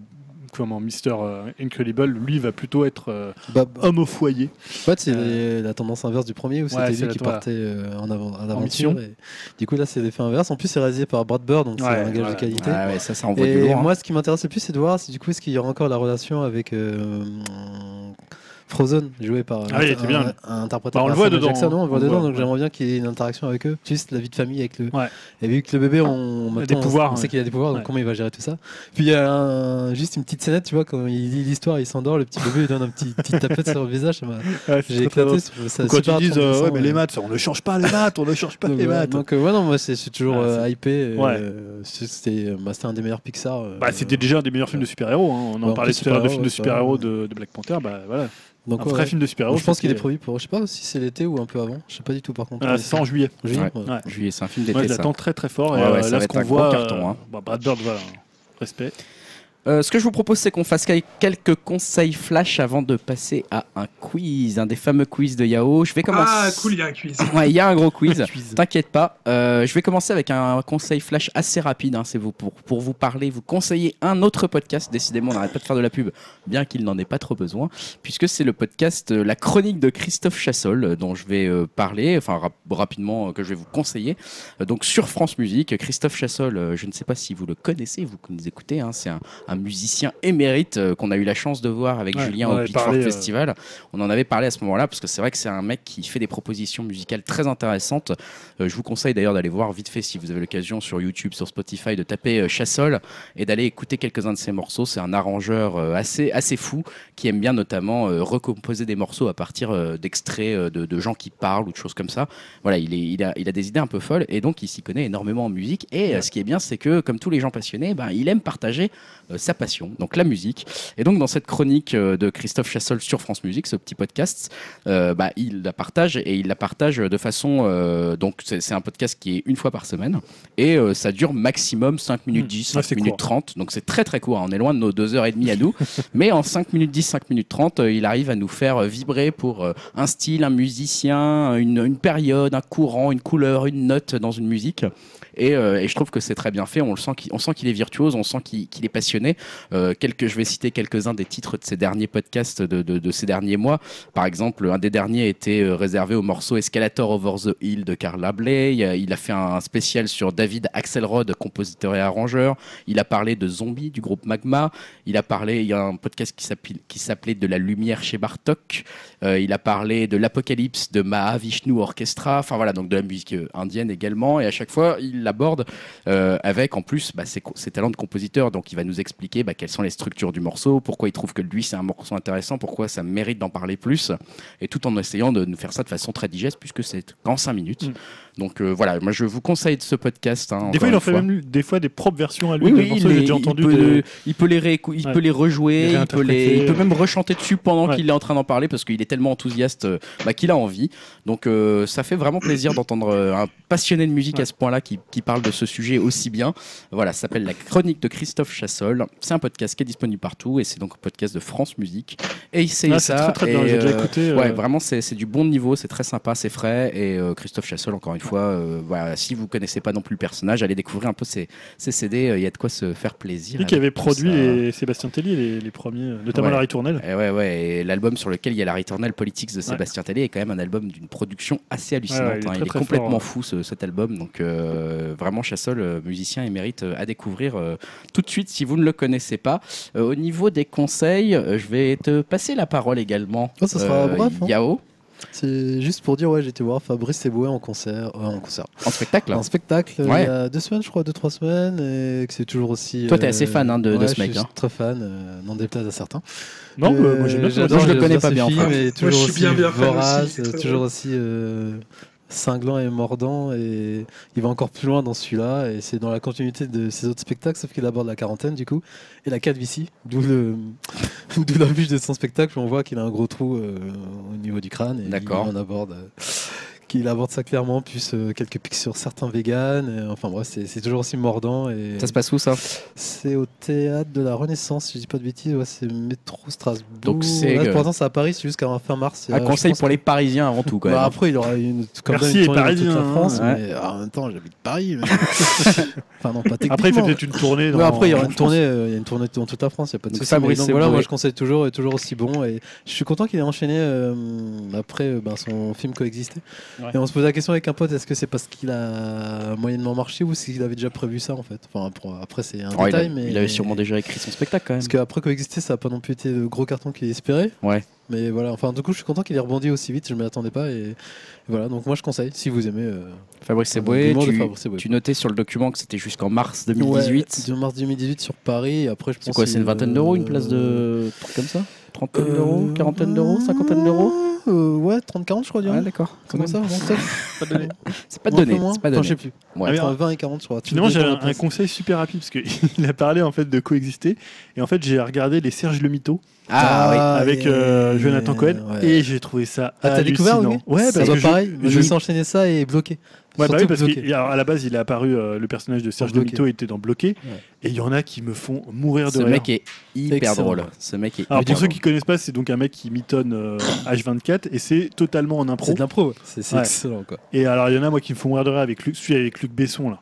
comment Mister euh, Incredible, lui, va plutôt être euh, Bob. homme au foyer. Bah, En fait, c'est Euh. la tendance inverse du premier où c'était Ouais, c'est lui la- qui voilà. partait euh, en avant, à mission. l'aventure. et Du coup, là, c'est l'effet inverse. En plus, c'est réalisé par Brad Bird, donc c'est Ouais, un gage ouais. de qualité. Ah ouais, ça, ça envoie du Et lourd. hein. moi, ce qui m'intéresse le plus, c'est de voir, c'est du coup, est-ce qu'il y aura encore la relation avec euh, Frozen, joué par euh, Ah oui, il était un, bien. un interprète Bah, on par le voit Samuel dedans, Jackson, hein. on le voit On le dedans, voit, donc j'aimerais bien qu'il y ait une interaction avec eux, juste la vie de famille avec le. Ouais. Et vu que le bébé, on, a maintenant, des on- pouvoirs, on sait ouais. qu'il a des pouvoirs, donc Ouais. comment il va gérer tout ça. Puis il y a un- juste une petite scénette, tu vois, quand il lit l'histoire, il s'endort, le petit bébé lui donne un petit, petite tapette sur le visage. ça m'a- Ouais, c'est J'ai très, très éclaté. drôle. je trouve ça Ou Quand super ils disent euh, attendrissant, ouais mais les ouais. maths, on ne change pas les maths, on ne change pas Donc, les voilà. maths. donc, euh, ouais, non, moi c'est- je suis toujours Ah, euh, hypé. Ouais. euh, c'est- C'était bah, c'était un des meilleurs Pixar. euh, Bah, c'était déjà un des meilleurs films de super-héros. hein. On en Ouais, en parlait plus, tout à l'heure de films de super-héros, super-héros de, de Black Panther. Bah, voilà. donc, un ouais, vrai ouais. film de super-héros. Bon, je pense qu'il est c'était- prévu pour, je sais pas si c'est l'été ou un peu avant, je sais pas du tout par contre. Ah, mais c'est ça en juillet. juillet, Ouais. ouais. Juillet, hein. c'est un film Moi, d'été. je ça. l'attends très très fort. Ouais, et, ouais, euh, ça là, va ce être qu'on un gros voit, carton, hein. euh, bah, Brad Bird, voilà, respect. Euh, ce que je vous propose, c'est qu'on fasse quel- quelques conseils flash avant de passer à un quiz, un des fameux quiz de Yahoo. Je vais commencer. Ah, cool, il y a un quiz. Ouais, il y a un gros quiz. Quiz. T'inquiète pas, euh, je vais commencer avec un conseil flash assez rapide. hein, c'est vous pour, pour vous parler, vous conseiller un autre podcast. Décidément, on n'arrête pas de faire de la pub, bien qu'il n'en ait pas trop besoin, puisque c'est le podcast euh, La Chronique de Christophe Chassol, euh, dont je vais euh, parler, enfin rap- rapidement, euh, que je vais vous conseiller. Euh, donc sur France Musique, Christophe Chassol, euh, je ne sais pas si vous le connaissez, vous que nous écoutez, hein, c'est un, un musicien émérite euh, qu'on a eu la chance de voir avec Ouais, Julien on en au avait Pitchfork parlé, euh, Festival. On en avait parlé à ce moment-là, parce que c'est vrai que c'est un mec qui fait des propositions musicales très intéressantes. Euh, je vous conseille d'ailleurs d'aller voir vite fait si vous avez l'occasion sur YouTube, sur Spotify, de taper euh, Chassol et d'aller écouter quelques-uns de ses morceaux. C'est un arrangeur euh, assez, assez fou qui aime bien notamment euh, recomposer des morceaux à partir euh, d'extraits euh, de, de gens qui parlent ou de choses comme ça. Voilà, il, est, il, a, il a des idées un peu folles et donc il s'y connaît énormément en musique. Et euh, ce qui est bien, c'est que comme tous les gens passionnés, ben, il aime partager euh, sa passion, donc la musique. Et donc dans cette chronique euh, de Christophe Chassol sur France Musique, ce petit podcast, euh, bah, il la partage et il la partage de façon. euh, donc, c'est c'est un podcast qui est une fois par semaine et euh, ça dure maximum 5 minutes Mmh. 10, 5 Ah, c'est minutes court. 30. Donc, c'est très très court. hein. On est loin de nos 2h30 à nous. mais en 5 minutes 10, 5 minutes 30, euh, il arrive à nous faire euh, vibrer pour euh, un style, un musicien, une, une période, un courant, une couleur, une note dans une musique. Et, euh, et je trouve que c'est très bien fait. On le sent qu'il on sent qu'il est virtuose, on sent qu'il qu'il est passionné. Euh, quelques, je vais citer quelques-uns des titres de ces derniers podcasts de- de- de ces derniers mois. Par exemple, un des derniers était euh, réservé au morceau Escalator Over the Hill de Carl Lablay. Il a- Il a fait un spécial sur David Axelrod, compositeur et arrangeur. Il a parlé de Zombie du groupe Magma. Il a parlé, il y a un podcast qui s'appelle- qui s'appelait De la lumière chez Bartok. Euh, il a parlé de l'Apocalypse de Mahavishnu Orchestra. Enfin voilà, donc de la musique euh, indienne également. Et à chaque fois, il l'aborde euh, avec en plus bah, ses, co- ses talents de compositeur. Donc il va nous expliquer bah, quelles sont les structures du morceau, pourquoi il trouve que lui c'est un morceau intéressant, pourquoi ça mérite d'en parler plus, et tout en essayant de nous faire ça de façon très digeste puisque c'est qu'en 5 minutes. Mm. Donc euh, voilà, moi je vous conseille de ce podcast. hein, encore Des fois, il une en fait fois. même des fois des propres versions à lui. Oui, de oui, morceaux, il, j'ai les- déjà il entendu. peut, des- il peut les réécou- il Ouais. peut les rejouer, Les il peut, les- il peut réinterpréter. même rechanter dessus pendant Ouais. qu'il est en train d'en parler parce qu'il est tellement enthousiaste euh, bah, qu'il a envie. Donc euh, ça fait vraiment plaisir d'entendre euh, un passionné de musique à Ouais. ce point-là qui, qui parle de ce sujet aussi bien. Voilà, ça s'appelle La Chronique de Christophe Chassol. C'est un podcast qui est disponible partout et c'est donc un podcast de France Musique. Et essayez Ah, C'est ça. très très et, bien. J'ai déjà euh, écouté. Ouais, euh, vraiment, c'est c'est du bon niveau, c'est très sympa, c'est frais. Et euh, Christophe Chassol, encore une fois, euh, voilà, si vous connaissez pas non plus le personnage, allez découvrir un peu ses, ses CD. euh, Il y a de quoi se faire plaisir. Lui qui avec avait tout produit ça. les- Sébastien Tellier, les, les premiers, euh, notamment Ouais. la ritournelle. Et ouais, ouais, et l'album sur lequel il y a la Returnal Politics de Sébastien Tellier est quand même un album d'une production assez hallucinante. Ouais, ouais, il est hein. très, il est très complètement fort, fou ce- cet album. Donc euh, vraiment, Chassol, euh, musicien émérite euh, à découvrir euh, tout de suite si vous ne le connaissez pas. Euh, au niveau des conseils, euh, je vais te passer la parole également. Euh, Oh, ça sera bref, hein. Yao, C'est juste pour dire, ouais, j'étais voir Fabrice Seboué en concert, euh, en concert, en spectacle. en spectacle euh, Ouais. il y a deux semaines, je crois, deux trois semaines, et que c'est toujours aussi. euh, Toi, t'es assez fan, hein, de- de ouais, ce mec, Je suis hein. très fan, euh, n'en déplaise à certains. Non, Euh, bah, moi j'aime bien. j'adore, Moi, je le j'adore connais ce pas bien, en film, fait. et Moi, toujours je suis bien, bien fan aussi, vorace, c'est très toujours drôle. aussi euh, cinglant et mordant. Et il va encore plus loin dans celui-là. Et c'est dans la continuité de ses autres spectacles, sauf qu'il aborde la quarantaine du coup et la calvitie, d'où le d'où l'affiche de son spectacle. où On voit qu'il a un gros trou euh, au niveau du crâne. et D'accord. Il en aborde. euh, qu'il aborde ça clairement, plus euh, quelques pics sur certains véganes. et enfin bref, c'est c'est toujours aussi mordant. Et Ça se passe où ça c'est au théâtre de la Renaissance, si je dis pas de bêtises, ouais, c'est métro Strasbourg. Donc c'est, Là, euh, pour l'instant, c'est à Paris, c'est jusqu'à fin mars. Un Euh, conseil je pense pour les Parisiens avant tout, que- quand même. Bah, après, il aura une, comme Merci, d'hab, une les tournée dans toute Parisiens, la France, hein. mais alors, en même temps, j'habite Paris. mais- enfin, non, pas techniquement. Après, il fait peut-être une tournée. Ouais, dans- après, il y aura en une France. tournée, euh, il y a une tournée dans toute la France, il n'y a pas de Donc, souci. Fabrice, mais donc c'est voilà, bon, moi ouais. je conseille toujours, et toujours aussi bon. Et je suis content qu'il ait enchaîné euh, après euh, ben, son film coexister. Ouais. Et on se posait la question avec un pote, est-ce que c'est parce qu'il a moyennement marché ou s'il avait déjà prévu ça en fait Enfin, pour- après, c'est un Oh, il, détail, a- mais il avait sûrement déjà écrit son spectacle quand même. parce qu'après coexister, ça n'a pas non plus été le gros carton qu'il espérait. Ouais. Mais voilà, enfin, du coup, je suis content qu'il ait rebondi aussi vite, je ne m'y attendais pas. Et, et voilà, donc moi, je conseille, si vous aimez. euh, Fabrice Eboué, Demande de tu, Fabrice Eboué. tu notais sur le document que c'était jusqu'en mars 2018. ouais, de mars 2018 sur Paris, et après, je pense. Euh, c'est quoi, c'est une vingtaine d'euros, une place de truc comme ça Trentaine d'euros, quarantaine d'euros, cinquantaine d'euros Euh, Ouais, 30-40, je crois, Ouais, direct. d'accord. Comment ça, bon, ça Pas de données. C'est pas Ou un peu donné, moins c'est pas Enfin, donné. je sais plus. Ouais. Ah, Entre 20 et 40, je crois. Tu Finalement, me j'ai donnes ta un, un réponse. conseil super rapide parce qu'il a parlé en fait de coexister. Et en fait, j'ai regardé les Serge Le Mito Ah, oui. avec euh, Jonathan Cohen Ah ouais. et j'ai trouvé ça. Ah, t'as découvert hallucinant. ok Ouais, ça parce doit que je- pareil. mais je- Je vais s'enchaîner ça et bloquer. Ouais, bah oui, Surtout parce bloquer. qu'à la base, il est apparu, euh, le personnage de Serge Bloqué. Demito était dans Bloqué, Ouais. et il y en a qui me font mourir de Ce rire. mec est hyper Excellent. drôle. Ce mec est Alors hyper pour ceux drôle. qui connaissent pas, c'est donc un mec qui mitonne euh, H24 et c'est totalement en impro. C'est de l'impro. ouais. C'est c'est Ouais. excellent, quoi. Et alors il y en a moi qui me font mourir de rire avec Luc, celui avec Luc Besson là.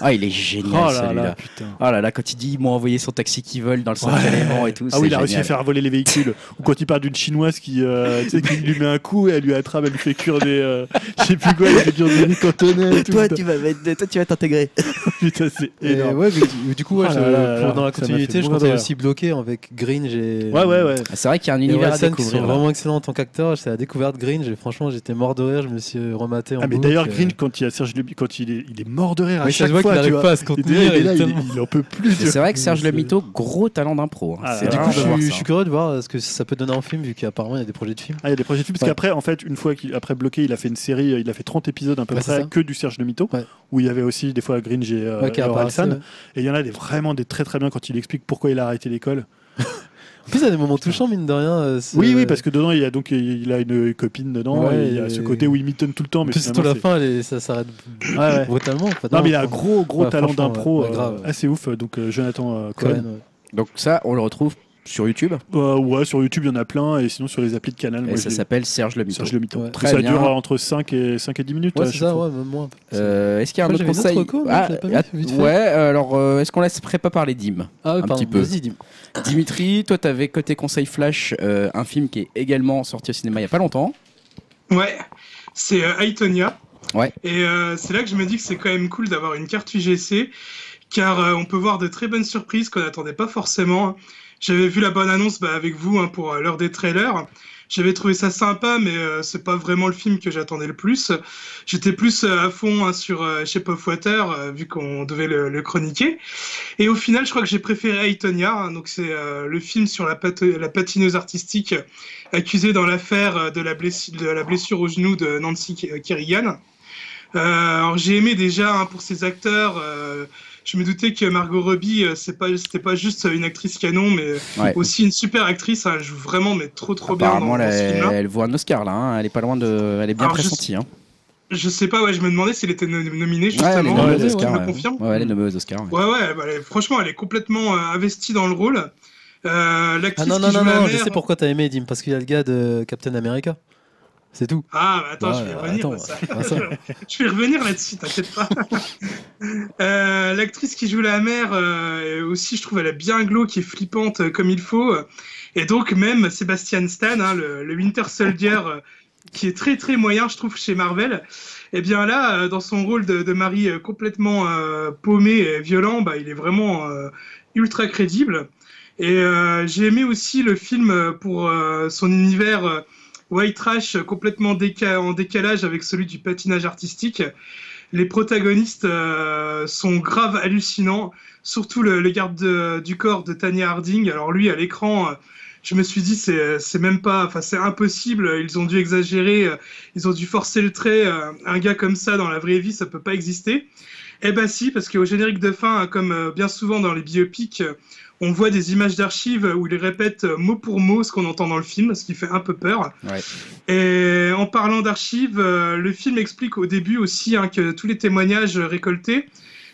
Ah, il est Oh génial là celui-là. là, putain. Ah là là, quand il dit ils m'ont envoyé son taxi qui vole dans le 5 Ouais. élément et tout. Ah c'est oui, il a réussi à génial. faire voler les véhicules. Ou quand il parle d'une chinoise qui, euh, tu sais, qui lui met un coup et elle lui attrape, elle lui fait cuire des. euh, je sais plus quoi, elle lui fait cuire des riz cantonais et tout. Toi, putain. tu vas être- toi, tu vas t'intégrer. Putain, c'est Et énorme. ouais, mais du- du coup, ouais, Ah je- là là pour- là, dans la ça m'a continuité, fait je mourir de comptais rire. aussi bloquer avec Green. j'ai- Ouais, ouais, ouais. Ah, C'est vrai qu'il y a un Et univers à Orelsan, qui sont découvrir. là. vraiment excellent en tant qu'acteur. C'est la découverte Green. j'ai- Franchement, j'étais mort de rire. Je me suis rematé en Ah mais boucle. d'ailleurs Green quand il y a Serge Leby, quand il est, il est mort de rire à Ouais, ça chaque se voit qu'il fois, tu n'arrive vois. pas à se Et derrière, contenir. il est il là, est il, tellement- il en peut plus. tu Mais C'est vrai que Serge c'est- Le Mito, gros talent d'impro. hein. Ah, c'est du Du rare coup, de je voir suis- je ça. suis curieux de voir ce que ça peut donner en film, vu qu'apparemment, il y a des projets de films. Ah, il y a des projets de films, parce Ouais. qu'après, en fait, une fois qu'il après bloqué, il a fait une série, euh, il a fait 30 épisodes à peu Ouais, c'est près ça. que du Serge Le Mito, Ouais. où il y avait aussi des fois Gringe et, euh, Ouais, qui et apparaissent, Orelsan. ouais. Et il y en a des, vraiment des très très bien quand il explique pourquoi il a arrêté l'école. En plus, il y a des moments touchants, mine de rien. euh, c'est- Oui, oui, parce que dedans, il y a donc il a une copine dedans, Ouais, et il y a et- ce côté où il mitonne tout le temps. En Mais plus, surtout la finalement, fin, elle est- ça s'arrête c'est- Ouais, ouais. brutalement. en fait. Non, mais il a un franchement, gros gros Ouais, talent franchement, d'impro ouais, ouais, euh, grave, ouais. assez ouf. Donc euh, Jonathan euh, Cohen, Cohen. ouais. hein. Donc ça, on le retrouve sur YouTube. Euh, ouais, sur YouTube, il y en a plein, et sinon sur les applis de Canal, moi, et je ça les- s'appelle Serge Le Mito. Serge Le Mito. Ouais. Parce que Très ça bien. dure euh, entre 5 et, 5 et 10 minutes. Ouais, à c'est chaque ça, fois. ouais, même moi. Euh, est-ce qu'il y a un Moi, autre j'avais une autre conseil reco, mais je l'ai pas mis, att- vite fait. Ouais, euh, alors euh, est-ce qu'on laisse prépa parler Dim Ah, oui, un pardon, petit peu. Vas-y, dis Dimitri, toi, t'avais côté conseil flash euh, un film qui est également sorti au cinéma il y a pas longtemps. Ouais, c'est euh, Aitonia. Ouais. Et euh, c'est là que je me dis que c'est quand même cool d'avoir une carte UGC, car euh, on peut voir de très bonnes surprises qu'on n'attendait pas forcément. hein. J'avais vu la bonne annonce bah, avec vous hein, pour euh, l'heure des trailers. J'avais trouvé ça sympa, mais euh, c'est pas vraiment le film que j'attendais le plus. J'étais plus euh, à fond hein, sur euh, Shape of Water, euh, vu qu'on devait le, le chroniquer. Et au final, je crois que j'ai préféré Aitonia. hein, donc c'est euh, le film sur la, pat- la patineuse artistique accusé dans l'affaire euh, de, la blessi- de la blessure au genou de Nancy Ke- Kerrigan. Euh, alors j'ai aimé déjà hein, pour ses acteurs. euh, je me doutais que Margot Robbie, euh, c'est pas, c'était pas juste une actrice canon, mais Ouais. aussi une super actrice. hein, elle joue vraiment mais trop trop bien Apparemment, dans, dans ce elle, film-là. elle vaut un Oscar là. hein. Elle est pas loin de. Elle est bien Alors, je- pressentie. hein. Je sais pas, ouais, je me demandais s'il était no- Ouais, elle nominé est justement. nommée ouais, aux tu Oscars, me ouais. confirmes Ouais, elle est nommée aux Oscars. ouais. Ouais, ouais, bah, elle est- franchement, elle est complètement euh, investie dans le rôle. Euh, Ah L'actrice non, qui non, joue non, la non, je mère- sais pourquoi t'as aimé Dim, parce qu'il y a le gars de Captain America. C'est tout. Ah, bah, attends, Ouais, je vais y revenir. attends, bah, ça. bah, ça. je vais revenir là-dessus, t'inquiète pas. Euh, L'actrice qui joue la mère, euh, aussi, je trouve, elle est bien glauque et flippante euh, comme il faut. Et donc, même Sébastien Stan, hein, le, le Winter Soldier, euh, qui est très très moyen, je trouve, chez Marvel, et bien là, euh, dans son rôle de, de mari euh, complètement euh, paumé et violent, bah, il est vraiment euh, ultra crédible. Et euh, j'ai aimé aussi le film euh, pour euh, son univers euh, white trash euh, complètement déca- en décalage avec celui du patinage artistique. Les protagonistes euh, sont graves hallucinants, surtout le, le garde de- du corps de Tanya Harding. Alors lui, à l'écran, euh, je me suis dit, c'est c'est même pas, enfin c'est impossible, ils ont dû exagérer, euh, ils ont dû forcer le trait, euh, un gars comme ça dans la vraie vie, ça peut pas exister. Eh ben si, parce qu'au générique de fin, hein, comme euh, bien souvent dans les biopics, euh, on voit des images d'archives où ils répètent euh, mot pour mot ce qu'on entend dans le film, ce qui fait un peu peur. Ouais. Et en parlant d'archives, euh, le film explique au début aussi hein, que tous les témoignages récoltés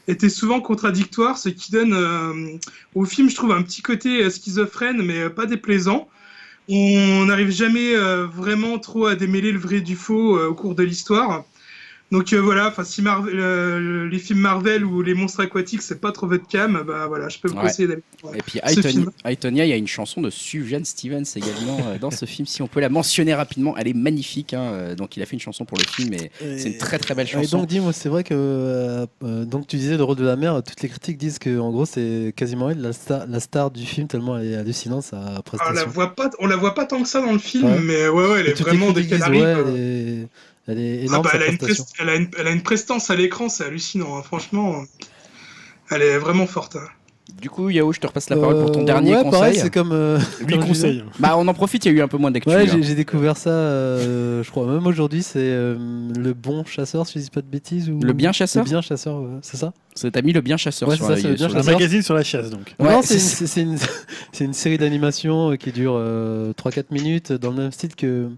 étaient souvent contradictoires, ce qui donne euh, au film, je trouve, un petit côté euh, schizophrène, mais euh, pas déplaisant. On n'arrive jamais euh, vraiment trop à démêler le vrai du faux euh, au cours de l'histoire. Donc euh, voilà, enfin si Marvel, euh, les films Marvel ou les monstres aquatiques, c'est pas trop votre cam, bah voilà, je peux vous Ouais. conseiller d'aller voir Et puis ce film. Aitonia, il y a une chanson de Suzanne Stevens également euh, dans ce film. Si on peut la mentionner rapidement, elle est magnifique. hein, euh, Donc il a fait une chanson pour le film et c'est une très très belle Et chanson. donc dis-moi, c'est vrai que euh, euh, donc tu disais le rôle de la mère, toutes les critiques disent que en gros c'est quasiment elle la star, la star du film tellement elle est hallucinante sa Ah, on la prestation. voit pas, on la voit pas tant que ça dans le film, Ouais. mais ouais, ouais, elle Et est toutes les vraiment dès critiques qu'elle disent, arrive. ouais, euh, elle, est, elle est Ah énorme bah, sa elle, a une prestation. prest- elle a une- elle a une prestance à l'écran, c'est hallucinant. hein. Franchement, elle est vraiment forte. hein. Du coup, Yao, je te repasse la parole pour ton Euh, dernier ouais, pareil, conseil. c'est comme. euh, Huit comme je disais. conseils. Bah, on en profite, il y a eu un peu moins d'actu. Ouais, hein. j'ai j'ai découvert ça, euh, je crois même aujourd'hui, c'est euh, le bon chasseur, si je dis pas de bêtises. Ou... Le bien chasseur Le bien chasseur, ouais, c'est ça C'est- T'as mis le bien chasseur Ouais, sur c'est ça, la- c'est le bien sur Un la- chasseur. magazine sur la chasse, donc. Ouais, Non, c'est une, c'est- c'est- c'est une- c'est une série d'animation euh, qui dure euh, 3-4 minutes, dans le même style que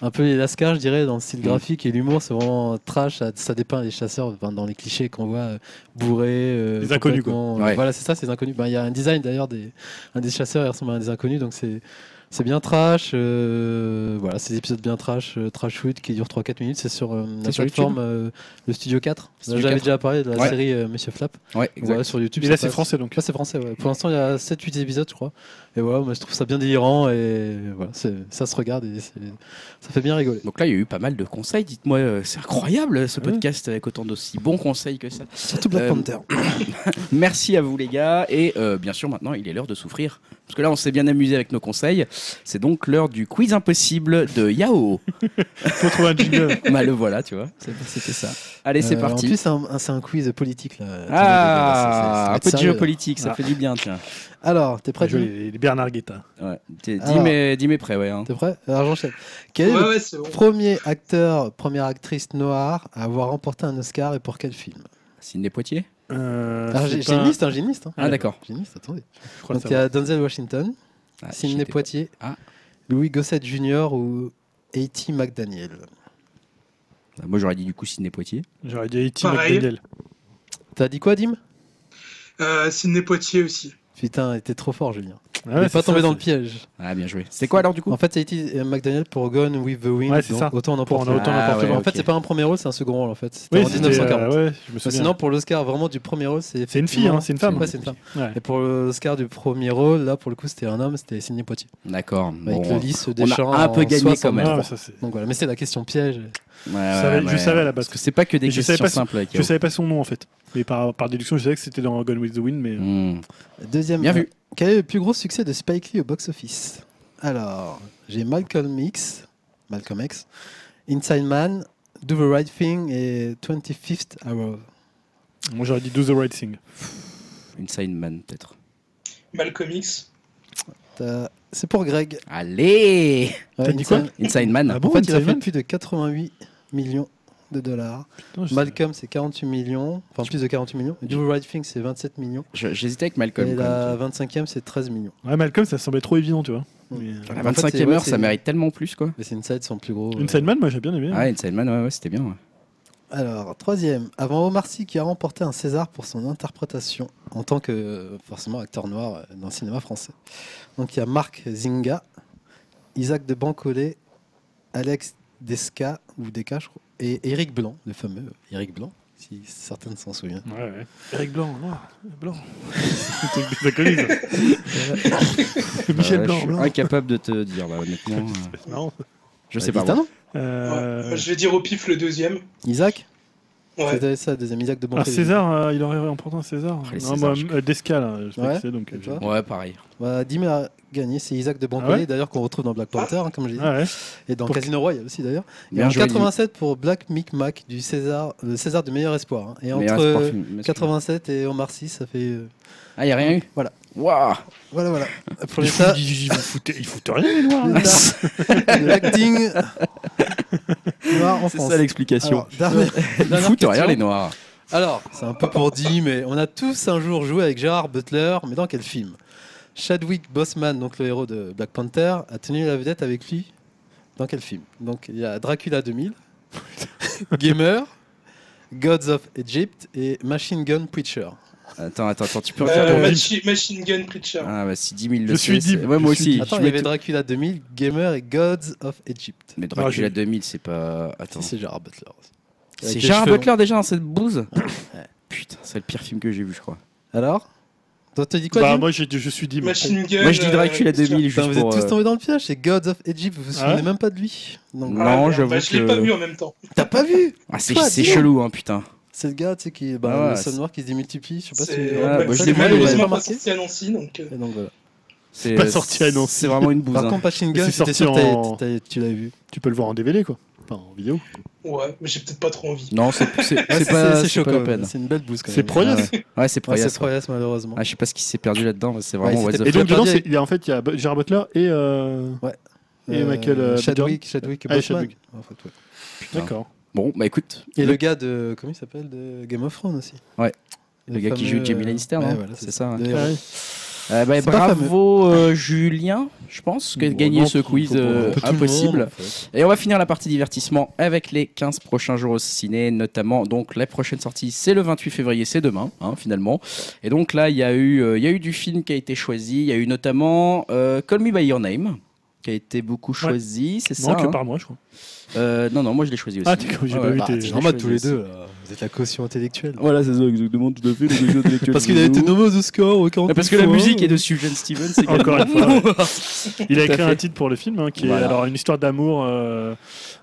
un peu les Lascars, je dirais, dans le Mm. style graphique et l'humour, c'est vraiment trash, ça, ça dépeint les chasseurs enfin, dans les clichés qu'on voit euh, bourrés. euh, Les inconnus, quoi. complètement, euh, Ouais. Voilà, c'est ça, c'est les inconnus. Ben, Il y a un design d'ailleurs, des, un des chasseurs, il ressemble à un des inconnus, donc c'est. C'est bien trash, euh, voilà, ces épisodes bien trash, euh, trash food qui durent 3-4 minutes, c'est sur euh, la C'est sur plateforme euh, le Studio 4. Studio J'avais 4. déjà parlé de la Ouais. série euh, Monsieur Flap. Ouais, exact. Voilà, sur YouTube. Et là, ça c'est passe. français, donc. Là, c'est français, ouais. Pour l'instant, il y a 7-8 épisodes, je crois. Et voilà, moi, je trouve ça bien délirant et voilà, c'est- ça se regarde et c'est- ça fait bien rigoler. Donc là, il y a eu pas mal de conseils. Dites-moi, euh, c'est incroyable ce Ouais. podcast avec autant d'aussi bons conseils que ça. Surtout Black Euh, Panther. Merci à vous les gars et euh, bien sûr maintenant il est l'heure de souffrir parce que là on s'est bien amusé avec nos conseils. C'est donc l'heure du quiz impossible de Yao. Faut trouver un jingle. bah le voilà, tu vois. C'était ça. Euh, Allez c'est En plus, parti. c'est un, un- c'est un quiz politique là. Ah, un Attendez, les gars, ça- ça- ça va peu être de sérieux, là. géopolitique, ça Ah. fait du bien tiens. Alors, t'es prêt Jimmy Joli, Bernard Guetta. Ouais. T'es- Dis Alors. mes, dis mes prêts ouais. hein. T'es prêt Alors, j'enchaîne. Quel est Ouais, le ouais, c'est bon. premier acteur, première actrice noire à avoir remporté un Oscar et pour quel film Sidney Poitier. Euh, Alors, c'est J'ai pas- j'ai une liste, hein, j'ai une liste. hein. Ah d'accord. J'ai une liste, attendez. je crois Donc, le il y a Denzel Washington, Ah, Sidney j'étais pas- Poitier, Ah. Louis Gossett Jr. ou A.T. McDaniel. Ah, Moi j'aurais dit du coup Sidney Poitier. savoir. J'aurais dit A.T. Pareil. McDaniel. T'as dit quoi, Dim Euh, Sidney Poitier aussi. Putain, t'es trop fort, Julien. Ah Il ouais, est pas c'est tombé ça, dans le c'est- piège. Ah bien joué. C'était quoi alors du coup En fait, ça a été euh, McDaniel pour Gone with the Wind. Ouais, c'est donc ça. Autant en Pour emporter. en autant Ah, n'importe ouais, quoi. En fait, ok. c'est pas un premier rôle, c'est un second rôle en fait. C'était Oui, en c'était, 1940. euh, ouais, je me Mais souviens. Bah, Sinon, pour l'Oscar vraiment du premier rôle, c'est. C'est une fille, hein, c'est une femme. Ouais, c'est une femme. Ouais. Et pour l'Oscar du premier rôle, là, pour le coup, c'était un homme, c'était Sidney Poitier. D'accord. Avec bon. le lisse on des a un peu gagné quand même. Ah, Ouais, ça, c'est- Donc voilà, mais c'est la question piège. Ouais, savais- je savais à la base. Parce que c'est pas que des Mais je questions savais pas si- simples. avec Je Yao. savais pas son nom en fait. Mais par, par déduction, je savais que c'était dans Gone with the Wind. Mais... Hmm. Deuxième. Bien vu. Quel est le plus gros succès de Spike Lee au box-office Alors, j'ai Malcolm X, Malcolm X, Inside Man, Do the Right Thing et 25th Hour. Moi, j'aurais dit Do the Right Thing. Inside Man peut-être. Malcolm X. T'as- C'est pour Greg. Allez Ouais, T'as dit quoi Inside- Inside Man. Ah bon, En fait, il a Inside fait Man plus de 88 millions de dollars. Putain, je- Malcolm, c'est 48 millions, enfin plus de 48 millions. Do the Right Thing, c'est 27 millions. Je- J'hésitais avec Malcolm. et quand même, la 25e, c'est 13 millions. Ouais, Malcolm, ça semblait trop évident, tu vois. Mm. Mais... tu vois. La en fait, 25 c'est- e ouais, heure, ça c'est- mérite tellement plus, quoi. Mais c'est Inside, son plus gros. euh, Inside Man, moi, j'ai bien aimé. Ah, Inside Man, ouais, ouais, c'était bien. ouais. Alors, troisième, avant Omar Sy qui a remporté un César pour son interprétation en tant que, euh, forcément, acteur noir euh, dans le cinéma français. Donc, il y a Marc Zinga, Isaac de Bancolé, Alex Desca, ou Desca, je crois, et Eric Blanc, le fameux Eric Blanc, si certaines s'en souviennent. Ouais, ouais. Eric Blanc, noir, blanc. T'as connu ça Euh, Michel là, Blanc, Euh, je suis blanc. incapable de te dire, là, honnêtement. euh, Ah, C'est marrant. Je sais pas. Bah, dites un moi. nom. Euh, Ouais, je vais dire au pif le deuxième. Isaac Ouais. C'était ça, le deuxième, Isaac de Alors Bancolé. César, euh, il aurait remporté un César. Ah, les Non, Césars, moi, je- euh, Desca, là, je sais pas Ouais, qui c'est, donc. et euh, toi Ouais, pareil. Bah, Dimmer a gagné, c'est Isaac de Bancolé, Ah ouais d'ailleurs, qu'on retrouve dans Black Panther, hein, comme je l'ai dit, Ah ouais. et dans Pour- Casino Royale aussi, d'ailleurs. Et Bien en joué, Guillaume. 87 pour Black Micmac du César, le César du meilleur espoir. hein. Et Mais entre reste euh, par film, masculin. 87 et Omar Sy, ça fait. euh, Ah, y a rien eu Voilà. Waouh Voilà, voilà. Pour Ils les ça, foutent- Ils ils vous foutaient ils foutaient rien, les noirs. hein. de l'acting noir en C'est France. ça l'explication. Alors, dernière- Ils dernière foutent rien, question. les noirs. Alors, c'est un peu pour dire, mais on a tous un jour joué avec Gérard Butler, mais dans quel film Chadwick Boseman, donc le héros de Black Panther, a tenu la vedette avec lui dans quel film Donc il y a Dracula 2000, Gamer, Gods of Egypt et Machine Gun Preacher. Attends, attends, attends, tu peux Euh, refaire. Machi- Machine Gun Preacher. Ah, bah si 10 000 le Je suis sait, c'est- dit, Ouais, moi je aussi. suis dit. Attends, je il y mets avait tout- Dracula 2000, Gamer et Gods of Egypt. Mais Ah, j'ai- Dracula 2000, c'est pas. Attends. Si c'est Gérard Butler. C'est les Gérard cheveux. Butler déjà dans cette bouse Ah, Ouais, Putain, c'est le pire film que j'ai vu, je crois. Alors Toi, t'as dit quoi bah, Jim moi, j'ai- je suis dit. mais bon. Machine Gun. Moi, je dis euh, Dracula Christian. 2000. Putain, juste vous êtes pour, tous euh, tombés dans le piège, c'est Gods of Egypt, vous vous Ah souvenez ouais même pas de lui. Donc, Non, Ah, merde, j'avoue bah, Je l'ai que- pas vu en même temps. T'as pas vu Ah, c'est Toi, c'est dis-donc. chelou, hein, putain. C'est le gars, tu sais, qui. Bah, Ah ouais, le c'est- seul noir qui se démultiplie, je sais pas si. C'est- Ah, bah, bah, je ça, l'ai c'est vu, malheureusement mais- pas pas marqué. sorti à Nancy, donc. euh, Et donc voilà. C'est pas sorti à Nancy. C'est vraiment une bouse. Par hein. contre, Machine Gun, c'est j'étais sorti sûr que en- t'avais- t'avais- tu l'as vu. Tu peux le voir en DVD, quoi. Enfin, en vidéo. Ouais, mais j'ai peut-être pas trop envie. Non, c'est c'est- c'est pas, c'est chaud pas quand la même. peine. C'est une belle bouse quand même. C'est Proyas. Ah ouais. Ouais, c'est Ouais, Proyas. c'est Proyas, malheureusement. Ah, je sais pas ce qui s'est perdu là-dedans, mais c'est vraiment Ouais, what the c'était fuck. Et donc, Jeopardy dedans, avec- c'est- il y a, en fait, il y a Gérard Butler et. euh, et Michael, euh, Chadwick, Chadwick Ah, et Boseman. Chadwick. en fait, ouais. Putain. D'accord. Bon, bah écoute, Et le gars de. Comment il s'appelle De Game of Thrones aussi. Ouais. Le, le gars qui fameux, joue Jamie euh, Lannister, ouais, hein, voilà, c'est ça. ouais. Le Ouais. héros. Euh, bah, C'est pas bravo euh, Julien, je pense, qui a Bon, gagné non, ce pour- quiz pour- pour- euh, un peu tout le monde, impossible. en fait. Et on va finir la partie divertissement avec les 15 prochains jours au ciné, notamment donc la prochaine sortie c'est le 28 février, c'est demain hein, finalement. Et donc là il y a eu euh, il y a eu du film qui a été choisi, il y a eu notamment euh, Call Me by Your Name qui a été beaucoup choisi, c'est ça Non, que hein par moi, je crois. Euh, Non non, moi je l'ai choisi aussi. Ah, d'accord, j'ai Ouais, pas ouais. vu Bah, tes. C'est je normal l'ai tous les choisi deux. là. Vous êtes la caution intellectuelle. Voilà, c'est ça exactement, tout à fait, les jeux intellectuels. Parce qu'il a été nommé aux Oscars au 40 parce que la musique est de Sufjan Stevens également. Encore une fois, ouais. Il a Tout à écrit un fait. titre pour le film, hein, qui est Voilà. alors une histoire d'amour euh,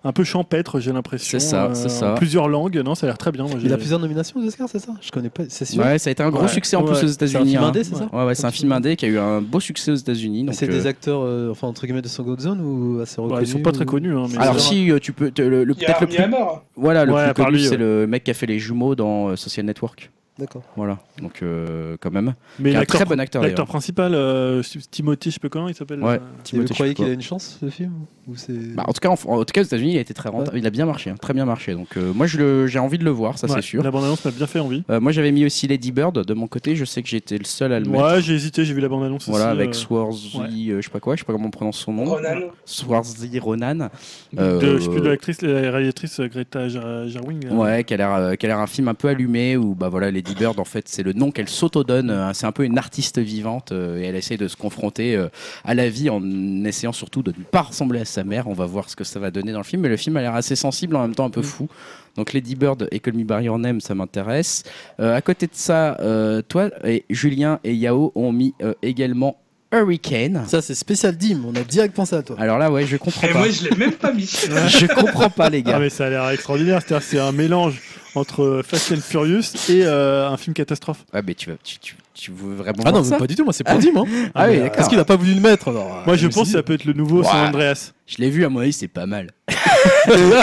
un peu champêtre, j'ai l'impression. C'est ça, euh, c'est ça. en plusieurs langues, non, ça a l'air très bien. Moi, j'ai- Il a plusieurs nominations aux Oscars, c'est ça Je connais pas, c'est sûr. Ouais, ça a été un gros Ouais. succès en Ouais. plus aux C'est un États-Unis. film hein. indé, c'est ça Ouais, ouais, c'est un film indé qui a eu un beau succès aux États-Unis. donc, C'est euh, des acteurs, euh, enfin entre guillemets, de son zone ou assez Ouais, reconnus Bah, ils sont pas très ou- connus. hein, mais Alors c'est- si euh, tu peux, te- le, le- Il y a peut-être le Armie plus, Hammer. voilà, le Ouais, plus par connu, lui, c'est ouais. le mec qui a fait les jumeaux dans euh, Social Network. D'accord. Voilà, donc euh, quand même. Mais Qui est un l'acteur très bon acteur. L'acteur d'ailleurs. principal, euh, Timothy, je sais pas comment il s'appelle. Ouais. euh, Et vous Timothée, je croyez sais pas qu'il a une chance ce film ou c'est Bah, en tout cas, en, en tout cas, aux États-Unis, il a été très rentable. Il a bien marché, hein, très bien marché. Donc euh, moi, je le- j'ai envie de le voir, ça ouais, c'est sûr. La bande-annonce m'a bien fait envie. Euh, moi, j'avais mis aussi Lady Bird de mon côté. Je sais que j'étais le seul à le mettre. Ouais, j'ai hésité, j'ai vu la bande-annonce Voilà, aussi, avec euh, Swarzy, euh, je sais pas quoi, je sais pas comment on prononce son nom. Ronan. Swarzy Ronan. de, je sais Euh, plus, de l'actrice, la réalisatrice euh, Greta Ger- Gerwig. euh, Ouais, qui a l'air, euh, qui a l'air un film un peu allumé où bah voilà, Lady Bird en fait c'est le nom qu'elle s'auto-donne. euh, c'est un peu une artiste vivante euh, et elle essaie de se confronter euh, à la vie en essayant surtout de ne pas ressembler à sa mère. On va voir ce que ça va donner dans le film, mais le film a l'air assez sensible en même temps un Mm. peu fou. Donc Lady Bird et Call Me By Your Name, ça m'intéresse. Euh, à côté de ça, euh, toi et Julien et Yao ont mis euh, également Hurricane. Ça c'est spécial Dim, on a direct pensé à toi. Alors là, ouais, je comprends Et Eh, moi, pas. je l'ai même pas mis. Je comprends pas les Ah, gars. mais ça a l'air extraordinaire. C'est-à-dire, c'est un mélange entre euh, Fast and Furious et euh, un film catastrophe. Ouais, mais tu, vas- tu, tu, tu veux vraiment Ah non, voir ça mais pas du tout, moi c'est pour Dim hein. Ah mais, oui, euh, d'accord. Parce qu'il a pas voulu le mettre alors. euh, Moi, je me suis pense que dit- ça peut être le nouveau San Ouais. Andreas. Je l'ai vu, à mon avis, c'est pas mal.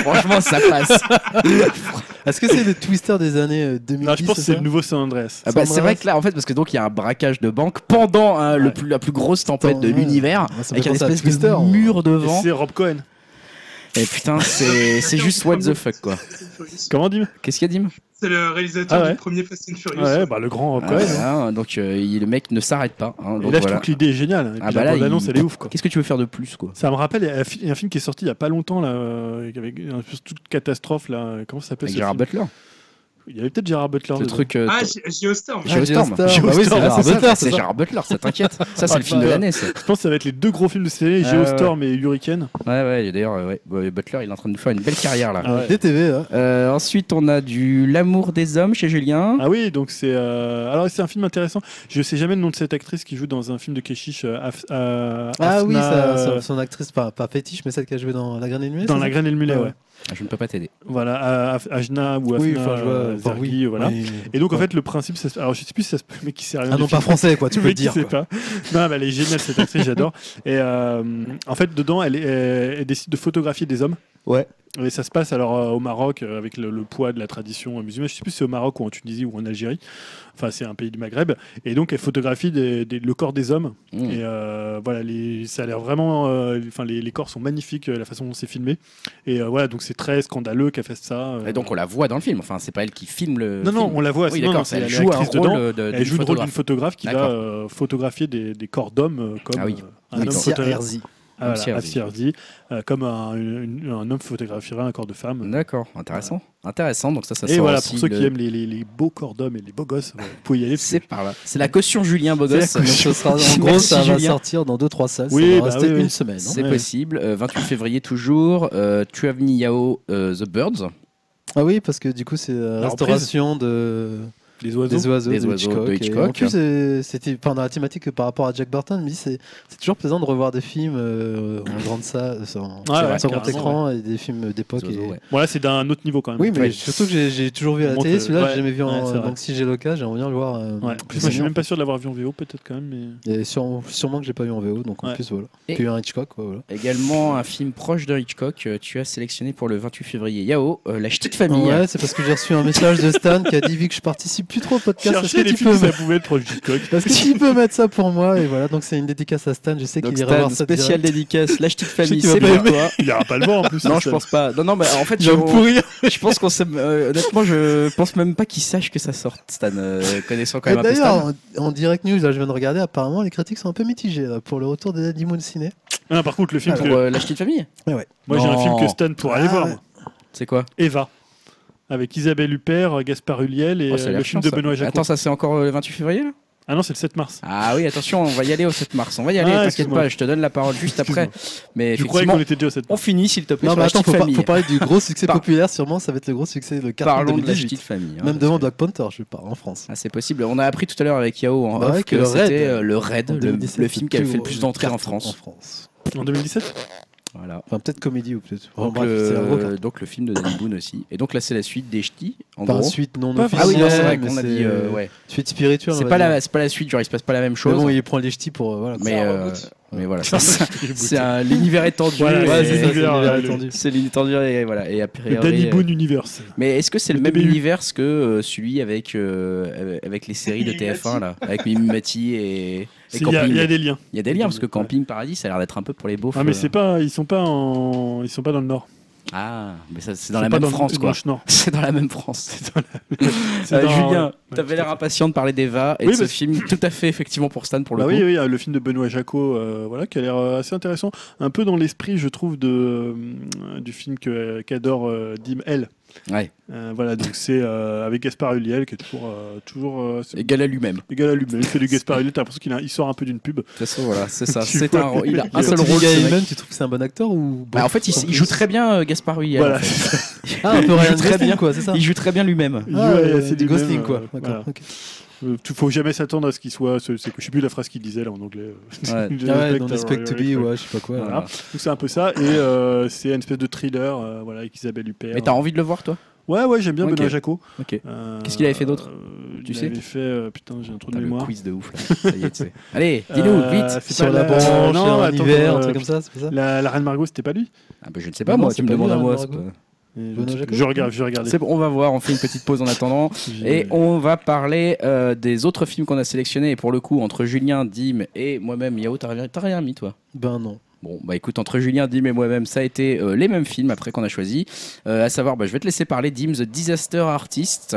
Franchement, ça passe. Est-ce que c'est le twister des années euh, 2010 Non, je pense que c'est c'est ça le nouveau San Andreas. Ah bah, c'est vrai que là, en fait, parce que donc il y a un braquage de banque pendant hein, le Ouais. plus, la plus grosse tempête de Attends, ouais. l'univers, Moi, ça me avec fait un penser à espèce Twister, de moi. mur Et devant. c'est Rob Cohen. Et putain, c'est c'est juste what the fuck quoi. Comment dit Qu'est-ce qu'il y a, Dim C'est le réalisateur Ah ouais. du premier Fast and Furious. Ouais, bah le grand Rob Ah, Cohen. hein. voilà, Donc euh, il- le mec ne s'arrête pas. hein, Et donc là, je voilà. trouve que l'idée est géniale. Et puis Ah bah la là, bande-annonce, il- elle est ouf, quoi. Qu'est-ce que tu veux faire de plus quoi Ça me rappelle, il y a un fi- il y a un film qui est sorti il y a pas longtemps, là, euh, avec un toute catastrophe, là. euh, Comment ça s'appelle Avec ce Gérard film Butler Il y avait peut-être Gérard Butler. Le dedans. truc. euh, bah, Ah, t- J- Geostorm. Ah, Geostorm. Geostorm. Bah oui, c'est Ah, Gérard c'est Butler, ça, c'est c'est ça. Gérard Butler, ça t'inquiète. Ça, c'est le film de putain. l'année. ça. Je pense que ça va être les deux gros films de cette année, Ah, Geostorm et Hurricane. Ouais, ouais, et d'ailleurs, euh, ouais, bah, Butler, il est en train de nous faire une belle carrière là. Ah ouais. DTV là. Euh, ensuite, on a du L'amour des hommes chez Julien. Ah oui, donc c'est euh, alors c'est un film intéressant. Je sais jamais le nom de cette actrice qui joue dans un film de Keshish. euh, Af- euh, Ah Afsna, oui, ça, euh, son- son actrice pas, pas fétiche mais celle qui a joué dans La Graine et le Mulet, dans c'est La ça Graine et le Mulet, Ouais, ouais. ouais. Ah, Je ne peux pas t'aider. Voilà, Af- Ajna ou Afna, Oui, enfin je vois euh, enfin, Zergi, oui, voilà. oui. Et donc en fait le principe, ça se- alors je sais plus si ça se peut, mais qui sert à rien. Ah du non, film. pas français quoi, tu peux Mais le qui dire. sait quoi. pas. Non, mais elle est géniale cette actrice, j'adore. Et euh, en fait, dedans, elle, est- euh, elle- elle décide de photographier des hommes. Ouais. Et ça se passe alors euh, au Maroc euh, avec le, le poids de la tradition euh, musulmane. Je sais plus si c'est au Maroc ou en Tunisie ou en Algérie. Enfin, c'est un pays du Maghreb. Et donc, elle photographie des- des- le corps des hommes. Mm. Et euh, voilà, les, ça a l'air vraiment. euh, Enfin, les, les corps sont magnifiques, euh, la façon dont c'est filmé. Et euh, voilà, donc c'est très scandaleux qu'elle fasse ça. euh. Et donc on la voit dans le film, enfin c'est pas elle qui filme le. non, non, film. on la voit. Oui, non, non, d'accord, c'est- elle, est joue un actrice rôle dedans. euh, de. Elle d'une joue le rôle d'une photographe. photographe qui va D'accord. euh, photographier des, des corps d'hommes euh, comme Ah oui. euh, Comme un homme Sia photographe- Herzi. ah, Comme voilà, Sia Sia Herzi, euh, comme un, une- un homme photographierait un corps de femme. D'accord, intéressant, intéressant. Donc ça, ça et sort voilà, aussi pour ceux le- qui aiment les, les- les beaux corps d'hommes et les beaux gosses, voilà, vous pouvez y aller. C'est par là. C'est la caution Julien Bogos. C'est la Donc, ce sera, en gros, Merci, ça va Julien. sortir dans 2-3 salles. Oui, ça va bah rester oui, oui. une semaine. hein. C'est Ouais. possible. Euh, 28 février toujours. Euh, tu as venu Yao euh, The Birds. Ah oui, parce que du coup, c'est la La restauration de... Les oiseaux. des oiseaux, Des de, oiseaux Hitchcock. de Et Hitchcock. en plus, euh, c'était pendant la thématique que par rapport à Jack Burton, mais c'est c'est toujours plaisant de revoir des films euh, en grande salle, sans, Ouais, Ah ouais, sans grand écran, carrément, et des films d'époque. Des oiseaux, et- ouais. Bon, là, c'est d'un autre niveau quand même. Oui, mais Ouais. surtout que j'ai- j'ai toujours vu à la Monte, télé, euh, celui-là, ouais. j'ai jamais vu en. Ouais, c'est vrai. donc si j'ai l'occasion, j'aimerais bien le voir. euh, Ouais. plus Moi, je suis en même pas sûr de l'avoir vu en VO, peut-être quand même. Mais... Et sûrement, sûrement que j'ai pas vu en VO, donc en Ouais. plus voilà. Et- Puis un Hitchcock, quoi, voilà. Également un film proche de Hitchcock, euh, tu as sélectionné pour le 28 février Yao, euh, La Ch'tite Famille. Ouais, c'est parce que j'ai reçu un message de Stan qui a dit vu que je participe plus trop au podcast, est-ce Chercher que les tu films, peux, ça pouvait être proche du coq. est-ce que tu peux mettre ça pour moi Et voilà, donc c'est une dédicace à Stan, je sais Donc qu'il ira Stan, voir ça. spécial direct. dédicace, La Ch'tite Famille, Je sais c'est que tu vas pour toi. Il ira pas le voir en plus. Non, hein, je ça. pense pas. Non, non, mais en fait, Je vais me on- pourrir. je pense qu'on s'aime. euh, honnêtement, je pense même pas qu'il sache que ça sort, Stan, euh, connaissant quand Et même un peu Stan. D'ailleurs, en, en direct news, là, je viens de regarder, apparemment les critiques sont un peu mitigées là, pour le retour des Animaux de ciné. Ah, par contre, le film. Pour que- euh, La Ch'tite Famille Moi, j'ai un film Non. que Stan pourrait aller Ah, voir. ouais. moi. C'est quoi Eva. Avec Isabelle Huppert, Gaspard Huliel et Oh, ça a euh, l'air le chiant, film de ça. Benoît Jacquot. Attends, ça c'est encore euh, le 28 février là Ah non, c'est le 7 mars. Ah oui, attention, on va y aller au 7 mars. On va y aller, Ah, t'inquiète excuse-moi. pas, je te donne la parole juste après. Mais Je croyais effectivement, qu'on était déjà au 7 on mars. finit s'il te plaît. Non, sur mais la attends, Ch'tite faut, pas- Famille. faut parler du gros succès Par- populaire, sûrement ça va être le gros succès de carton Parlons de la 2018. petite famille. hein, Même parce devant que- Black Panther, je parle, en France. Ah, c'est possible. On a appris tout à l'heure avec Yao en Bah off ouais, que, que le Raid, c'était euh, le Raid, En le, 2017, le film qui avait fait le plus gros d'entrées en carton En France. France. En 2017 Voilà. Enfin, peut-être comédie ou peut-être. Enfin, Donc, euh, bref, c'est un gros carton. le, donc le film de Danny Boone aussi. Et donc là c'est la suite des ch'tis en Enfin, gros. suite non Ah oui, officielle. Ah oui non c'est vrai mais qu'on a c'est, dit euh, euh, ouais. Suite spirituelle. on C'est va pas dire. la c'est pas la suite genre il se passe pas la même Mais chose. bon, il prend les ch'tis pour. euh, Voilà. mais un euh, reboot. mais voilà. Ça, C'est- C'est un- l'univers étendu. Voilà, et- Ouais, c'est ça, l'univers, c'est l'univers euh, étendu. C'est l'étendue et voilà et a Le priori, Danny euh, Boone Universe. Mais est-ce que c'est le, même DBU. univers que euh, celui avec euh, avec les séries de TF1 là, avec Mimimati et, et C'est- Il y, a- Camping il y a des liens. Il y a des liens parce que Ouais. Camping Paradis ça a l'air d'être un peu pour les beaufs. Ah, mais euh. c'est pas, ils sont pas en, ils sont pas dans le Nord. Ah, mais ça, c'est Ils dans sont la pas même dans le France quoi. Blanche-Nord. C'est dans la même France. C'est Euh, dans- Julien, ouais, t'avais tout à l'air fait. impatient de parler d'Eva et Oui, de ce parce- film tout à fait effectivement pour Stan pour le Bah coup. oui, oui, euh, le film de Benoît Jacquot, euh, voilà, qui a l'air euh, assez intéressant, un peu dans l'esprit, je trouve, de, euh, du film que- qu'adore euh, Dim L. Ouais. Euh, voilà, donc c'est euh, avec Gaspard Ulliel, qui est toujours, euh, toujours euh, c'est- Et Gala lui-même. De égal à lui-même. Il fait du Gaspard Ulliel, t'as l'impression qu'il a- il sort un peu d'une pub. toute façon, voilà, c'est ça. Tu C'est vois, un, il a un le seul petit rôle. gars ce mec. Heyman, tu trouves que c'est un bon acteur ou. Bah, en fait, il, il joue très bien euh, Gaspard Huliel. Voilà. en fait. Ah, un peu il Ryan joue très bien. Gosling, quoi, c'est ça Il joue très bien lui-même. Il Ah, joue, euh, euh, c'est du lui-même, Gosling, quoi. euh, D'accord. voilà. ok. Euh, tu- faut jamais s'attendre à ce qu'il soit. ce- c'est que- je sais plus la phrase qu'il disait là en anglais. Ouais. Ah ouais, Je respecte, non euh, respect to be, respect. ouais, je sais pas quoi. Voilà. Donc c'est un peu ça. Et euh, c'est une espèce de thriller euh, voilà, avec Isabelle Huppert. Mais t'as envie de le voir toi Ouais, ouais, j'aime bien Ok. Benoît Jacquot. Ok. Euh, Qu'est-ce qu'il avait fait d'autre euh, Tu il sais avait fait. euh, putain, j'ai un trou de Putain, le mémoire. quiz de ouf là. Ça y est, tu sais. Allez, dis-nous Euh, vite. c'est Sur pas la la- branche, non, un attends, hiver, un euh, truc comme ça, c'est pas ça La, la Reine Margot, c'était pas lui Ah bah, je ne sais pas non, moi, c'est tu me pas demandes lui, à moi. Laurent c'est Margot. pas- Et Benoît je- Jacquot Je regarde, je vais regarder. Euh, C'est bon, on va voir, on fait une petite pause en attendant. Et on va parler euh, des autres films qu'on a sélectionnés. Et pour le coup, entre Julien, Dim et moi-même, Yao, t'as rien, t'as rien mis toi Ben non. Bon, bah écoute, entre Julien, Dim et moi-même, ça a été euh, les mêmes films après qu'on a choisi. Euh, à savoir, bah, je vais te laisser parler, Dim, The Disaster Artist.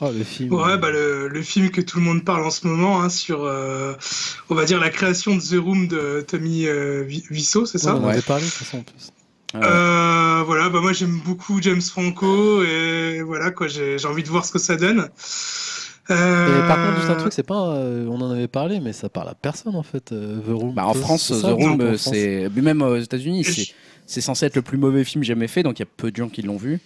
Oh, le film. Ouais, bah le, le film que tout le monde parle en ce moment, hein, sur, euh, on va dire, la création de The Room de Tommy euh, Vi- Wiseau, c'est Ouais, ça on en Ouais. avait parlé, de toute façon, en plus. Euh, Euh, voilà, bah moi j'aime beaucoup James Franco et voilà quoi, j'ai j'ai envie de voir ce que ça donne. Euh, Et par contre, juste un truc, c'est pas. euh, on en avait parlé, mais ça parle à personne en fait. euh, The Room. bah, en C'est- France, c'est The ça, Room, donc, en euh, France. c'est. mais Même euh, aux États-Unis, je- c'est- c'est censé être le plus mauvais film jamais fait, donc il y a peu de gens qui l'ont vu.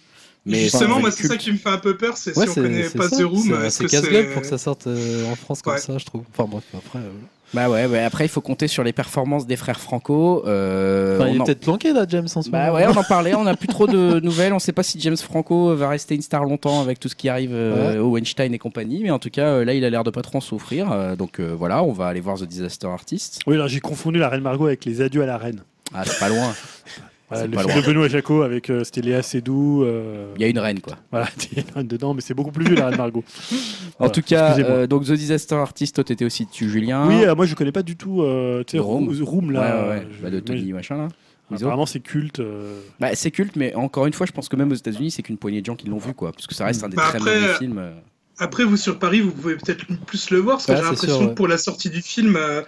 Mais Justement, enfin, moi le c'est ça culte- qui me fait un peu peur, c'est Ouais, si on c'est- connaît c'est pas ça, The Room, c'est- est-ce C'est que casse-gueule c'est. pour que ça sorte euh, en France comme Ouais. ça, je trouve. Enfin bref, après. euh, Bah ouais, ouais, après, il faut compter sur les performances des frères Franco. euh, Enfin, il on est en- peut-être planqué là, James, en ce Bah moment. ouais, on en parlait, on n'a plus trop de nouvelles, on sait pas si James Franco euh, va rester une star longtemps avec tout ce qui arrive euh, au Weinstein et compagnie, mais en tout cas euh, là il a l'air de pas trop en souffrir, euh, donc euh, voilà, on va aller voir The Disaster Artist. Oui, alors j'ai confondu la Reine Margot avec les adieux à la Reine. Ah c'est pas loin, Voilà, C'est le pas film loin. de Benoît Jacquot avec euh, c'était Léa Seydoux. euh, il y a une reine quoi. Voilà, il y a une reine dedans, mais c'est beaucoup plus vieux la Reine Margot. En Voilà, tout cas, excusez-moi. euh, donc The Disaster Artist, toi t'étais aussi dessus Julien. Oui, euh, moi je connais pas du tout. euh, tu sais, Ah. Le Room. Room, Room, Ouais, là. Ah, ouais, ouais. je- Bah, de Tony machin là. moi, Wiseau. apparemment, c'est culte. euh, Bah, c'est culte, mais encore une fois, je pense que même aux États-Unis, c'est qu'une poignée de gens qui l'ont vu, quoi. Parce que ça Mm. reste un des Bah, très après, mauvais euh, films. euh. Après, vous sur Paris, vous pouvez peut-être plus le voir, parce que Ouais, j'ai c'est l'impression sûr, ouais. que pour la sortie du film, euh,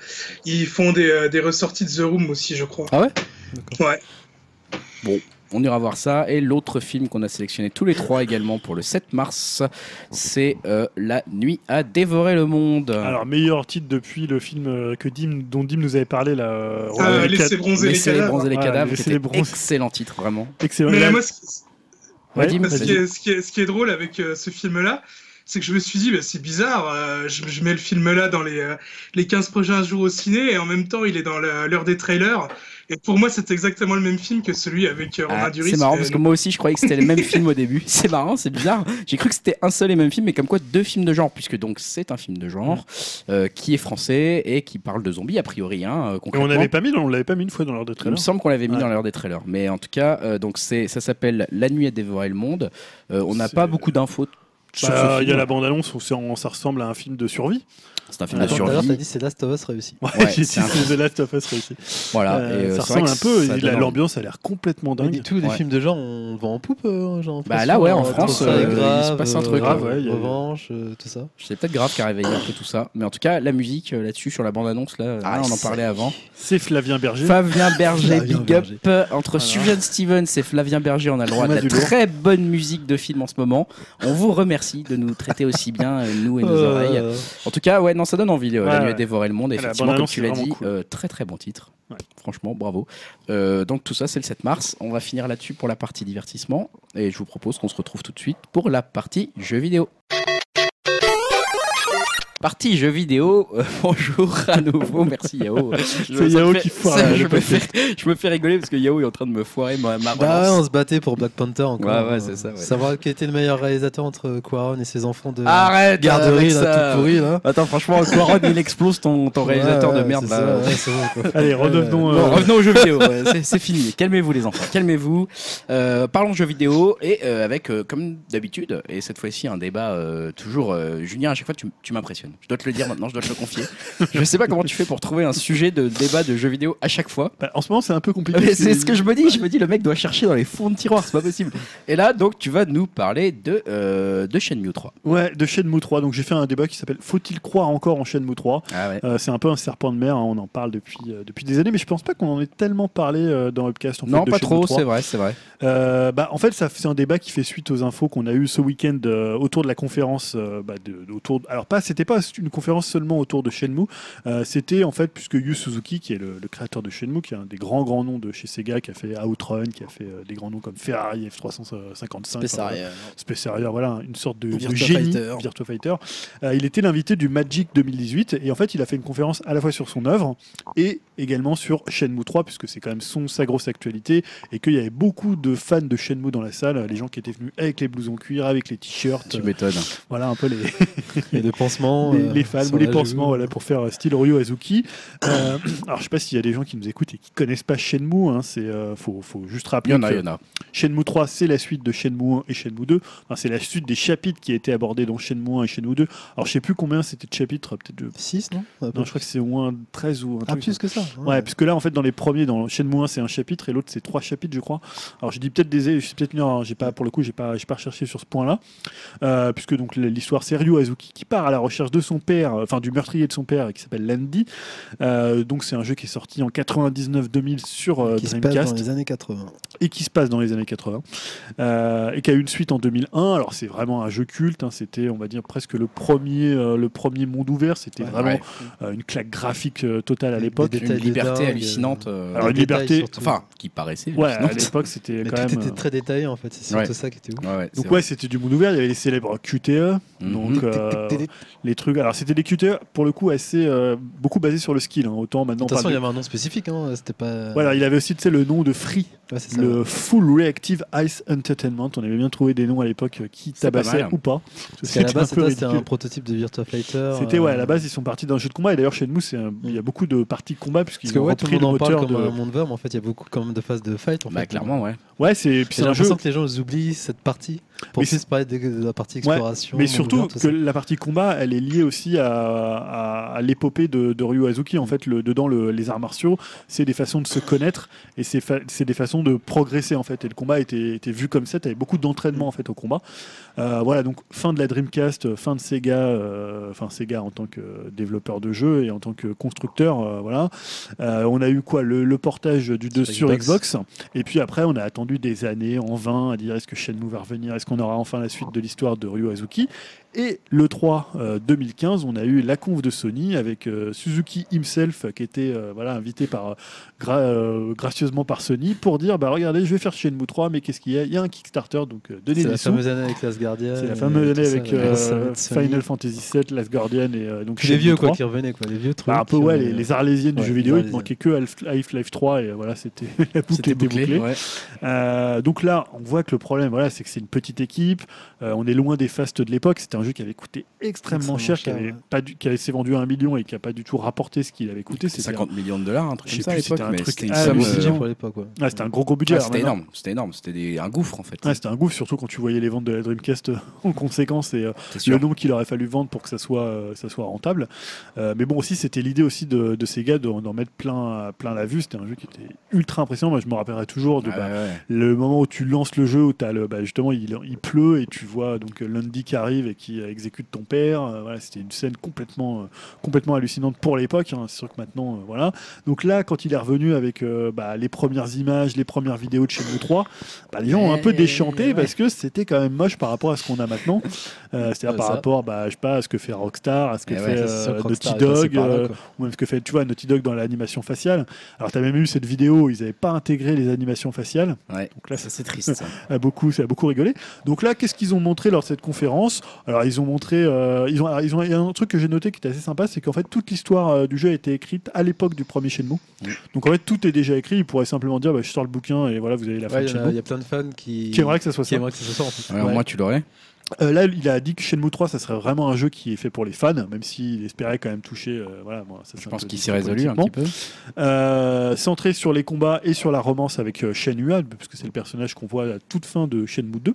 ils font des, euh, des ressorties de The Room aussi, je crois. Ah ouais Ouais. On ira voir ça. Et l'autre film qu'on a sélectionné tous les trois également pour le 7 mars, c'est euh, La nuit à dévorer le monde. Alors, meilleur titre depuis le film euh, que Dim, dont Dim nous avait parlé là. euh, Ah, Romain laissez Quatre. bronzer les Laissez les cadavres. bronzer les Voilà, cadavres, laissez qui les était bronzer. excellent titre, vraiment. Excellent. Mais Là, moi, ce qui- Ouais, Ouais, Dim, Parce vas-y. que euh, ce, qui est, ce qui est drôle avec euh, ce film-là, c'est que je me suis dit, bah, c'est bizarre, euh, je, je mets le film-là dans les, euh, les 15 prochains jours au ciné, et en même temps, il est dans la- l'heure des trailers. Et pour moi, c'est exactement le même film que celui avec euh, Romain Ah, Duris. c'est marrant euh, parce que moi aussi je croyais que c'était le même film au début. C'est marrant, c'est bizarre. J'ai cru que c'était un seul et même film, mais comme quoi deux films de genre, puisque donc c'est un film de genre euh, qui est français et qui parle de zombies a priori. Hein, euh, Et on concrètement. l'avait pas mis, on l'avait pas mis une fois dans l'heure des Il me trailers. semble qu'on l'avait mis Ouais. dans l'heure des trailers, mais en tout cas, euh, donc c'est ça s'appelle La nuit a dévoré le monde. Euh, on n'a C'est- pas beaucoup d'infos. sur Bah, ce Il y a film. la bande-annonce où c'est en- ça ressemble à un film de survie. C'est un film de Attends, tout à l'heure, t'as survie. dit c'est Last of Us réussi. Ouais, Ouais, j'ai dit c'est un- c'est The Last of Us réussi. Voilà. Euh, et, euh, ça c'est vrai ressemble que un ça peu, et la- donne envie. l'ambiance a l'air complètement Mais dingue. tous les Ouais. films de genre, on le vend en poupe. euh, j'ai l'impression. Bah là, ouais, en Euh, France, Tout ça, euh, grave, il se passe un euh, truc, grave, ouais, il y a- revanche, euh, tout ça. C'est peut-être grave qu'à réveiller un peu tout ça, mais en tout cas, la musique euh, là-dessus sur la bande-annonce là, Ah, hein, on en c'est- parlait avant. C'est Flavien Berger. Flavien Berger, Flavien big Berger. up. euh, Entre Voilà. Suzanne Stevens et Flavien Berger, on a le droit à de Thomas la Dulour. très bonne musique de film en ce moment. On vous remercie de nous traiter aussi bien, euh, nous et nos Euh, oreilles. En tout cas, ouais, non, ça donne envie. euh, Ouais, la nuit a ouais. dévoré le monde, Ah, la effectivement, comme bande-annonce tu est l'as vraiment dit, cool. euh, très très bon titre. Ouais. Franchement, bravo. Euh, donc tout ça, c'est le 7 mars. On va finir là-dessus pour la partie divertissement, et je vous propose qu'on se retrouve tout de suite pour la partie jeux vidéo. Partie jeux vidéo, euh, bonjour à nouveau, merci Yao. Je- C'est ça Yao me fait- qui foire, ça, euh, je, le me fais, je me fais rigoler parce que Yao est en train de me foirer ma, ma Bah ouais, relance. on se battait pour Black Panther encore. Ouais, ouais, euh, c'est ça, ouais. Savoir qui était le meilleur réalisateur entre euh, Quaron et ses enfants de Arrête euh, garderie, avec là, ça. tout pourri, là. Attends, franchement, Quaron, il explose ton, ton réalisateur Ouais, de merde c'est là. ça, ouais, c'est bon, quoi. Allez, redevenons. Bon, euh, revenons aux jeux vidéo. Ouais, c'est- C'est fini. Calmez-vous, les enfants. Calmez-vous. Euh, parlons jeux vidéo et euh, avec, euh, comme d'habitude, et cette fois-ci, un débat euh, toujours. euh, Julien, à chaque fois, tu, tu m'impressionnes. Je dois te le dire maintenant, je dois te le confier. Je ne sais pas comment tu fais pour trouver un sujet de débat de jeux vidéo à chaque fois. bah, en ce moment, c'est un peu compliqué. Mais parce c'est ce que je me dis. Je me dis, le mec doit chercher dans les fonds de tiroir. C'est pas possible. Et là, donc, tu vas nous parler de, euh, de Shenmue 3. Ouais, de Shenmue 3. Donc j'ai fait un débat qui s'appelle Faut-il croire encore en Shenmue 3 Ah ouais. Euh, c'est un peu un serpent de mer, hein, on en parle depuis, euh, depuis des années, mais je pense pas qu'on en ait tellement parlé euh, dans Upcast. En Non, fait, de pas Shenmue trop, 3. c'est vrai, c'est vrai. Euh, bah, en fait, ça, c'est un débat qui fait suite aux infos qu'on a eues ce week-end euh, autour de la conférence. euh, bah, de, de- autour de- alors, pas, c'était pas une conférence seulement autour de Shenmue. euh, c'était en fait, puisque Yu Suzuki, qui est le, le créateur de Shenmue, qui est un des grands grands noms de chez Sega, qui a fait Outrun, qui a fait euh, des grands noms comme Ferrari F355. enfin, voilà. Space Harrier, voilà, une sorte de, Virtua de génie Fighter. Virtua Fighter. Euh, il était l'invité du Magic 2018 et en fait, il a fait une conférence à la fois sur son œuvre et également sur Shenmue 3 puisque c'est quand même son sa grosse actualité et qu'il y avait beaucoup de fans de Shenmue dans la salle, les gens qui étaient venus avec les blousons cuir, avec les t-shirts, Tu euh, m'étonnes. voilà un peu les, Et les pansements. les, euh, les fans sur ou les la pansements joue. voilà, pour faire euh, style Ryo Azuki. Euh, alors je sais pas s'il y a des gens qui nous écoutent et qui connaissent pas Shenmue, hein, c'est euh, faut, faut juste Il rappeler y en a, que- il y en a. Shenmue 3, c'est la suite de Shenmue 1 et Shenmue 2. Enfin, c'est la suite des chapitres qui a été abordée dans Shenmue 1 et Shenmue 2. Alors, je sais plus combien c'était de chapitres, peut-être. de- 6, non Un peu Non, je crois que c'est au moins 13 ou un Ah, truc. plus que ça. Ouais, puisque là, en fait, dans les premiers, dans Shenmue 1, c'est un chapitre et l'autre, c'est trois chapitres, je crois. Alors, j'ai dit peut-être des. Je sais peut-être une erreur, hein. j'ai pas, pour le coup, j'ai pas, j'ai pas recherché sur ce point-là. Euh, puisque donc l'histoire, c'est Ryu Azuki qui part à la recherche de son père, euh, enfin du meurtrier de son père qui s'appelle Landy. Euh, donc, c'est un jeu qui est sorti en 99-2000 sur euh, qui se passe dans Dreamcast Ah, les années 80. et qui se passe dans les années 80 euh, et qui a eu une suite en 2001 alors c'est vraiment un jeu culte hein. c'était on va dire presque le premier euh, le premier monde ouvert c'était Ouais, vraiment Ouais. euh, une claque graphique euh, totale à Des l'époque Une détails de liberté dingue. hallucinante. euh, Alors, Les une détails, liberté- surtout. Enfin, qui paraissait. ouais à hallucinante. l'époque c'était mais quand tout même était euh, très détaillé en fait, c'est surtout Ouais. ça qui était ouf. Ouais, ouais, c'est donc vrai. ouais c'était du monde ouvert il y avait les célèbres QTE Mhm. donc euh, les trucs alors c'était des QTE pour le coup assez euh, beaucoup basés sur le skill hein. autant maintenant De on toute façon, parle il y de- avait un nom spécifique, hein, c'était pas. voilà il avait aussi tu sais, le nom de Free Ouais, c'est ça. le Full Reactive Ice Entertainment on avait bien trouvé des noms à l'époque euh, qui C'est pas tabassaient mal. ou pas Parce qu'à la C'était base, un peu c'était c'était un ridicule. prototype de Virtua Fighter. C'était ouais, euh, à la base ils sont partis d'un jeu de combat et d'ailleurs chez nous c'est un- il y a beaucoup de parties combat puisqu'ils Parce que ont ouais, tout repris le le monde en parle moteur comme de un monde vert, mais en fait, il y a beaucoup quand même de phases de fight. En Bah, fait. clairement, ouais. ouais c'est puis Puis c'est J'ai un jeu l'impression que les gens oublient cette partie pour Mais plus parler de, de la partie Ouais, exploration. mais monde surtout ouvert, tout que ça. la partie combat elle est liée aussi à, à- à l'épopée de, de Ryu Azuki Mm. en fait le, dedans le- les arts martiaux c'est des façons de se connaître et c'est fa- c'est des façons de progresser en fait et le combat était, était vu comme ça t'avais beaucoup d'entraînement en fait au combat Euh, voilà donc fin de la Dreamcast euh, fin de Sega euh, enfin Sega en tant que développeur de jeu et en tant que constructeur euh, voilà Euh, on a eu quoi le, le portage du 2 Sur sur Xbox. Xbox et puis après on a attendu des années en vain à dire est-ce que Shenmue va revenir est-ce qu'on aura enfin la suite de l'histoire de Ryu Azuki Et le 3 euh, 2015, on a eu la conf de Sony avec euh, Suzuki himself qui était euh, voilà, invité par, gra- euh, gracieusement par Sony pour dire bah, regardez, je vais faire Shenmue 3, mais qu'est-ce qu'il y a Il y a un Kickstarter, donc euh, donnez C'est des la sous. fameuse année avec Last Guardian. C'est la et fameuse tout année ça, avec la grosse euh, année de Sony. Final Fantasy VII, Last Guardian et euh, donc Puis les Shenmue vieux, 3. quoi, qui revenaient, quoi. Les vieux trucs. Bah, un peu, qui ouais, revenaient. les, les arlésiennes du Ouais, jeu les vidéo, il te Arlésiens. manquait que Half- Half-Life 3 et euh, voilà, c'était la boucle C'était était bouclé. bouclée. ouais. Euh, donc là, on voit que le problème, voilà, c'est que c'est une petite équipe. Euh, on est loin des fastes de l'époque. C'était un jeu qui avait coûté extrêmement, Extrêmement cher, cher, qui avait ouais. pas du- qui avait- s'est vendu à un million et qui a pas du tout rapporté ce qu'il avait coûté. C'était C'était 50 millions de dollars, un truc Je comme sais ça à plus, l'époque, c'était un mais truc c'était une Ah, somme. mais c'est euh, dur pour l'époque, ouais. un- ah, c'était un gros gros budget. ah, Alors C'était maintenant- énorme, c'était énorme, c'était des- un gouffre en fait. Ah, c'était un gouffre, surtout quand tu voyais les ventes de la Dreamcast euh, en conséquence et euh, C'est le sûr. nombre qu'il aurait fallu vendre pour que ça soit, euh, ça soit rentable. Euh, mais bon, aussi, c'était l'idée aussi de, de Sega de- d'en mettre plein, plein la vue. C'était un jeu qui était ultra impressionnant. Moi, je me rappellerai toujours de, Ah, bah, ouais, ouais. le moment où tu lances le jeu, où t'as le, bah, justement il, il pleut et tu vois donc euh, Lundy qui arrive et qui euh, exécute ton père. Euh, voilà, c'était une scène complètement, euh, complètement hallucinante pour l'époque. hein. C'est sûr que maintenant, euh, voilà. Donc là, quand il est revenu avec euh, bah, les premières images, les premières vidéos de chez nous 3, bah, les gens ont un peu Ouais, déchanté ouais. parce que c'était quand même moche par rapport à ce qu'on a maintenant. Euh, C'est-à-dire Ouais, par ça. rapport, bah, je sais pas, à ce que fait Rockstar, à ce que Eh ouais, fait Ça, c'est sûr euh, que Naughty Rockstar est passé Dog. par là, euh, quoi. ou même ce que fait tu vois Naughty Dog dans l'animation faciale. Alors tu as même eu cette vidéo où ils n'avaient pas intégré les animations faciales. Ouais. Donc là Ça, c'est triste. ça. a beaucoup, ça a beaucoup rigolé. Donc là, qu'est-ce qu'ils ont montré lors de cette conférence Alors ils ont montré, euh, ils ont, alors, ils ont, il y a un truc que j'ai noté qui était assez sympa, c'est qu'en fait toute l'histoire euh, du jeu a été écrite à l'époque du premier Shenmue. Oui. Donc en fait tout est déjà écrit. Ils pourraient simplement dire, bah, je sors le bouquin et voilà, vous avez la fin Ouais, de il y en a- il Shenmue. y a plein de fans qui. Qui aimerait que ça soit qui ça. aimerait que ça soit ça, en plus. Alors, Ouais. moi, tu l'aurais Euh, là, il a dit que Shenmue 3, ça serait vraiment un jeu qui est fait pour les fans, même s'il espérait quand même toucher. euh, voilà, bon, ça, c'est Je un pense peu qu'il s'est difficile résolu un petit peu. Euh, centré sur les combats et sur la romance avec euh, Shen Yua, puisque c'est le personnage qu'on voit à toute fin de Shenmue 2.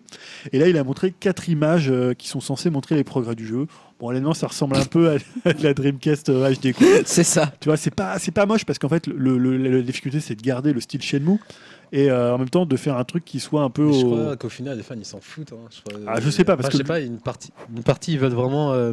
Et là, il a montré quatre images euh, qui sont censées montrer les progrès du jeu. Bon, honnêtement, ça ressemble un peu à, à de la Dreamcast euh, HD. quoi. C'est ça. Tu vois, c'est pas, c'est pas moche parce qu'en fait, le, le- la difficulté, c'est de garder le style Shenmue et euh, en même temps de faire un truc qui soit un peu. Mais Je au- crois euh, qu'au final, les fans ils s'en foutent. hein. Je, crois- Ah, je sais pas, parce Enfin, je que- sais pas, une partie, une partie ils veulent vraiment euh,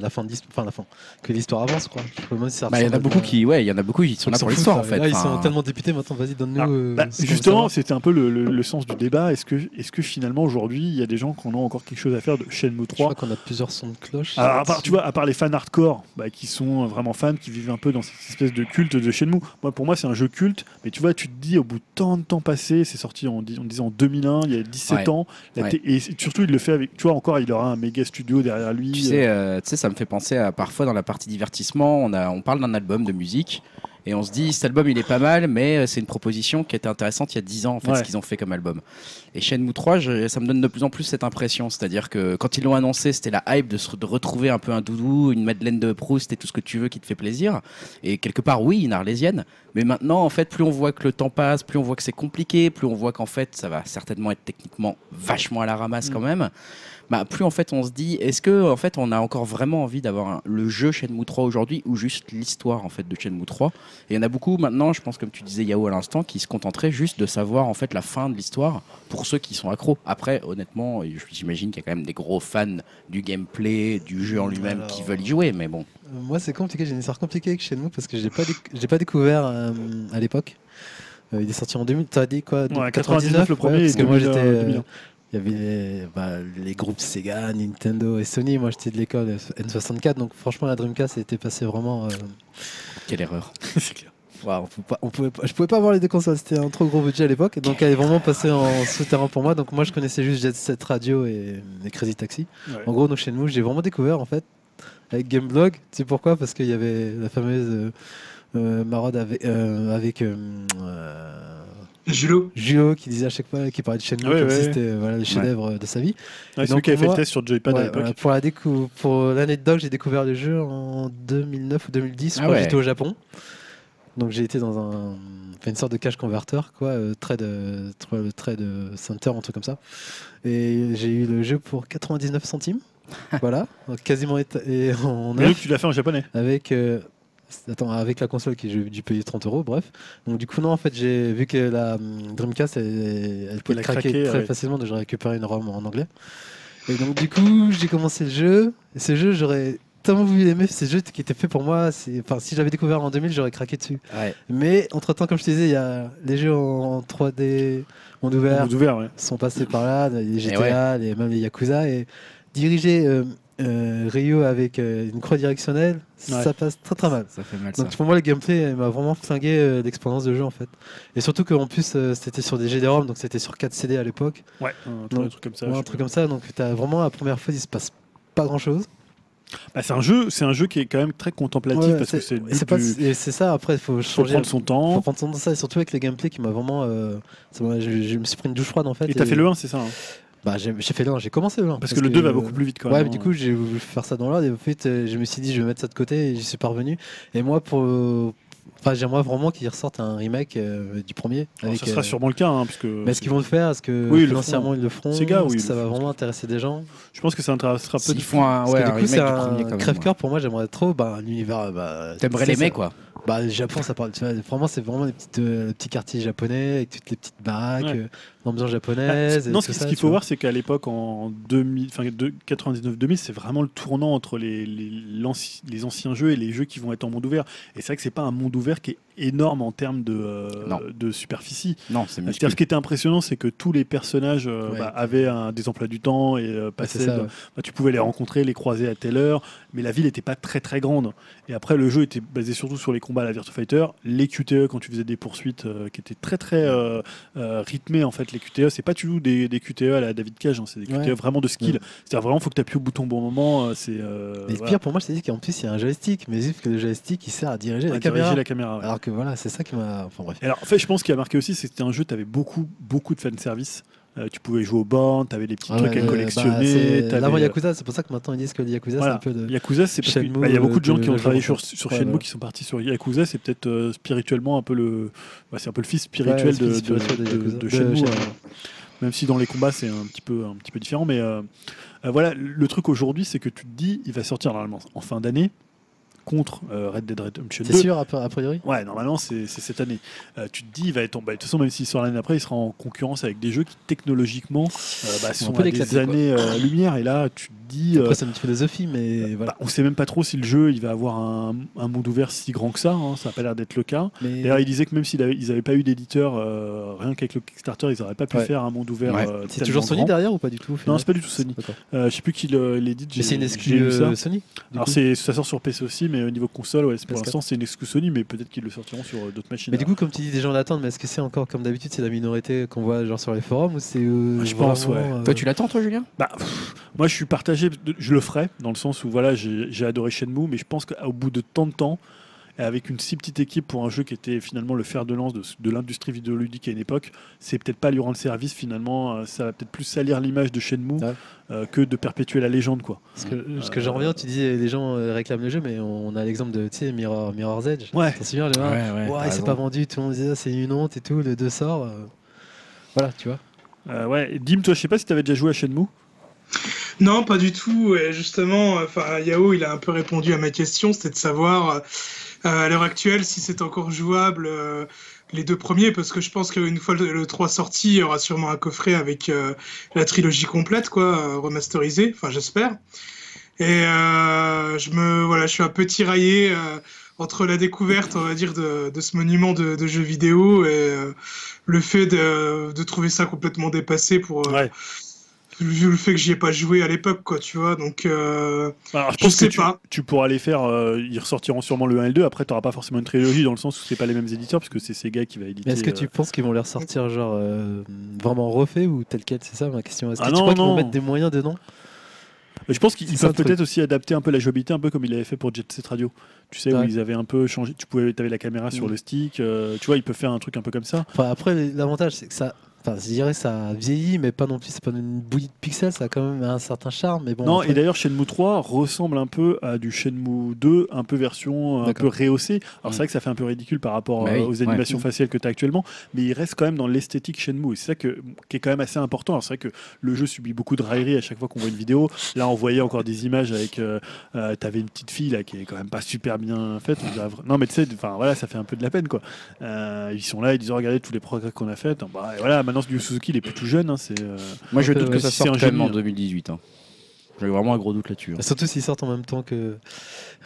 la fin de l'histoire. Enfin, la fin. Que l'histoire avance, quoi. Je sais même si ça Bah, Il y en a ressemble à- beaucoup qui, ouais, il y en a beaucoup qui sont là Ils s'en pour foutent, l'histoire hein. ça. en fait. Là, ils Enfin, sont tellement députés maintenant. Vas-y, donne-nous. Ah, euh, bah, ce qu'on veut justement, savoir. c'était un peu le, le- le sens du débat. Est-ce que, est-ce que finalement, aujourd'hui, il y a des gens qui en ont encore quelque chose à faire de Shenmue je crois 3 qu'on a plusieurs sons de cloche. Alors, à part, tu vois, à part les fans hardcore, bah, qui sont euh, vraiment fans, qui vivent un peu dans cette espèce de culte de Shenmue. Moi, pour moi, c'est un jeu culte, mais tu vois, tu te dis, au bout de tant de temps passé, c'est sorti, en, dis- on disait en 2001, il y a 17 Ouais. ans, la Ouais. té- et c'est- surtout, il le fait avec, tu vois, encore, il aura un méga studio derrière lui. Tu euh, sais, euh, tu sais, ça me fait penser à parfois dans la partie divertissement, on, a, on parle d'un album de musique et on se dit cet album il est pas mal, mais euh, c'est une proposition qui était intéressante il y a 10 ans en fait, Ouais. ce qu'ils ont fait comme album. Et Shenmue 3, je- ça me donne de plus en plus cette impression, c'est-à-dire que quand ils l'ont annoncé, c'était la hype de, se, de retrouver un peu un doudou, une Madeleine de Proust et tout ce que tu veux qui te fait plaisir. Et quelque part, oui, une arlésienne, mais maintenant en fait, plus on voit que le temps passe, plus on voit que c'est compliqué, plus on voit qu'en fait ça va certainement être techniquement vachement à la Mm. ramasse quand même bah, plus en fait on se dit est-ce que en fait on a encore vraiment envie d'avoir un- le jeu Shenmue 3 aujourd'hui ou juste l'histoire en fait de Shenmue 3 et il y en a beaucoup maintenant je pense comme tu disais Yao à l'instant qui se contenteraient juste de savoir en fait la fin de l'histoire pour ceux qui sont accros après honnêtement j'imagine qu'il y a quand même des gros fans du gameplay du jeu en lui-même Alors- qui veulent y jouer mais bon Euh, Moi, c'est compliqué. J'ai une histoire compliquée avec nous parce que j'ai pas, déc- j'ai pas découvert euh, à l'époque. Euh, il est sorti en 2000. T'as dit quoi de- Ouais, 99, le premier, ouais, Parce et que moi, 2000, j'étais. euh, euh, 2001. Il y avait les, bah, les groupes Sega, Nintendo et Sony. Moi, j'étais de l'école euh, N64. Donc, franchement, la Dreamcast était passée vraiment. euh, quelle erreur Waouh, on pouvait pas- on pouvait pas- je pouvais pas avoir les deux consoles, c'était un trop gros budget à l'époque, donc elle est vraiment passée en souterrain pour moi. Donc moi je connaissais juste Jet Set Radio et, et Crazy Taxi. Ouais. En gros, donc chez nous, j'ai vraiment découvert en fait avec Gameblog. Tu sais pourquoi Parce qu'il y avait la fameuse euh, euh, maraude avec, euh, avec euh, euh, Julo. Juo qui disait à chaque fois, qui parlait de Shenmue Ouais, comme ouais, si ouais. c'était euh, voilà, le chef-d'œuvre de sa vie. Ouais, donc, celui Ah, qui avait fait moi- le test sur Joypad à Ouais, l'époque. voilà, pour la décou- pour l'anecdote, j'ai découvert le jeu en 2009 ou 2010 Ah quand ouais. j'étais au Japon. Donc j'ai été dans un enfin, une sorte de cash converter quoi, euh, trade euh, tra- le trade euh, center un truc comme ça. Et j'ai eu le jeu pour 99 centimes. voilà, donc quasiment éta- et en Mais neuf donc, tu l'as fait en japonais. avec euh, attends, avec la console qui j'ai dû payer 30 euros, bref. Donc du coup non en fait j'ai vu que la hum, Dreamcast elle, elle peut la craquer, craquer, très ouais. facilement, donc j'ai récupéré une ROM en anglais. Et donc du coup j'ai commencé le jeu. Et ce jeu j'aurais tellement voulu l'aimer, c'est le jeu qui était fait pour moi. c'est- Enfin si j'avais découvert en 2000 j'aurais craqué dessus. ouais. Mais entre temps comme je te disais il y a les jeux en 3D en Au ouvert monde ouvert, Eh ouais. sont passés par là, les Et GTA, les, même les Yakuza, et diriger euh, euh, Ryu avec euh, une croix directionnelle, Ouais. ça passe très très mal. Ça fait mal, ça. Donc pour moi, le gameplay elle m'a vraiment flingué euh, l'expérience de jeu en fait. Et surtout qu'en plus, euh, c'était sur des GD-ROM, donc c'était sur 4 CD à l'époque. Ouais, un, Non. truc comme ça. Ou je un sais truc pas. comme ça, donc t'as vraiment la première fois, il se passe pas grand chose. Bah, c'est un jeu, c'est un jeu qui est quand même très contemplatif parce que c'est le et c'est but pas- du- et c'est ça, après, il faut faut changer. prendre son faut temps. prendre son temps, ça, et surtout avec le gameplay qui m'a vraiment. euh, ça m'a- je, je me suis pris une douche froide en fait. Et t'as fait le 1, c'est ça. hein Bah, j'ai j'ai fait le 1, j'ai commencé le 1. Parce que le 2 va beaucoup plus vite quand Ouais, hein. même. hein. mais du coup, j'ai voulu faire ça dans l'ordre et en fait, euh, je me suis dit, je vais mettre ça de côté et j'y suis parvenu. Et moi, pour. euh, Enfin, j'aimerais vraiment qu'ils ressortent un remake euh, du premier. Alors, avec, ça Oh, sera euh, sûrement le cas, hein, puisque Mais est-ce qu'ils vont le faire Est-ce que Oui, ils le financièrement ils le feront Sega, Est-ce oui, que ils ça le va feront. vraiment intéresser des gens je pense que ça intéressera peu de S'ils font un, Parce Ah ouais, un que du coup, remake c'est du un premier, quand même, ouais. crève-cœur pour moi. J'aimerais trop bah, un univers. Bah, T'aimerais c'est- l'aimer, quoi. Bah, le Japon, ça parle. Tu vois, pour moi, c'est vraiment les petites, euh, les petits quartiers japonais avec toutes les petites baraques, Ouais. euh, l'ambiance Ah, japonaise. c'est- et non, tout ce, qui- ce ça, qu'il tu faut vois. voir, c'est qu'à l'époque, en 2000, enfin, de- 99-2000, c'est vraiment le tournant entre les, les, l'anci- les anciens jeux et les jeux qui vont être en monde ouvert. Et c'est vrai que c'est pas un monde ouvert qui est énorme en termes de, euh, Non. de superficie. Non, c'est C'est-à-dire, ce minuscule. qui était impressionnant, c'est que tous les personnages euh, Ouais. bah, avaient un- des emplois du temps et euh, Ouais, c'est passaient ça, de- ouais. bah, tu pouvais les rencontrer, les croiser à telle heure, mais la ville n'était pas très très grande. Et après, le jeu était basé surtout sur les combats à la Virtua Fighter, les QTE quand tu faisais des poursuites euh, qui étaient très très euh, euh, rythmées en fait. Les QTE, c'est pas du tout des, des QTE à la David Cage, hein, c'est des QTE Ouais. vraiment de skill. C'est-à-dire vraiment, faut que tu appuies au bouton au bon moment. euh, c'est euh, Mais le voilà, pire pour moi, je t'ai dit qu'en plus il y a un joystick, mais juste que le joystick il sert à diriger à la diriger caméra. la caméra. ouais. Alors que voilà, c'est ça qui m'a. Enfin bref. Et Alors, en fait, je pense qu'il a marqué aussi, c'est que c'était un jeu, tu avais beaucoup, beaucoup de fanservice. Euh, tu pouvais jouer aux bornes, tu avais des petits Ah trucs ouais, à euh, bah, collectionner. c'est- t'avais- L'avant Yakuza, c'est pour ça que maintenant ils disent que le Yakuza Voilà. c'est un peu de. Yakuza, c'est parce qu'il Shenmue, y a beaucoup de gens euh, qui ont de- travaillé de- sur, sur ouais, Shenmue ouais. qui sont partis sur Yakuza. C'est peut-être euh, spirituellement un peu le. bah, c'est un peu le fils spirituel Ouais, de, de- spirituel de de- Yakuza. de De Shenmue. Shenmue. hein. Même si dans les combats, c'est un petit peu, un petit peu différent. Mais euh, euh, voilà, le truc aujourd'hui, c'est que tu te dis, il va sortir normalement en fin d'année contre euh, Red Dead Redemption 2. T'es sûr, a a priori Ouais, normalement, c'est c'est cette année. Euh, tu te dis, il va être en. bah, de toute façon, même s'il sort l'année après, il sera en concurrence avec des jeux qui, technologiquement, euh, bah, sont peut à des l'éclater, quoi. années-lumière. et là, tu te dis. euh, Après, c'est une petite philosophie, mais voilà. bah, on sait même pas trop si le jeu il va avoir un, un monde ouvert si grand que ça. hein, ça n'a pas l'air d'être le cas. Mais- D'ailleurs, il disait que même s'ils n'avaient pas eu d'éditeur, euh, rien qu'avec le Kickstarter, ils n'auraient pas pu Ouais. faire un monde ouvert. Ouais. euh, C'est toujours tellement Sony grand. derrière ou pas du tout au final Non, c'est pas du tout Sony. D'accord. Euh, je sais plus qui le- l'édite. Mais j'ai- c'est une j'ai exclu lu ça. euh, Sony. du Alors, coup. c'est- ça sort sur PC aussi, mais au niveau console, ouais, c'est- pour PS4. l'instant, c'est une exclu Sony, mais peut-être qu'ils le sortiront sur euh, d'autres machines. Mais du coup, comme tu dis, des gens l'attendent, mais est-ce que c'est encore comme d'habitude, c'est la minorité qu'on voit genre sur les forums ou c'est. euh, Je pense, vraiment, euh, Toi, tu l'attends, toi, Julien Bah, pff, moi, je suis partagé. Je le ferai dans le sens où voilà, j'ai j'ai adoré Shenmue, mais je pense qu'au bout de tant de temps, et avec une si petite équipe pour un jeu qui était finalement le fer de lance de, de l'industrie vidéoludique à une époque, c'est peut-être pas lui rendre service finalement. euh, Ça va peut-être plus salir l'image de Shenmue Ouais. euh, que de perpétuer la légende, quoi. Parce que, parce que Euh, j'en reviens, tu dis les gens euh, réclament le jeu, mais on a l'exemple de tu sais, Mirror, Mirror's Edge. Ouais. T'en souviens, les gens ouais. Ouais, il s'est pas vendu, tout le monde disait ah, c'est une honte et tout, le 2 sort. euh, Voilà, tu vois. Euh, ouais. Et Dim, toi, je sais pas si t'avais déjà joué à Shenmue. Non, pas du tout. Et justement, enfin, Yao, il a un peu répondu à ma question, c'était de savoir euh, à l'heure actuelle si c'est encore jouable euh, les deux premiers, parce que je pense qu'une fois le, le 3 sorti, il y aura sûrement un coffret avec euh, la trilogie complète, quoi, euh, remasterisée. Enfin, j'espère. Et euh, je me, voilà, je suis un peu tiraillé euh, entre la découverte, on va dire, de, de ce monument de, de jeux vidéo et euh, le fait de, de trouver ça complètement dépassé pour. euh, Ouais. vu le fait que j'y ai pas joué à l'époque, quoi, tu vois. Donc, euh, Alors, je Je pense sais que tu, pas. tu pourras les faire. euh, ils ressortiront sûrement le 1 et le 2. Après, t'auras pas forcément une trilogie dans le sens où c'est pas les mêmes éditeurs, parce que c'est Sega qui va éditer. Mais est-ce que euh, tu penses qu'ils vont les ressortir genre euh, vraiment refait ou tel quel C'est ça ma question. Est-ce que Ah tu non, crois qu'ils non. vont mettre des moyens dedans Mais Je pense qu'ils C'est ils ça, peuvent le truc. peut-être aussi adapter un peu la jouabilité, un peu comme ils l'avaient fait pour Jet Set Radio. Tu sais, où Ouais. ils avaient un peu changé. Tu pouvais, avais la caméra sur Mm. le stick. euh, tu vois, ils peuvent faire un truc un peu comme ça. Enfin, après, l'avantage, c'est que ça. Enfin, je dirais ça vieillit, mais pas non plus. C'est pas une bouillie de pixels, ça a quand même un certain charme. Mais bon, non, après- et d'ailleurs, Shenmue 3 ressemble un peu à du Shenmue 2, un peu version, euh, un peu D'accord. rehaussée. Mm. Alors, c'est vrai que ça fait un peu ridicule par rapport Bah euh, oui, aux ouais. animations faciales que tu as actuellement, mais il reste quand même dans l'esthétique Shenmue. Et c'est ça que, qui est quand même assez important. Alors, c'est vrai que le jeu subit beaucoup de railleries à chaque fois qu'on voit une vidéo. Là, on voyait encore des images avec. euh, euh, T'avais une petite fille là qui est quand même pas super bien faite. On dirait vra- Non, mais tu sais, enfin voilà, ça fait un peu de la peine quoi. Euh, ils sont là, ils disent oh, regardez tous les progrès qu'on a fait. Bah, et voilà, maintenant du Suzuki il est plus tout jeune. hein, c'est. euh, Moi, je un peu, doute que ouais, ça si c'est sorte un quand même en génie, hein. 2018. hein. J'ai vraiment un gros doute là-dessus. hein. Surtout s'ils sortent en même temps que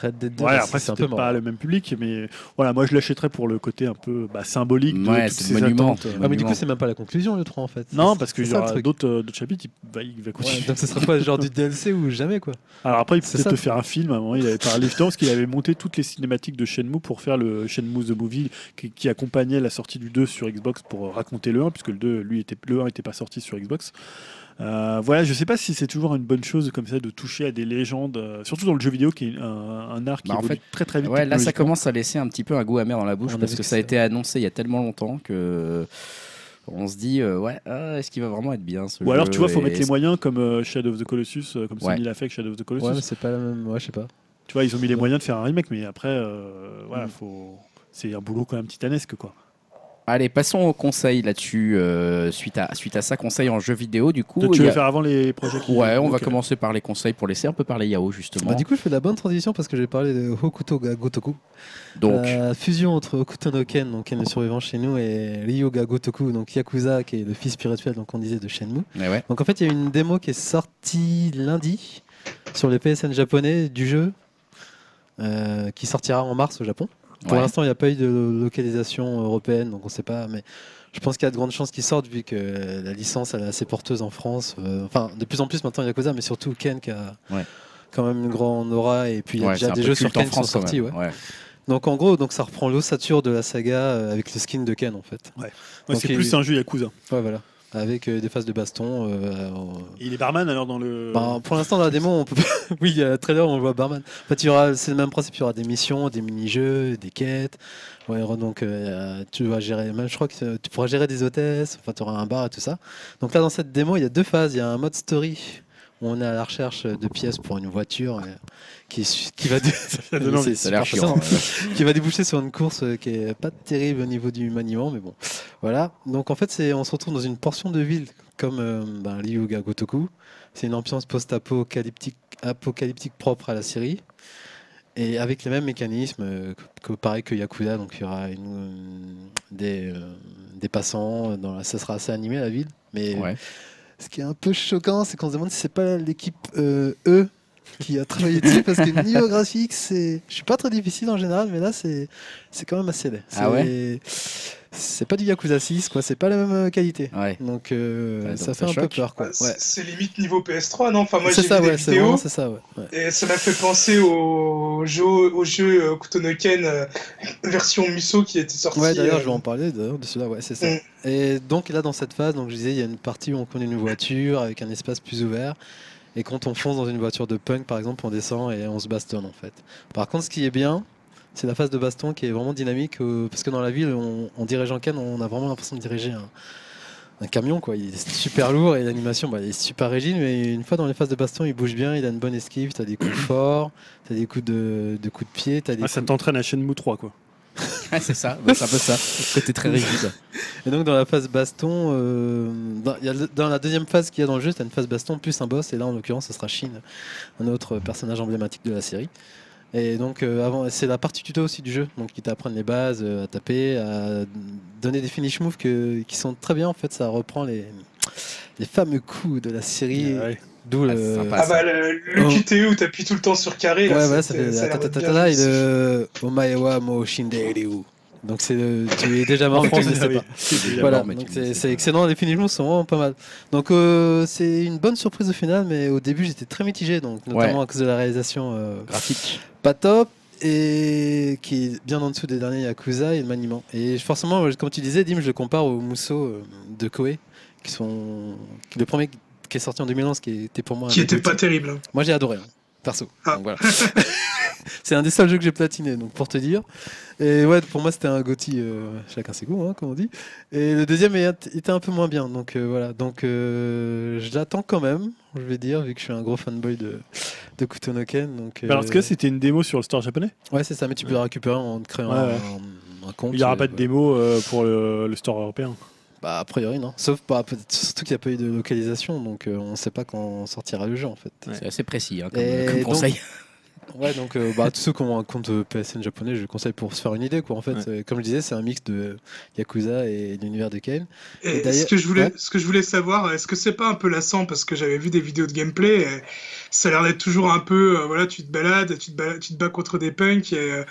Red Dead 2. Ouais, bah, après, c'est peut-être mort. pas le même public, mais voilà, moi je l'achèterais pour le côté un peu bah, symbolique de Ouais, toutes c'est ces le monument. attentes. euh. Le Ah, mais du monument. coup, c'est même pas la conclusion, le 3, en fait. Non, C'est- parce qu'il c'est y ça, le aura truc. d'autres euh, d'autres chapitres, il, bah, il va continuer. Ouais, donc ce sera pas genre du DLC ou jamais, quoi. Alors après, il C'est peut ça. peut-être te faire un film. À un moment, il avait parlé justement parce qu'il avait monté toutes les cinématiques de Shenmue pour faire le Shenmue the Movie qui, qui accompagnait la sortie du 2 sur Xbox pour raconter le 1, puisque le 2, lui, était, le 1 n'était pas sorti sur Xbox. Euh, voilà, je sais pas si c'est toujours une bonne chose comme ça de toucher à des légendes, euh, surtout dans le jeu vidéo qui est un, un art qui Bah, en évolue fait, très très vite. Ouais, là ça technologiquement. commence à laisser un petit peu un goût amer dans la bouche On a parce vu que que ça a c'est- été annoncé il y a tellement longtemps que on se dit euh, ouais ah, est-ce qu'il va vraiment être bien ce Ou alors, jeu tu vois, faut et mettre les est-ce- moyens comme euh, Shadow of the Colossus, euh, comme Sony Ouais. l'a fait avec Shadow of the Colossus. Ouais, mais c'est pas la même. Ouais, je sais pas. Tu vois, ils ont mis les moyens de faire un remake, mais après, euh, voilà, Mm. faut. C'est un boulot quand même titanesque, quoi. Allez, passons au conseil là-dessus euh, suite à suite à ça conseil en jeu vidéo du coup. Toi, tu il y veux a- faire avant les projets qui- Ouais, on va Ok. commencer par les conseils pour laisser un peu parler Yao justement. Bah, du coup, je fais de la bonne transition parce que j'ai parlé de Hokuto ga Gotoku. Donc La fusion entre Hokuto no Ken, donc Ken le survivant chez nous, et Ryu ga Gotoku, donc Yakuza, qui est le fils spirituel, donc on disait, de Shenmue. eh ouais. Donc en fait, il y a une démo qui est sortie lundi sur le PSN japonais du jeu euh, qui sortira en mars au Japon. Pour Ouais. l'instant, il n'y a pas eu de localisation européenne, donc on ne sait pas. Mais je pense qu'il y a de grandes chances qu'ils sortent vu que la licence elle est assez porteuse en France. Euh, enfin, de plus en plus maintenant Yakuza, mais surtout Ken qui a Ouais. quand même une grande aura. Et puis il y a Ouais, c'est déjà un des peu jeux sur culte en Ken qui sont France, quand sortis. même. ouais. Ouais. Donc en gros, donc ça reprend l'ossature de la saga euh, avec le skin de Ken en fait. Ouais, c'est Donc, plus il- un jeu Yakuza. Ouais, voilà. Avec euh, des phases de baston. euh, en- Et il est barman alors dans le. Euh, Bah, Ben, pour l'instant, dans la démo, on peut pas- oui, il y a le trailer, on le voit Barman. En fait, il y aura, c'est le même principe, il y aura des missions, des mini-jeux, des quêtes. Ouais, donc, euh, tu vas gérer, même je crois que euh, tu pourras gérer des hôtesses, enfin, tu auras un bar et tout ça. Donc là, dans cette démo, il y a deux phases. Il y a un mode story où on est à la recherche de pièces pour une voiture euh, qui, su- qui va, dé- donne envie. C'est Ça a l'air super chiant. façon qui va déboucher sur une course euh, qui est pas terrible au niveau du maniement, mais bon, voilà. Donc en fait, c'est on se retrouve dans une portion de ville comme euh, ben, Ryuga Gotoku. C'est une ambiance post-apocalyptique apocalyptique propre à la série et avec les mêmes mécanismes euh, que, que pareil que Yakuza. Donc il y aura une, euh, des, euh, des passants. Dans la, ça sera assez animé la ville, mais Ouais. ce qui est un peu choquant, c'est qu'on se demande si c'est pas l'équipe euh, E qui a travaillé dessus parce que niveau graphique, c'est, je suis pas très difficile en général, mais là c'est, c'est quand même assez laid. Ah C'est- C'est pas du Yakuza 6, quoi. C'est pas la même euh, qualité. Ouais. Donc, euh, Ouais, donc ça ça fait un peu choque. peur, quoi. Ouais, Ouais. Ah, c'est- C'est limite niveau PS3, non Enfin, moi, j'ai C'est vu ça, des ouais. C'est vidéos vraiment c'est ça, ouais. ouais. et ça m'a fait penser au jeu, au jeu euh, Kutonoken euh, version Musso qui était sorti. Ouais, d'ailleurs, euh, je vais en parler d'ailleurs de cela, ouais, c'est ça. Mm. Et donc là, dans cette phase, donc je disais, il y a une partie où on connaît une voiture avec un espace plus ouvert. Et quand on fonce dans une voiture de punk, par exemple, on descend et on se bastonne en fait. Par contre, ce qui est bien, c'est la phase de baston qui est vraiment dynamique euh, parce que dans la ville, on, on dirige en canne, on a vraiment l'impression de diriger un, un camion quoi. Il est super lourd et l'animation, bah, il est super rigide, mais une fois dans les phases de baston, il bouge bien, il a une bonne esquive, t'as des coups forts, t'as des coups de, de coups de pied, t'as des Ah, ça coups- t'entraîne à Shenmue 3, quoi. Ouais, c'est ça. Bah, c'est un peu ça. Côté très rigide. Et donc dans la phase baston, euh, dans, il y a le- dans la deuxième phase qu'il y a dans le jeu, c'est une phase baston plus un boss, et là en l'occurrence ce sera Shin, un autre personnage emblématique de la série. Et donc euh, avant, c'est la partie tuto aussi du jeu, donc qui t'apprend les bases, euh, à taper, à donner des finish moves que- qui sont très bien en fait, ça reprend les, les fameux coups de la série, Ouais. d'où Ah, le... c'est sympa, Ah bah, le, le Oh. QTE où t'appuies tout le temps sur carré. Là, Ouais, voilà, ça c'était- fait ça a l'air d'être tatatatata bien et le Omae wa mo shindei ryu. Donc c'est le- tu es déjà mort En mais tu ne français, le sais ah pas. oui. Voilà, mais donc tu me c'est dis, c'est excellent, les finishes sont vraiment pas mal. Donc euh, c'est une bonne surprise au final, mais au début j'étais très mitigé, donc notamment à cause de la réalisation euh, Graphique. pas top et qui est bien en dessous des derniers Yakuza et le maniement. Et forcément, comme tu disais, Dim, je le compare au Musso euh, de Koei, qui sont qui- le premier qui est sorti en 2011, qui était pour moi. un Qui des était deux pas titres. terrible. hein. Moi j'ai adoré, hein, perso. Ah. Donc, voilà. c'est un des seuls jeux que j'ai platiné, donc pour te dire. Et ouais, pour moi c'était un Gotti, chacun ses goûts, hein, comme on dit. Et le deuxième est- était un peu moins bien, donc euh, voilà. Donc euh, je l'attends quand même, je vais dire, vu que je suis un gros fanboy de, de Kutonoken. Donc, Mais Alors, euh, est-ce que c'était une démo sur le store japonais Ouais, c'est ça, mais tu peux la récupérer en te créant Ouais, ouais. Un, un compte. Il n'y aura euh, pas de voilà. démo euh, pour le, le store européen. Bah, a priori, non. Sauf pas, peut-être- surtout qu'il n'y a pas eu de localisation, donc euh, on ne sait pas quand sortira le jeu en fait. C'est assez précis hein, comme, Et comme donc- conseil. Ouais, donc euh, bah, tous ceux qui ont un compte PSN japonais, je le conseille pour se faire une idée. Quoi. En fait, Ouais. euh, comme je disais, c'est un mix de Yakuza et l'univers de Kane. Et Et d'ailleurs- ce, que je voulais, ouais. ce que je voulais savoir, est-ce que c'est pas un peu lassant parce que j'avais vu des vidéos de gameplay, et ça a l'air d'être toujours un peu, euh, voilà, tu te balades, tu te, balades- tu te bats contre des punks, et euh,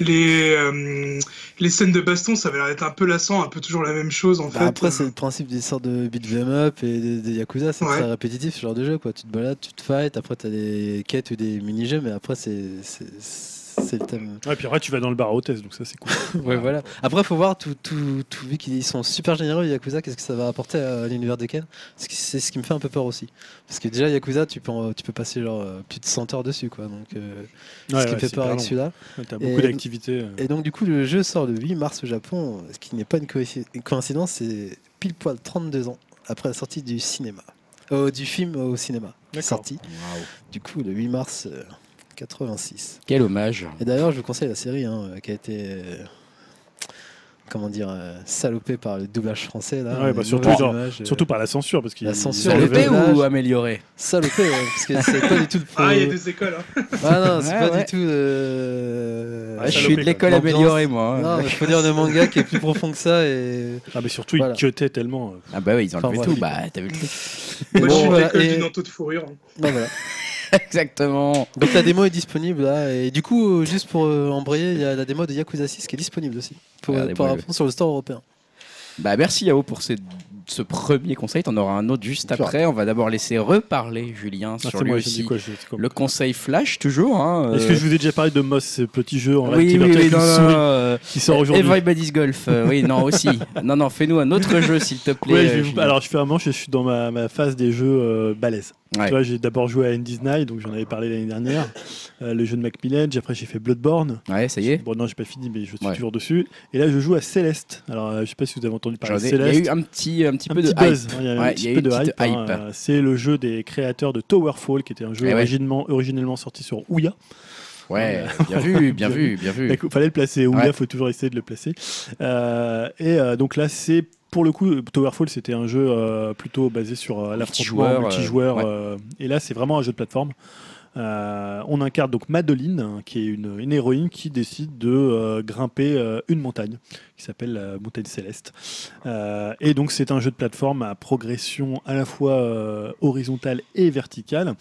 les, euh, les scènes de baston, ça avait l'air d'être un peu lassant, un peu toujours la même chose en Bah, fait. euh, après, c'est le principe des sortes de beat'em up et des, des Yakuza, c'est Ouais. très répétitif ce genre de jeu. Quoi. Tu te balades, tu te fights, après tu as des quêtes ou des mini-jeux, mais après c'est c'est- c'est le thème. Ouais, puis après, tu vas dans le bar à hôtesse, donc ça, c'est cool. Ouais, voilà. Après, faut voir tout, tout, tout vu qu'ils sont super généreux, Yakuza, qu'est-ce que ça va apporter à l'univers de Ken Parce que C'est ce qui me fait un peu peur aussi. Parce que déjà, Yakuza, tu peux, en- tu peux passer genre euh, plus de 100 heures dessus, quoi. Donc, euh, c'est Ouais, ce qui me ouais, fait c'est peur hyper avec long. celui-là. Ouais, T'as Et- beaucoup d'activités. euh. Et donc, du coup, le jeu sort le 8 mars au Japon, ce qui n'est pas une coïnci- une coïncidence, c'est pile poil 32 ans après la sortie du cinéma. Euh, du film au cinéma. qui est D'accord. Sorti, du coup, le 8 mars euh, 86. Quel hommage. Et d'ailleurs, je vous conseille la série hein, euh, qui a été. euh, comment dire euh, Salopée par le doublage français. Là, Ouais, les bah, surtout, mauvaises genre, images, euh, Surtout par la censure, parce qu'il La censure, ils enlevaient- Salopé le ou hommage. amélioré Salopée, ouais, parce que c'est pas du tout le. Ah, il y a des écoles. hein. Ah non, c'est Ouais, pas ouais. du tout. euh, Ouais, Je suis de salopé, l'école quoi. améliorée, moi. hein. Non, mais faut dire le manga qui est plus profond que ça et. Ah, mais surtout, Voilà. ils cuttaient tellement. euh. Ah bah oui, ils Enfin, enlevaient voilà. tout. Bah, t'as vu le truc. et Moi, bon, je suis de voilà, l'école et- du Nanto de fourrure. hein. bon, voilà. Exactement. Donc la démo est disponible là et du coup euh, juste pour euh, embrayer, il y a la démo de Yakuza 6 qui est disponible aussi pour, Regardez-moi pour le- apprendre sur le store européen. Bah merci Yao pour ce, ce premier conseil. T'en auras un autre juste Sure. après. On va d'abord laisser reparler Julien Ah, sur c'est lui moi, je dis aussi. quoi, je dis quoi. Le conseil Flash toujours. hein, Est-ce que euh, je vous ai déjà parlé de Moss, ce petit jeu en Oui, réalité oui, virtuelle oui, avec une non, non, souris non, euh, qui sort aujourd'hui Everybody's Golf, euh, oui, non, aussi. Non, non, fais-nous un autre jeu, s'il te plaît. Ouais, je euh, vais vous- Julien. Alors, je fais un manche et je suis dans ma, ma phase des jeux euh, balèzes. Ouais. Tu vois, j'ai d'abord joué à Andy's Night, donc j'en avais parlé l'année dernière, euh, le jeu de Macmillan. j'ai- Après, j'ai fait Bloodborne. Ouais, ça y est. Bon, non, j'ai pas fini, mais je suis Ouais. toujours dessus. Et là, je joue à Céleste. Alors, euh, je sais pas si vous avez entendu J'en parler de ai- Il y a Céleste. eu un petit, un petit Un peu petit de buzz, hype. hein, il y a Ouais, un petit il y a peu eu de une hype. petite hein. hype. Euh, C'est le jeu des créateurs de Towerfall, qui était un jeu Eh ouais. Hmm. originellement, originellement sorti sur Ouya. Ouais, bien vu, bien Bien vu, bien vu. Il fallait le placer. Ouya, Ouais. faut toujours essayer de le placer. Euh, et euh, donc là, c'est pour le coup, Towerfall, c'était un jeu euh, plutôt basé sur euh, l'affrontement Multijoueur, euh, multijoueur. ouais. euh, et là, c'est vraiment un jeu de plateforme. Euh, on incarne donc Madeline, hein, qui est une, une héroïne qui décide de euh, grimper euh, une montagne qui s'appelle la montagne céleste. Euh, et donc c'est un jeu de plateforme à progression à la fois euh, horizontale et verticale.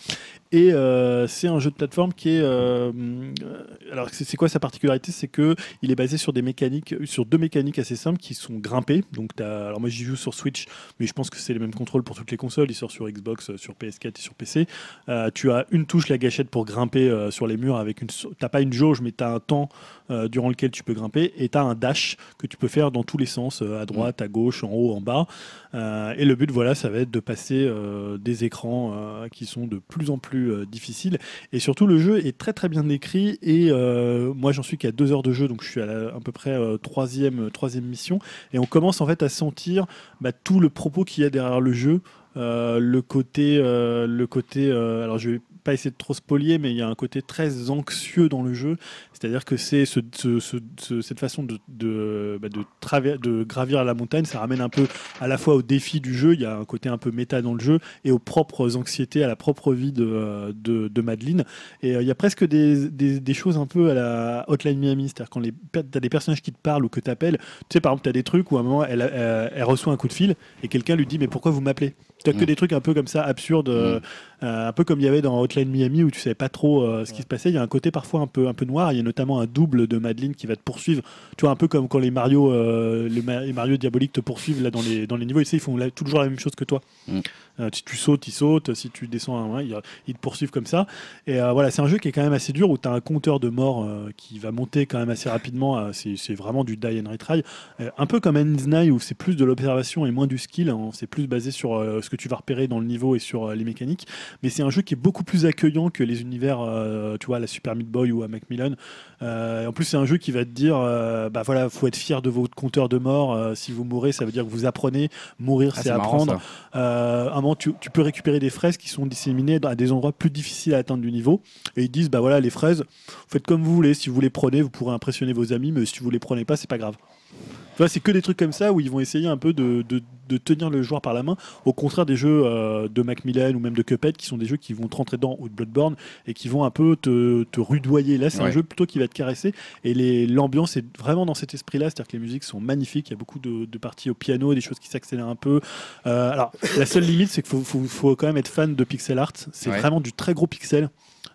Et euh, c'est un jeu de plateforme qui est. euh, hum, euh, alors c'est c'est quoi sa particularité C'est que il est basé sur des mécaniques, sur deux mécaniques assez simples qui sont grimpées. Donc t'as- alors moi j'y joue sur Switch, mais je pense que c'est les mêmes contrôles pour toutes les consoles. Il sort sur Xbox, euh, sur PS4 et sur PC. Euh, tu as une touche la gâchette pour grimper euh, sur les murs avec une. sau- T'as pas une jauge, mais t'as un temps euh, durant lequel tu peux grimper et tu as un dash que tu peux faire dans tous les sens, euh, à droite, à gauche, en haut, en bas. Euh, et le but, voilà, ça va être de passer euh, des écrans euh, qui sont de plus en plus euh, difficiles. Et surtout, le jeu est très très bien écrit. Et euh, moi, j'en suis qu'à deux heures de jeu, donc je suis à, la- à peu près euh, troisième, euh, troisième mission. Et on commence en fait à sentir bah, tout le propos qu'il y a derrière le jeu. Euh, le côté, euh, le côté euh, alors je vais pas essayer de trop spolier, mais il y a un côté très anxieux dans le jeu. C'est-à-dire que c'est ce- ce- ce- ce- cette façon de, de, bah, de, traver- de gravir la montagne, ça ramène un peu à la fois au défi du jeu, il y a un côté un peu méta dans le jeu, et aux propres anxiétés, à la propre vie de, euh, de, de Madeleine. Et euh, il y a presque des, des, des choses un peu à la Hotline Miami, c'est-à-dire quand tu as des personnages qui te parlent ou que tu appelles, tu sais par exemple tu as des trucs où à un moment elle, euh, elle- elle reçoit un coup de fil et quelqu'un lui dit mais pourquoi vous m'appelez Tu que Mm. des trucs un peu comme ça, absurdes. euh, euh, un peu comme il y avait dans Hotline Miami où tu savais pas trop euh, ce qui se passait. Il y a un côté parfois un peu, un peu noir. Il y a notamment un double de Madeleine qui va te poursuivre. Tu vois, un peu comme quand les Mario, euh, les Ma- les Mario diaboliques te poursuivent là, dans, les, dans les niveaux. Et ça, ils font la- toujours la même chose que toi. Mm. Euh, si tu sautes, ils sautent. Si tu descends, hein, ouais, ils, ils te poursuivent comme ça. Et euh, voilà, c'est un jeu qui est quand même assez dur où tu as un compteur de morts euh, qui va monter quand même assez rapidement. Euh, c'est c'est vraiment du die and retry. Euh, un peu comme Enzai où c'est plus de l'observation et moins du skill. hein. C'est plus basé sur euh, ce que tu vas repérer dans le niveau et sur euh, les mécaniques mais c'est un jeu qui est beaucoup plus accueillant que les univers, euh, tu vois, à la Super Meat Boy ou à Macmillan. Euh, et en plus, c'est un jeu qui va te dire, euh, bah voilà, faut être fier de votre compteur de mort. Euh, si vous mourrez, ça veut dire que vous apprenez. Mourir, Ah, c'est marrant, apprendre. ça. Euh, à un moment, tu, tu peux récupérer des fraises qui sont disséminées à des endroits plus difficiles à atteindre du niveau. Et ils disent, bah voilà, les fraises, faites comme vous voulez. Si vous les prenez, vous pourrez impressionner vos amis, mais si vous les prenez pas, c'est pas grave. Tu vois, c'est que des trucs comme ça où ils vont essayer un peu de, de- de tenir le joueur par la main. Au contraire des jeux euh, de Macmillan ou même de Cuphead, qui sont des jeux qui vont te rentrer dedans ou de Bloodborne et qui vont un peu te, te rudoyer. Là, c'est un Ouais. jeu plutôt qui va te caresser. Et les- l'ambiance est vraiment dans cet esprit-là. C'est-à-dire que les musiques sont magnifiques. Il y a beaucoup de, de parties au piano, des choses qui s'accélèrent un peu. Euh, alors, la seule limite, c'est qu'il faut, faut- faut quand même être fan de pixel art. C'est Ouais. vraiment du très gros pixel.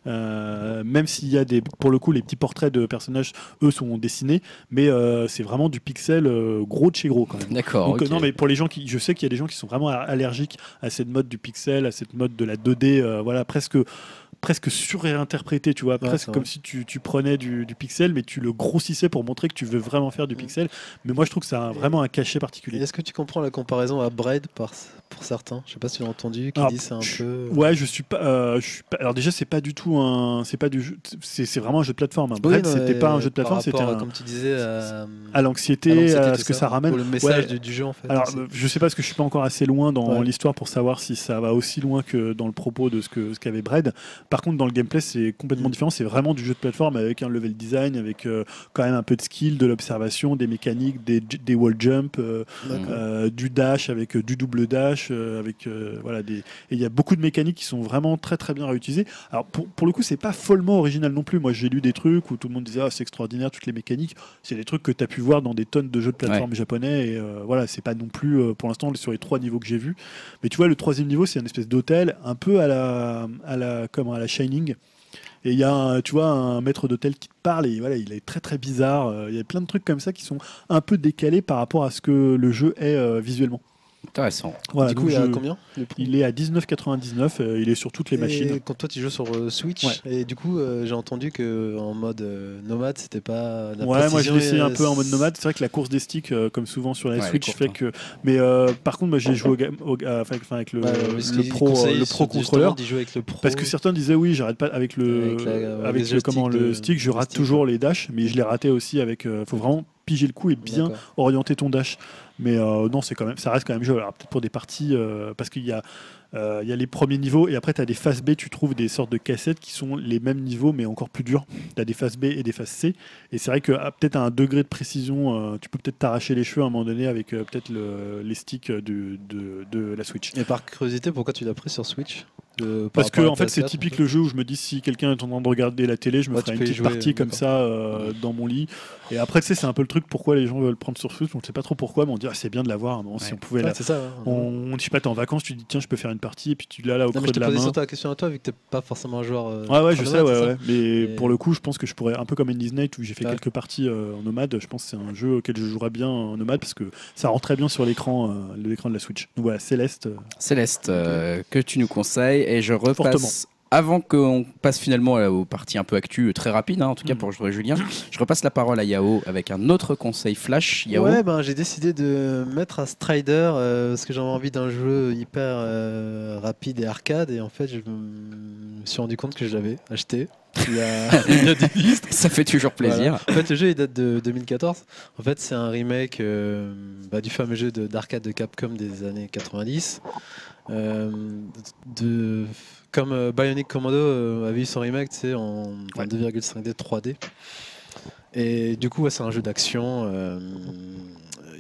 Euh, même s'il y a des, pour le coup, les petits portraits de personnages, eux, sont dessinés, mais euh, c'est vraiment du pixel euh, gros de chez gros quand même. D'accord. Donc, euh, ok. non, mais pour les gens qui, je sais qu'il y a des gens qui sont vraiment a- allergiques à cette mode du pixel, à cette mode de la 2D, euh, voilà, presque presque surréinterprétée, tu vois, c'est presque comme vrai. si tu, tu prenais du, du pixel, mais tu le grossissais pour montrer que tu veux vraiment faire du pixel. Mais moi, je trouve que ça a un- vraiment un cachet Mm. Et particulier. Est-ce que tu comprends la comparaison à Braid par, pour certains Je sais pas si tu l'as entendu, qui Alors, dit c'est un je- peu. Ah, Ouais, je suis pas, euh, je suis pas- Alors déjà, c'est pas du tout un, c'est pas du, jeu- c'est c'est vraiment un jeu de plateforme. hein. Oui, Bref, non, c'était euh, mais pas un jeu de par plateforme, c'était rapport à, un- Comme tu disais, euh, à à l'anxiété, l'anxiété, à tout ce que ça, ça ramène. Ou le message Ouais. du, du jeu en fait. Alors, aussi. euh, je sais pas, parce que je suis pas encore assez loin dans Ouais. l'histoire pour savoir si ça va aussi loin que dans le propos de ce que ce qu'avait Braid. Par contre, dans le gameplay, c'est complètement Mm. différent. C'est vraiment du jeu de plateforme avec un level design, avec euh, quand même un peu de skill, de l'observation, des mécaniques, des, j- des wall jump, euh, D'accord. euh, du dash avec euh, du double dash, euh, avec euh, voilà des. Et il y a beaucoup de mécaniques qui sont vraiment très très bien réutilisées. Alors pour, pour le coup, c'est pas follement original non plus. Moi, j'ai lu des trucs où tout le monde disait ah c'est extraordinaire toutes les mécaniques. C'est des trucs que tu as pu voir dans des tonnes de jeux de plateforme japonais. Et euh, voilà, c'est pas non plus euh, pour l'instant sur les trois niveaux que j'ai vus. Mais tu vois, le troisième niveau, c'est une espèce d'hôtel un peu à la à la comme à la Shining. Et il y a, un- tu vois, un maître d'hôtel qui te parle et voilà, il est très très bizarre. Euh, Il y a plein de trucs comme ça qui sont un peu décalés par rapport à ce que le jeu est euh, visuellement. Intéressant. Voilà, du coup, donc il y a je- combien le prix il est à 19,99. euh, il est sur toutes les Et machines. Quand toi tu joues sur euh, Switch, Ouais. et du coup euh, j'ai entendu que en mode euh, nomade c'était pas. La ouais, moi je précision l'ai essayé et- un peu en mode nomade. C'est vrai que la course des sticks, euh, comme souvent sur la Ouais, elle est Switch, courte, fait hein. que. Mais euh, par contre, moi j'ai joué au ga- au ga- enfin, enfin, avec le, Ouais, le parce qu'il pro, conseille euh, le pro justement contrôleur. d'y jouer avec le pro. Parce que certains disaient oui, j'arrête pas avec le Avec avec, la- ouais, les le joysticks comment le de- stick, je le rate stick, toujours ouais. les dashs, mais je les ratais aussi avec. euh, faut vraiment piger le coup et bien D'accord. orienter ton dash. Mais euh, non, c'est quand même, ça reste quand même jeu. Alors peut-être pour des parties, euh, parce qu'il y a, euh, il y a les premiers niveaux et après tu as des phases B, tu trouves des sortes de cassettes qui sont les mêmes niveaux mais encore plus durs. Tu as des phases B et des phases C. Et c'est vrai que ah, peut-être à un degré de précision, euh, tu peux peut-être t'arracher les cheveux à un moment donné avec euh, peut-être le- les sticks de, de, de la Switch. Et par curiosité, pourquoi tu l'as pris sur Switch De- par Parce que rapport à en fait c'est PS4, typique en le jeu où je me dis si quelqu'un est en train de regarder la télé, je me Ouais, tu ferai une peux y petite jouer, partie comme d'accord. ça euh, dans mon lit. Et après tu sais c'est un peu le truc pourquoi les gens veulent prendre sur Switch, on ne sait pas trop pourquoi, mais on dit ah, c'est bien de l'avoir. à un moment, Si Ouais. on pouvait Ouais, la- c'est ça. hein. on, je sais pas, t'es en vacances, tu te dis tiens je peux faire une partie, et puis tu l'as là au Non, mais creux je te de la posais main. Ah surtout la question à toi, vu que t'es pas forcément un joueur. euh, Ouais ouais enfin, je sais ouais nomade, c'est ça ouais mais Et- pour le coup je pense que je pourrais un peu comme Endless Night où j'ai fait Ouais. quelques parties euh, en nomade je pense que c'est un jeu auquel je jouerais bien en nomade parce que ça rend très bien sur l'écran euh, l'écran de la Switch donc voilà Céleste euh, Céleste, euh, que tu nous conseilles et je repasse. Fortement. Avant qu'on passe finalement euh, aux parties un peu actu euh, très rapides, hein, en tout cas Mhm. pour jouer Julien, je repasse la parole à Yao avec un autre conseil flash. Yao, Ouais, ben j'ai décidé de mettre un Strider euh, parce que j'avais envie d'un jeu hyper euh, rapide et arcade et en fait je me suis rendu compte que je l'avais acheté. Il y a- il y a des- ça fait toujours plaisir. Voilà. En fait, le jeu il date de 2014. En fait, c'est un remake euh, bah, du fameux jeu de- d'arcade de, Capcom des années 90. Euh, de, comme euh, Bionic Commando euh, avait eu son remake, tu sais, en, en Ouais. 2,5D, 3D. Et du coup, ouais, c'est un jeu d'action euh,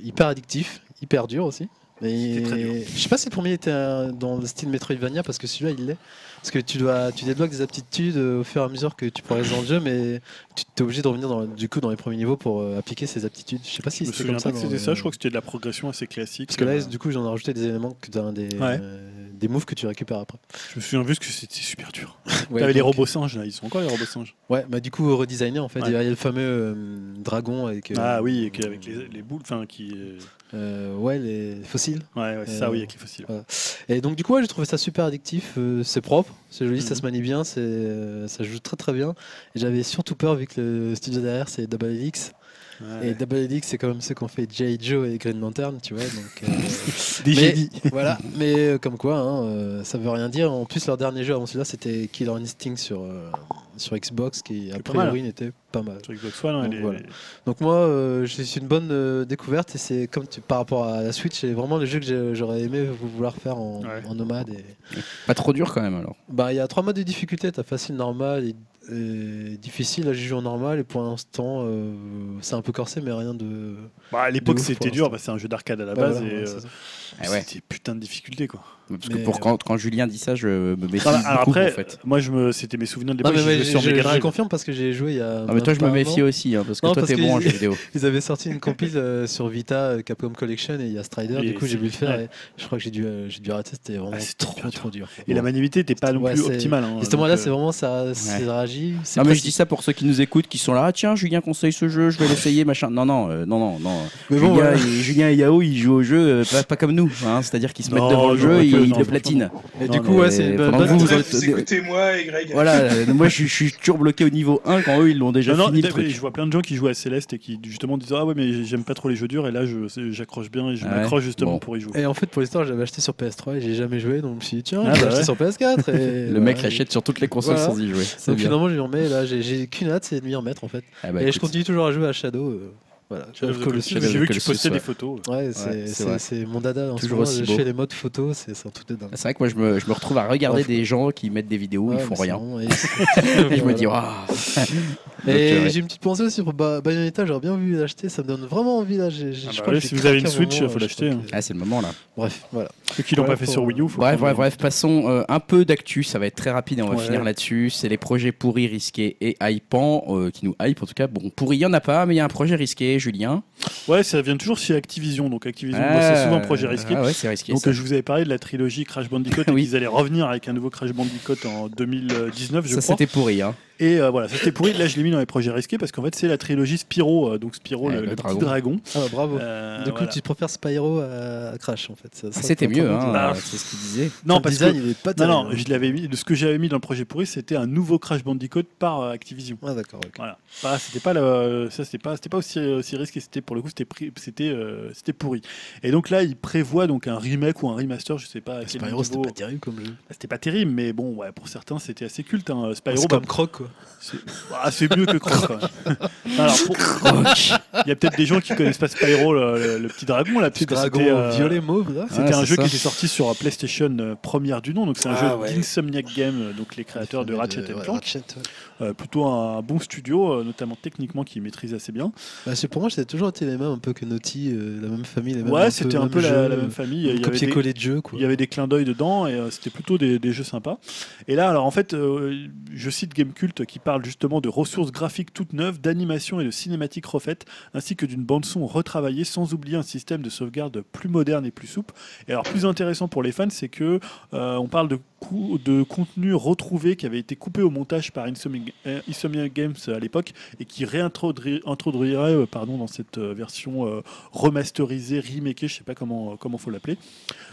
hyper addictif, hyper dur aussi. Et C'était très dur. je sais pas si le premier était euh, dans le style Metroidvania parce que celui-là il l'est. Parce que tu dois tu débloques des aptitudes euh, au fur et à mesure que tu progresses dans le jeu, mais tu es obligé de revenir dans, du coup dans les premiers niveaux pour euh, appliquer ces aptitudes. Je sais pas je si me c'était souviens comme ça. pas que dans c'était le- ça je crois que c'était de la progression assez classique Parce que là, euh, du coup, j'en ai rajouté des éléments que dans des, Ouais. euh, des moves que tu récupères après. je me souviens juste que c'était super dur Ouais, t'avais les donc- robots singes là ils sont encore les robots singes Ouais, bah du coup, redesigner en fait. Ouais. Il y a le fameux euh, dragon avec. euh, ah oui et que- avec les, les boules enfin qui euh, euh, ouais, les fossiles. ouais, ouais c'est ça Euh, oui avec les fossiles Et donc du coup, ouais, j'ai trouvé ça super addictif. euh, c'est propre, c'est joli, ça Mhm. se manie bien, c'est, euh, ça joue très très bien. Et j'avais surtout peur vu que le studio derrière c'est Double Helix. Ouais. Et Double Helix, c'est quand même ceux qu'on fait J. Joe et Green Lantern, tu vois. Donc euh, Des mais- génies. voilà. Mais euh, comme quoi, hein, euh, ça veut rien dire. En plus, leur dernier jeu avant celui-là, c'était Killer Instinct sur euh, sur Xbox, qui a pas mal. priori n'était pas mal. Sur Xbox One, Donc elle est- voilà. Donc moi, euh, c'est une bonne euh, découverte et c'est comme tu- par rapport à la Switch, c'est vraiment le jeu que j'ai- j'aurais aimé vou- vouloir faire en, Ouais. en nomade. Et... Pas trop dur quand même alors. Bah, il y a trois modes de difficulté. T'as facile, normal et est difficile à juger en normal et pour l'instant euh, c'est un peu corsé mais rien de. Bah, à l'époque, De ouf, c'était pour dur, l'instant. bah, c'est un jeu d'arcade à la Bah, base. voilà, et, ouais, euh, c'est ça. Ah ouais. C'était putain de difficulté, quoi. Parce que Mais- pour quand, quand Julien dit ça, je me méfie Non, mais alors beaucoup après, en fait. moi, je me... c'était mes souvenirs de Non, l'époque. mais je ouais, jouais je, sur je- Mega je Drive. confirme parce que j'ai joué il y a. Ah, mais toi, je me même pas un méfie an. aussi, hein, parce que Non, toi, parce t'es que bon en j'ai- jeu vidéo. Ils avaient sorti une compile euh, sur Vita euh, Capcom Collection et il y a Strider. Et du coup, j'ai c'est- dû le faire. ouais. Et je crois que j'ai dû, euh, j'ai dû arrêter. C'était vraiment Ah, c'est trop trop, dur. trop dur. Et la maniabilité n'était pas non Ouais, plus c'est- optimale. hein, Justement, donc, là, euh, c'est vraiment ça, ça réagit. c'est Non, mais je précis. dis ça pour ceux qui nous écoutent, qui sont là, ah, tiens, Julien conseille ce jeu, je vais l'essayer, machin. Non, non, euh, non, non, non. Mais Julien, bon, voilà. et, Julien et Yao, ils jouent au jeu, euh, pas, pas comme nous, hein, c'est-à-dire qu'ils se mettent Non, devant le non, pas jeu et que- ils non, le platinent. Et Non, du non, coup, ouais, c'est mais bah, pendant bah, que vous, vous Bref, êtes- vous écoutez moi et Greg. Voilà, euh, moi, je, je suis toujours bloqué au niveau 1 quand eux, ils l'ont déjà Non, non, fini le mais truc. je vois plein de gens qui jouent à Céleste et qui justement disent Ah ouais, mais j'aime pas trop les jeux durs. Et là, je- j'accroche bien et je Ah ouais. m'accroche justement Bon. pour y jouer. Et en fait, pour l'histoire, j'avais acheté sur PS3 et j'ai jamais joué, donc je me suis dit, tiens, Ah, je bah vais acheter sur ouais. PS4. Et Le mec voilà. l'achète sur toutes les consoles Voilà. sans y jouer. C'est Donc bien. finalement, je lui remets, et là, j'ai- j'ai qu'une hâte, c'est de m'y remettre en fait. Ah bah, et je écoute. continue toujours à jouer à Shadow. euh, voilà, Shadow of the Shadow Colossus, Shadow of J'ai the vu que tu Colossus, postais ouais. des photos. euh. Ouais, c'est c'est- vrai. c'est c'est mon dada. En ce Toujours moment, aussi je beau. fais les modes photos, c'est c'est un truc de dingue. C'est vrai que moi, je me, je me retrouve à regarder Ouais, des gens qui mettent des vidéos, Oh, Ouais, ils font mais c'est rien. bon, et- Et je me Voilà. dis, oh, waouh Et Donc, euh, ouais. j'ai une petite pensée aussi pour Ba- Bayonetta, j'aurais bien voulu l'acheter, ça me donne vraiment envie là. j'ai- j'ai- Ah je bah crois que ouais, j'ai si vous avez craqué une un moment, Switch, euh, faut je l'acheter, hein. crois que- Ah, c'est le moment là. Bref, voilà. Ceux qui l'ont Ouais, pas fait pour, sur euh, Wii U, faut Bref, prendre- bref, bref, passons euh, un peu d'actu, ça va être très rapide et on va Ouais. finir là-dessus. C'est les projets pourris, risqués et hypants, euh, qui nous hype en tout cas. Bon, pourri, il n'y en a pas, mais il y a un projet risqué, Julien. Ouais, ça vient toujours chez Activision. Donc Activision, moi, c'est souvent un projet risqué. Ah ouais, c'est risqué. Donc ça. euh, je vous avais parlé de la trilogie Crash Bandicoot et Oui. qu'ils allaient revenir avec un nouveau Crash Bandicoot en 2019 je Ça, crois. c'était pourri. Hein. Et euh, voilà, ça c'était pourri. Là je l'ai mis dans les projets risqués parce qu'en fait c'est la trilogie Spyro, euh, donc Spyro Ouais, le, le le dragon. petit dragon. Ah bah, bravo. Euh, du coup, voilà. tu préfères Spyro à Crash en fait. ça- ça, Ah, c'était t'entends mieux, bien. hein, Bah, euh, c'est ce qu'il disait. Non Top parce design, que il est pas non terrible. non, je l'avais mis. Ce que j'avais mis dans le projet pourri, c'était un nouveau Crash Bandicoot par euh, Activision. Ah d'accord. ok. Voilà. Pas, Bah, c'était pas le- ça, c'était pas, c'était pas aussi, aussi risqué. C'était pour le coup, c'était, pri- c'était, euh, c'était pourri. Et donc là, il prévoit donc un remake ou un remaster, je sais pas. à quel Spyro, c'était niveau. pas terrible comme jeu. C'était pas terrible, mais bon, ouais, pour certains, c'était assez culte. Hein. Spyro, C'est bah, comme Croc quoi. C'est ah, c'est mieux que Croc. quand même. Alors, pour- il y a peut-être des gens qui connaissent pas Spyro, le, le- le petit dragon là, Petit puisque dragon c'était, euh, violet mauve là. Ouais, C'était un c'est jeu ça. qui était sorti sur euh, PlayStation euh, première du nom, donc c'est un Ah jeu ouais. d'Insomniac Games, euh, donc les créateurs de Ratchet Ouais, Clank, Ratchet, ouais. Euh, plutôt un bon studio, euh, notamment techniquement qui maîtrise assez bien. Bah, c'est- pour moi, c'était toujours été les mêmes un peu que Naughty, euh, la même famille, les mêmes ouais, c'était un peu la, la même famille. Il y, avait des, euh, copier-coller de jeu quoi. il y avait des clins d'œil dedans et euh, c'était plutôt des, des jeux sympas. Et là, alors en fait, euh, je cite Gamecult qui parle justement de ressources graphiques toutes neuves, d'animations et de cinématiques refaites, ainsi que d'une bande-son retravaillée, sans oublier un système de sauvegarde plus moderne et plus souple. Et alors, plus intéressant pour les fans, c'est que euh, on parle de, cou- de contenu retrouvé qui avait été coupé au montage par Insomniac euh, Insomniac Games à l'époque et qui réintroduirait introduirait, euh, pardon, dans cette euh, version euh, remasterisée, remakée, je sais pas comment euh, comment faut l'appeler.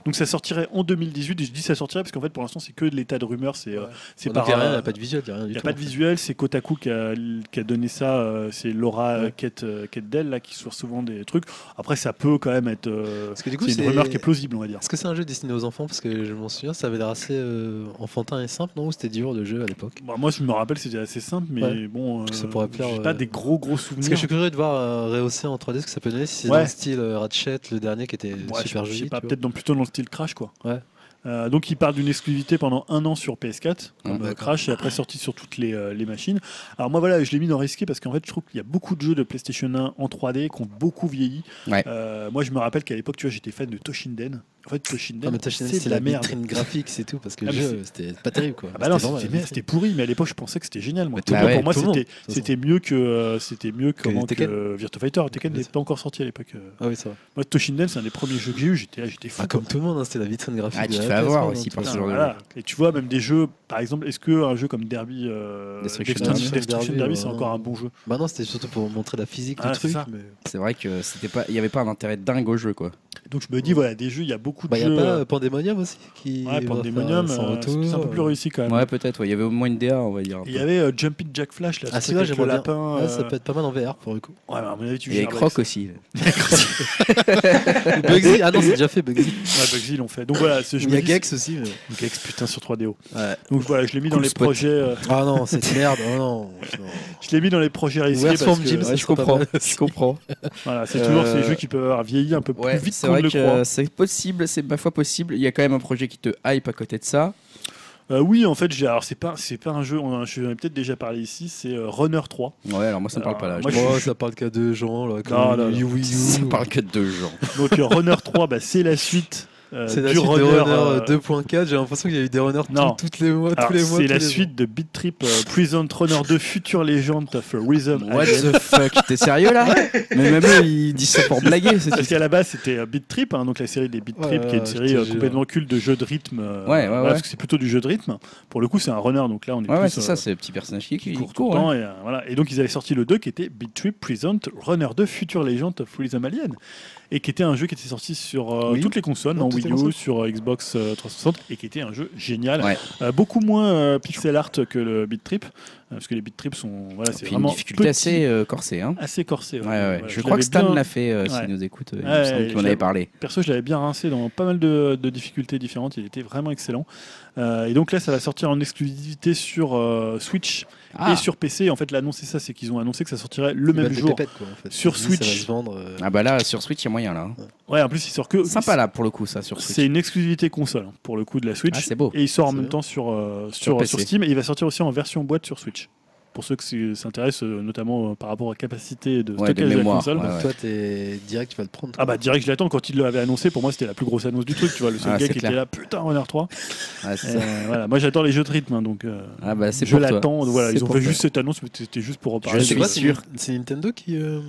Donc ça sortirait en 2018 et je dis ça sortirait parce qu'en fait pour l'instant c'est que de l'état de rumeur, c'est euh, Ouais. c'est Donc, par il y a rien, il n'y euh, a pas de visuel, il n'y a rien il du n'y tout. a pas de visuel, c'est Kotaku qui a, qui a donné ça, euh, c'est Laura euh, Ouais. Kate, euh, Kate Dell là, qui sort souvent des trucs. Après, ça peut quand même être. euh, Parce que du coup, c'est c'est- une rumeur qui est plausible, on va dire. Est-ce que c'est un jeu destiné aux enfants Parce que je m'en souviens, ça avait l'air assez euh, enfantin et simple, non Ou c'était dur le jeu à l'époque Bah, moi, je me rappelle, c'était assez simple, mais Ouais. bon, Ça pourrait plaire, j'ai pas euh, des gros gros Parce souvenirs. que je suis curieux de voir euh, rehausser en 3D ce que ça peut donner si c'est Ouais. dans le style euh, Ratchet, le dernier qui était Ouais, super je, je joli. sais pas, tu vois. peut-être dans, plutôt dans le style Crash, quoi. Ouais. Euh, donc, il part d'une exclusivité pendant un an sur PS4, comme Ah, euh, d'accord. Crash, et après sorti sur toutes les, euh, les machines. Alors, moi, voilà, je l'ai mis dans risqué parce qu'en fait, je trouve qu'il y a beaucoup de jeux de PlayStation 1 en 3D qui ont beaucoup vieilli. Ouais. Euh, moi, je me rappelle qu'à l'époque, tu vois, j'étais fan de Toshinden. En fait, Toshinden, Ah, mais Toshinden, c'est de la merde. vitrine graphique, c'est tout, parce que Ah, le mais jeu, c'était pas terrible quoi. Ah bah non, vraiment c'était la merde, vitrine. c'était pourri, mais à l'époque je pensais que c'était génial. Moi. Mais tout le Pour monde, moi, tout le monde, c'était de toute façon. c'était mieux que euh, c'était mieux Que comment que, Tekken. euh, Virtua Fighter. Tekken Bien n'est sûr. pas encore sorti à l'époque. euh. Ah oui, ça va. Moi, Toshinden, c'est un des premiers jeux que j'ai eu. J'étais ah, j'étais fou. Ah, comme tout le monde, hein, c'était la vitrine graphique. Ah, tu de te la fais avoir PS1, aussi hein, par tout euh, ce ça. genre de Voilà. Et tu vois même des jeux, par exemple, est-ce que un jeu comme Derby, euh, Destruction Destruction, Derby. Destruction Derby, c'est Ouais. encore un bon jeu. Bah non, c'était surtout pour montrer la physique Ah, du c'est truc. ça. mais- C'est vrai que c'était pas, il y avait pas un intérêt dingue au jeu quoi. Donc je me dis voilà, des jeux, il y a beaucoup de Bah, y a jeux. pas euh, euh, Pandemonium aussi qui. ouais, Pandemonium, euh, c'est un peu plus réussi quand même. Ouais, peut-être. ouais, Il y avait au moins une DA, on va dire. un Et Euh, Il peu. y avait euh, Jumping Jack Flash là, Ah, ce si, truc ouais, avec le j'aimerais bien. lapin. Ouais, ça euh, peut être pas mal en VR pour le coup. Ouais, bah, mais à mon avis, tu Il y avait gères avec Croc ça. aussi. Bugsy, ah non, c'est déjà fait Bugsy. Ouais, Bugsy, ils l'ont fait. Donc voilà, ce jeu. Il y a Gex aussi. mais- Gex, putain, sur 3DO. Ouais. Donc voilà, je l'ai mis Cool dans les spot. projets. euh, Ah non, cette merde, oh non. non. je l'ai mis dans les projets risqués Where's parce From que, Jim, Ouais, ça je serait pas comprends. mal. Je comprends. voilà, c'est toujours Euh, ces jeux qui peuvent avoir vieilli un peu plus Ouais, vite c'est qu'on ne vrai le que euh, croit. c'est possible, c'est ma foi possible. Il y a quand même un projet qui te hype à côté de ça. Euh, oui, en fait, j'ai. Alors, c'est pas, c'est pas un jeu. On en je vais peut-être déjà parlé ici. C'est euh, Runner 3. Ouais, alors moi ça me parle pas là. Moi, Je- je- Oh, ça parle qu'à deux gens, là, comme Non, non, non. You Will Ça You. me parle que de deux gens. Donc, euh, Runner 3, bah, c'est la suite euh, C'est la du suite Runner. de Runner euh, euh, 2.4. J'ai l'impression qu'il y a eu des runners tout- Non. toutes les mois, alors, tous les mois. c'est tous la les suite de Beat Trip euh, Prison Runner 2 Future Legend of Rhythm. What the fuck T'es sérieux là Mais même eux, ils disent ça pour blaguer. c'est- Parce qu'à la base, c'était euh, Beat Trip, hein, donc la série des Beat Ouais, Trip, qui est une je série te euh, jure. complètement culte de jeux de rythme. euh, Ouais, ouais, voilà, ouais. Parce que c'est plutôt du jeu de rythme. Pour le coup, c'est un runner, donc là, on est Ouais, plus ouais, c'est euh, ça, c'est le petit personnage qui, qui qui court court. hein. tout le ouais. temps, Et, euh, voilà. et donc, ils avaient sorti le 2 qui était Beat Trip Present Runner 2 Future Legend of Rhythm Alien. Et qui était un jeu qui était sorti sur euh, Wii U. toutes les consoles, Non, en toutes Wii les U, consoles. sur euh, Xbox euh, 360, et qui était un jeu génial. Ouais. Euh, beaucoup moins euh, pixel art que le Beat Trip, euh, parce que les Beat Trip sont. Voilà, c'est Puis une vraiment. difficulté petit, assez euh, corsée. Hein. assez corsé. ouais. Ouais, ouais. Voilà, Je crois que l'avais Stan bien- l'a fait, euh, s'il Ouais. nous écoute, euh, il Ouais, me semble je qu'il en l'avais- avait parlé. Perso, je l'avais bien rincé dans pas mal de, de difficultés différentes. Il était vraiment excellent. Euh, et donc là, ça va sortir en exclusivité sur euh, Switch Ah, et sur PC. En fait, l'annonce, c'est ça c'est qu'ils ont annoncé que ça sortirait le Ils même battent les jour. pépettes, quoi, en fait. sur Ils disent, Ça va Switch. se vendre. euh, Ah bah là, sur Switch, il y a moyen là. hein. Ouais, en plus, il sort que. Sympa là, pour le coup, ça, sur C'est Switch. une exclusivité console hein, pour le coup de la Switch. Ah, c'est beau. et il sort en C'est même bien. temps sur, euh, Sur sur, PC. sur Steam. Et il va sortir aussi en version boîte sur Switch. Pour ceux qui s'intéressent, euh, notamment euh, par rapport à la capacité de Ouais, de stockage de, la mémoire, console. Ah ouais. donc Toi, t'es direct, tu vas le prendre. Ah bah direct je l'attends quand il l'avait annoncé pour moi c'était la plus grosse annonce du truc tu vois le seul Ah, gars c'est qui clair. était là putain Renard 3 Ah, c'est ça. Euh, voilà moi j'adore les jeux de rythme hein, donc euh, Ah bah c'est je pour toi. l'attends. Voilà, C'est ils ont pour fait toi. juste cette annonce, mais c'était juste pour Je reparler. Je de- sais suis pas, c'est sûr. Nin- C'est Nintendo qui. euh,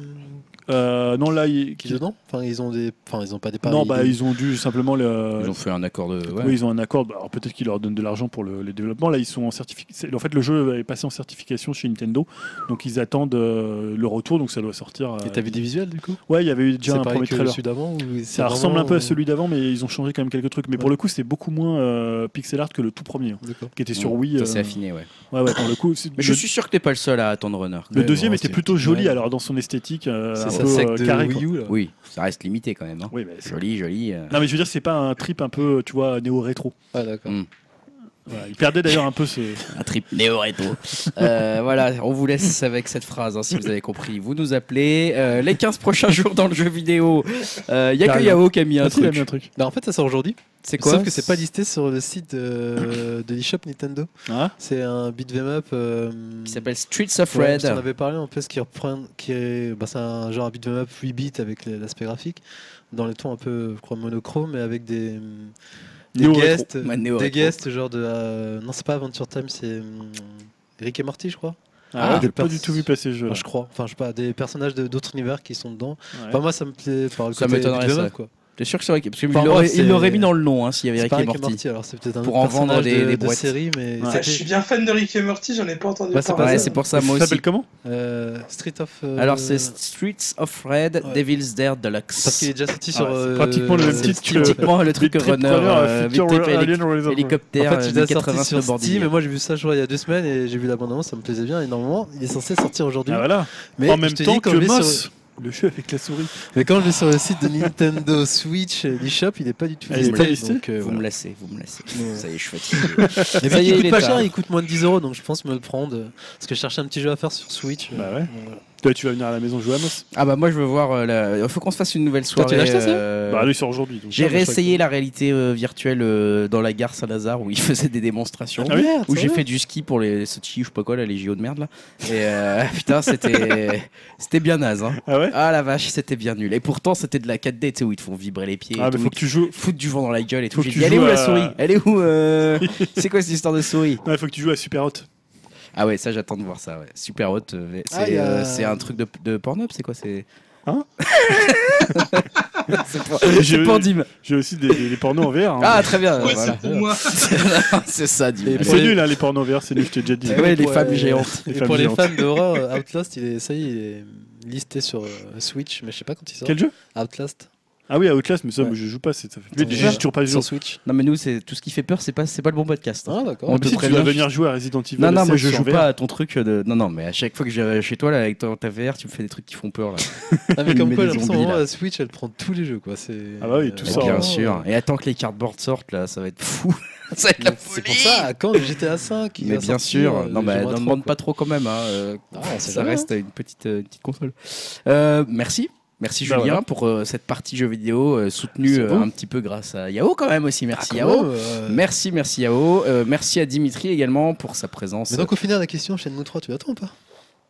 Euh, non, là, ils, qui est dedans Enfin, ils ont des. Enfin, ils ont pas des paris. non, bah, des- ils ont dû simplement. Le... Ils ont fait un accord Euh, de. ouais. Oui, ils ont un accord. Bah, Alors peut-être qu'ils leur donnent de l'argent pour le, les développements. Là, ils sont en certification. En fait, le jeu est passé en certification chez Nintendo, donc ils attendent euh, le retour. Donc ça doit sortir. euh, Et t'as vu des visuels du coup Ouais, il y avait eu déjà C'est un pareil premier que trailer. celui d'avant ou c'est Ça ressemble un vraiment- euh, peu à celui d'avant, mais ils ont changé quand même quelques trucs. Mais pour Ouais. le coup, c'était beaucoup moins euh, pixel art que le tout premier, hein, D'accord. qui était sur Wii. Mm. Ça euh, s'est affiné, ouais. Ouais, ouais, pour le coup. c'est- Mais je suis sûr que t'es pas le seul à attendre Runner. Le deuxième Ouais, était c'est- plutôt joli, ouais. alors dans son esthétique, euh, C'est un sa peu sec euh, de carré. quoi. Wii U là. Oui, ça reste limité quand même. hein. Oui, mais c'est- Joli, joli. euh. Non, mais je veux dire, c'est pas un trip un peu, tu vois, néo-rétro. Ah d'accord. Voilà, il perdait d'ailleurs un peu ses. Un trip néo-rétro. Euh, voilà, on vous laisse avec cette phrase, hein, si vous avez compris. Vous nous appelez euh, les 15 prochains jours dans le jeu vidéo. Euh, Il y a que Carrément. Yao qui a mis un Ah, si, il a mis truc. un truc. Bah en fait ça sort aujourd'hui. C'est quoi Sauf que c'est pas listé sur le site euh, de l'eShop Nintendo. Ah, C'est un beat'em up. euh, Qui s'appelle Streets of Ouais, Red. on avait parlé en plus qui reprend, qui est, bah, c'est un genre un beat'em up 8 bits avec les- l'aspect graphique, dans les tons un peu je crois, monochrome, mais avec des, hum, des Néo-rétro. guests, Ouais, néo-rétro. des guests genre de, euh, non c'est pas Adventure Time, c'est hum, Rick et Morty je crois, Ah, Ah, j'ai je pas pense- du tout vu passer ce jeu. Enfin, je crois, enfin je sais pas, des personnages de- d'autres univers qui sont dedans. Enfin Bah, moi ça me plaît par le Ça côté m'étonnerait, beat'em ça. up, quoi. T'es sûr que c'est vrai que- Parce qu'il Enfin, l'aurait- bref, il c'est- l'aurait mis dans le nom hein, s'il y avait C'est Rick pas et Rick et Morty. Morty, alors c'est peut-être un Pour autre en vendre personnage des- de, des de boîtes. série, mais Ouais. Ouais, c'était- je suis bien fan de Rick et Morty, j'en ai pas entendu Ouais, c'est parler. Ouais, ça. c'est pour ça, moi Ça aussi. s'appelle comment euh, Street of. euh, Alors, c'est Streets of Red, Ouais. Devil's Dare Deluxe. parce qu'il est déjà sorti Ah sur. ouais, c'est euh, pratiquement le même c'est titre C'est que- typiquement le truc Big Trip runner, Runner, euh, Big Future Trip Hélic- Alien Horizon. hélicoptère, en fait, il euh, a sorti 1089 sur Steam, Bordier. et moi j'ai vu ça, je crois, il y a deux semaines, et j'ai vu la bande-annonce, ça me plaisait bien énormément. Il est censé sortir aujourd'hui. Ah, voilà. Mais en je même te temps dis, quand que je vais Moss, sur- le jeu avec la souris. Mais quand je vais sur le site de Nintendo Switch, euh, l'eShop, il est pas du tout Ah, il est pas listé donc, euh, Vous voilà. me lassez, vous me lassez. Ouais. Ça y est, je suis fatigué. Ça Mais y vu est, qu'il il est coûte pas tard. cher, il coûte moins de 10 euros, donc je pense me le prendre. euh, Parce que je cherchais un petit jeu à faire sur Switch. euh, Bah ouais. donc voilà. Toi, tu vas venir à la maison jouer à Moss Ah bah moi je veux voir. euh, la- Il faut qu'on se fasse une nouvelle Toi, soirée. tu l'as acheté, ça euh, Bah, lui, il sort aujourd'hui. donc. J'ai Ah, bah, je réessayé la réalité euh, virtuelle euh, dans la gare Saint-Lazare où ils faisaient des démonstrations. Ah oui Merde, Où ça j'ai va. fait du ski pour les Sochi, je sais pas quoi, là, les JO de merde là. Et euh, putain, c'était c'était bien naze. Hein. Ah ouais Ah la vache, c'était bien nul. Et pourtant, c'était de la 4D, tu sais, où ils te font vibrer les pieds. et Ah, tout, mais ils faut que tu joues. te foutent du vent dans la gueule et tout. Faut J'ai que tu dit, elle est où joues la à- souris Elle est où euh, C'est quoi cette histoire de souris Non, il faut que tu joues à Super Hot. Ah ouais, ça j'attends de voir ça. ouais. Super hot. euh, C'est Ah, il y a- euh, c'est un truc de, de porno, c'est quoi C'est. Hein C'est pour- J'ai- C'est pour Dim. J'ai aussi des, des, des pornos en VR. hein. Ah très bien. Ouais, voilà. c'est pour moi. c'est ça, Dim. Et Mais Allez. pour c'est les- nul, hein, les pornos en VR, c'est nul, je t'ai déjà dit. Eh ouais, les Ouais. femmes géantes. Les Et femmes pour les géantes. fans d'horreur, euh, Outlast, il est, ça y est, il est listé sur euh, Switch, mais je sais pas quand il sort. Quel jeu Outlast Ah oui, à Outlast, mais ça, Ouais. moi, je joue pas. c'est- Ça fait Attends, Déjà, euh, j'ai toujours pas joué. sur Switch. Non mais nous c'est tout ce qui fait peur, c'est pas c'est pas le bon podcast. hein. Ah d'accord. On Mais peut si, très tu vas bien- venir jouer à Resident Evil. Non non, moi 7 je sur joue VR. pas à ton truc de non non, mais à chaque fois que je vais chez toi là avec ton- ta VR, tu me fais des trucs qui font peur là. Ah, mais Il comme met quoi, des j'ai l'impression zombies, vraiment, là. la Switch, elle prend tous les jeux, quoi. C'est... euh, Ah bah oui, tout Mais sort, bien hein. sûr. Et attends que les cardboards sortent là, ça va être fou. ça va être la Donc, C'est folie. pour ça, à quand le GTA 5 Mais bien sûr, euh, non, bah, n'en demande pas trop quand même. hein, euh, Ah, on sait ça jamais, reste une petite, euh, une petite console. Euh, merci. Merci Bah, Julien voilà. pour euh, cette partie jeux vidéo euh, soutenue C'est euh, beau. un petit peu grâce à Yao quand même aussi. Merci Ah, quand Yao. même, euh, Merci, merci Yao. Euh, merci à Dimitri également pour sa présence. Mais donc au final la question chaîne nous 3 tu l'attends ou pas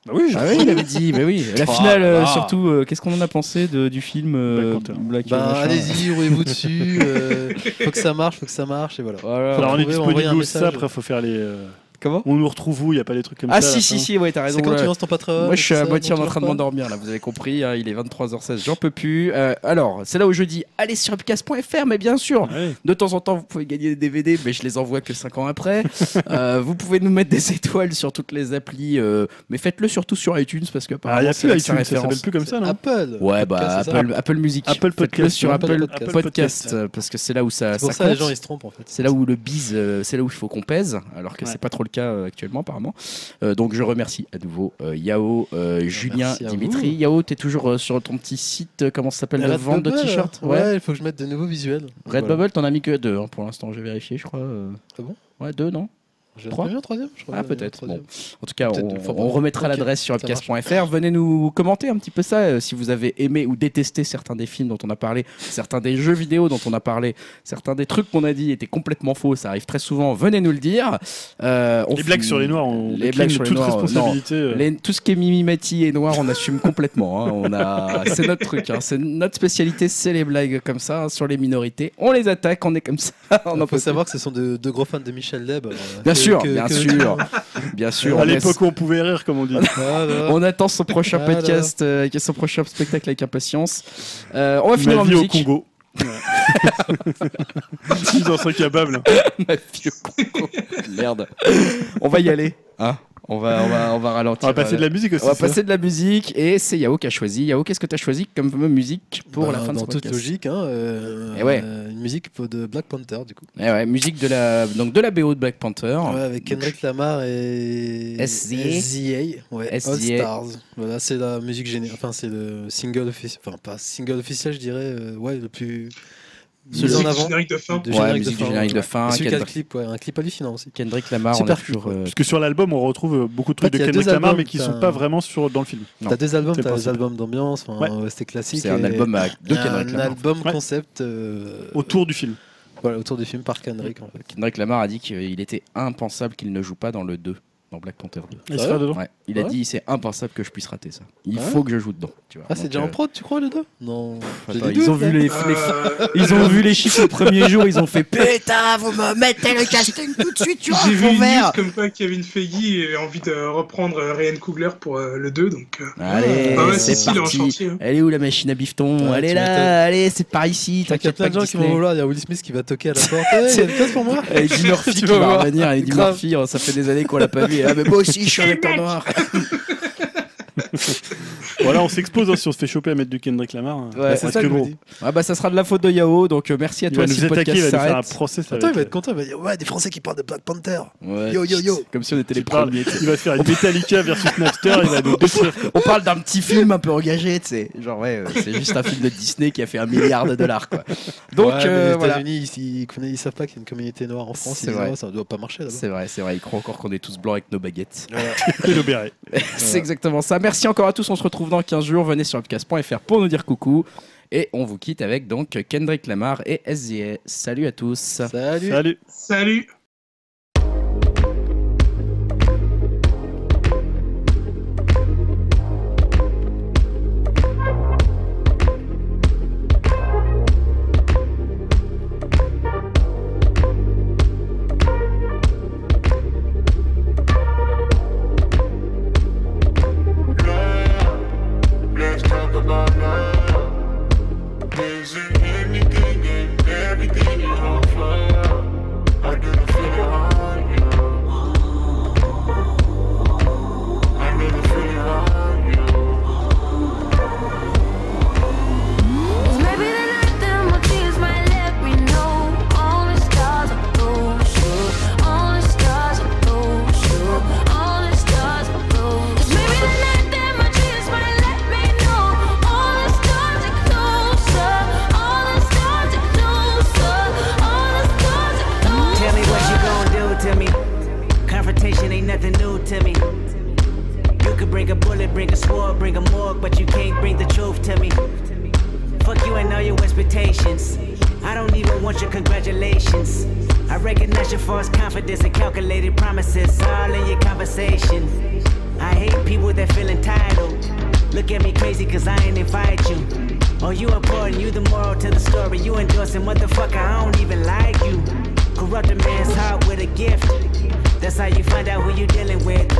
Bah oui, je- Ah oui, il avait dit, mais oui. La Oh finale, là euh, là. surtout, euh, qu'est-ce qu'on en a pensé de- du film euh, Black Panther. Black Bah machin. allez-y, roulez-vous dessus, euh, faut que ça marche, faut que ça marche et voilà. Voilà. Alors on est Trouvez, envoyez un disponible ça, message. après faut faire les. euh, Comment On nous retrouve où Il n'y a pas des trucs comme Ah ça. à si, la si, fin si, ouais, t'as raison. C'est quand là. tu lances ton patron Moi, je suis à moitié en train de m'endormir, là, vous avez compris, hein, il est 23h16, j'en peux plus. Euh, alors, c'est là où je dis, allez sur upcast.fr, mais bien sûr, Ouais. de temps en temps, vous pouvez gagner des DVD, mais je les envoie que 5 ans après. Euh, vous pouvez nous mettre des étoiles sur toutes les applis, euh, mais faites-le surtout sur iTunes, parce que Ah, il apparemment, n'y a c'est plus là iTunes, que ça ça s'appelle référence. plus comme ça, non Apple. Ouais, bah, Podcast, c'est ça Apple, Apple Music. Apple Faites-le Podcast, sur ouais. Apple, Apple Podcast, Podcast. euh, parce que c'est là où ça, C'est pour ça ça les compte. gens ils se trompent en fait. C'est là où le bise, euh, c'est là où il faut qu'on pèse, alors que Ouais. c'est pas trop le cas euh, actuellement apparemment. Euh, donc je remercie à nouveau euh, Yao, euh, Julien, merci à Dimitri. vous. Yao, t'es toujours euh, sur ton petit site, euh, comment ça s'appelle, La de vente de Redbubble, t-shirts Ouais, il faut que je mette de nouveaux visuels. Redbubble, t'en as mis que deux hein, pour l'instant, j'ai vérifié, je crois. euh. Ah bon Ouais, deux, non J'ai Trois un troisième, je crois. Ah, il y en a un peut-être, troisième. En tout cas, Peut-être on, une fois on par an. remettra Ok, l'adresse sur ça marche. upcast.fr. Venez nous commenter un petit peu ça, euh, si vous avez aimé ou détesté certains des films dont on a parlé, certains des jeux vidéo dont on a parlé, certains des trucs qu'on a dit étaient complètement faux, ça arrive très souvent, venez nous le dire. Euh, on Les blagues finit- sur les noirs, on les décline blagues sur les toute noirs, euh, responsabilité. euh. Les- tout ce qui est mimimati et noir, on assume complètement. hein. On a, c'est notre truc, hein. c'est notre spécialité, c'est les blagues comme ça hein, sur les minorités. On les attaque, on est comme ça. On Il en faut peut savoir que ce sont de, de gros fans de Michel Leb. alors, Ah, Bien que- sûr, que- bien que- sûr. plus. Bien sûr. À on laisse- l'époque où on pouvait rire, comme on dit. Ah, bah, On attend son prochain Voilà. podcast, euh, son prochain spectacle avec impatience. Euh, on va finir Ma en vie au musique. Congo. Ils en sont capables. Ma vie au Congo. Merde. On va y aller. hein. on va, on va, on va ralentir. On va passer de la musique aussi. On va c'est hein. ça passer de la musique et c'est Yao qui a choisi. Yao, qu'est-ce que tu as choisi comme musique pour bah, la fin de Dans ce toute podcast logique, hein, euh, Eh ouais. euh, une musique pour- de Black Panther du coup. Eh ouais, musique de la donc de la BO de Black Panther. Ouais, avec Oh, Donc, Kendrick Lamar et SZA. ouais, SZA. All Stars. Voilà, c'est la musique générale. Enfin, c'est le single officiel. Enfin, pas single officiel, je dirais. euh, ouais, le plus Celui mis en Musique du avant. générique de fin. de Ouais, générique musique de du fin, générique de ouais. fin. Et celui qui a le Kendrick, clip, ouais, un clip hallucinant aussi. Kendrick Lamar, on a Super toujours. clip, ouais. euh, Parce que sur l'album, on retrouve euh, beaucoup de En trucs fait, il y de a Kendrick deux Lamar, albums, mais qui t'as- sont pas vraiment sur, dans le film. Non. T'as deux albums, C'est le t'as principe. l'album d'ambiance, enfin, Ouais. euh, c'était classique. c'est un et album à- de il y a Kendrick Un Lamar. album Ouais. concept euh, Autour du film. voilà, autour du film par Kendrick en fait. Kendrick Lamar a dit qu'il était impensable qu'il ne joue pas dans le 2, dans Black Panther 2. Il Ah sera ouais dedans. Ouais. Il a Ouais. dit c'est impensable que je puisse rater ça. Il Ah ouais faut que je joue dedans. Tu vois. Ah, c'est Donc, déjà en euh, prod, tu crois, les deux Non. J'ai hein. attends, les ils deux, ont vu là. les, les- Euh, ils ont vu les chiffres le premier jour, ils ont fait Putain, vous me mettez le casting tout de suite, tu vois, J'ai vu mon une news verre comme quoi Kevin Feige avait envie de reprendre euh, Ryan Coogler pour euh, le 2, donc... euh, Allez, ah ouais, c'est si, si, il est en parti. chantier. hein. Elle est où la machine à bifton Ouais, Elle est tu là, allez, c'est par ici. Je crois qu'il y a T'inquiète plein pas, de gens qui vont Disney. Eh, vouloir, il y a Will Smith qui va toquer à la porte. Hey, il y a une place pour moi Et Eddie Murphy Tu qui vas va voir. revenir. Eddie Grave. Murphy, oh, ça fait des années qu'on l'a pas vu. Ah, mais moi aussi, je suis un acteur noir. Voilà, on s'expose hein, si on se fait choper à mettre du Kendrick Lamar. hein. Ouais, Parce c'est ça que je me bon, dis. Ah bah ça sera de la faute de Yao, donc euh, merci à Il toi va si nous le attaquer, il va podcast nous faire un s'arrête. procès. ça Attends, il être- euh, va être content, il va dire Ouais, des Français qui parlent de Black Panther. Ouais. Yo, yo, yo. Comme si on était les Tu parles, premiers. il va se faire une Metallica versus Napster, il va nous détruire. On parle d'un petit film un peu engagé, tu sais. Genre ouais, euh, c'est juste un film de Disney qui a fait un milliard de dollars quoi. Donc Ouais, mais euh, les voilà. États-Unis, ils, ils connaissent- ils savent pas qu'il y a une communauté noire en France. C'est Ils disent, vrai. Oh, ça doit pas marcher là-bas. C'est vrai, c'est vrai. Ils croient encore qu'on est tous blancs avec nos baguettes. Et le béret. c'est exactement ça. Merci encore à tous. On se retrouve dans 15 jours. Venez sur upcast.fr pour nous dire coucou. Et on vous quitte avec donc Kendrick Lamar et SZA. Salut à tous. Salut. Salut. Salut Let's talk about love. Is it anything and everything you offer? I do the Bring a bullet, bring a sword, bring a morgue, but you can't bring the truth to me. Fuck you and all your expectations. I don't even want your congratulations. I recognize your false confidence and calculated promises all in your conversation. I hate people that feel entitled. Look at me crazy cause I ain't invite you. Oh, you important, you the moral to the story. You endorsing, motherfucker, I don't even like you. Corrupt a man's heart with a gift. That's how you find out who you dealing with.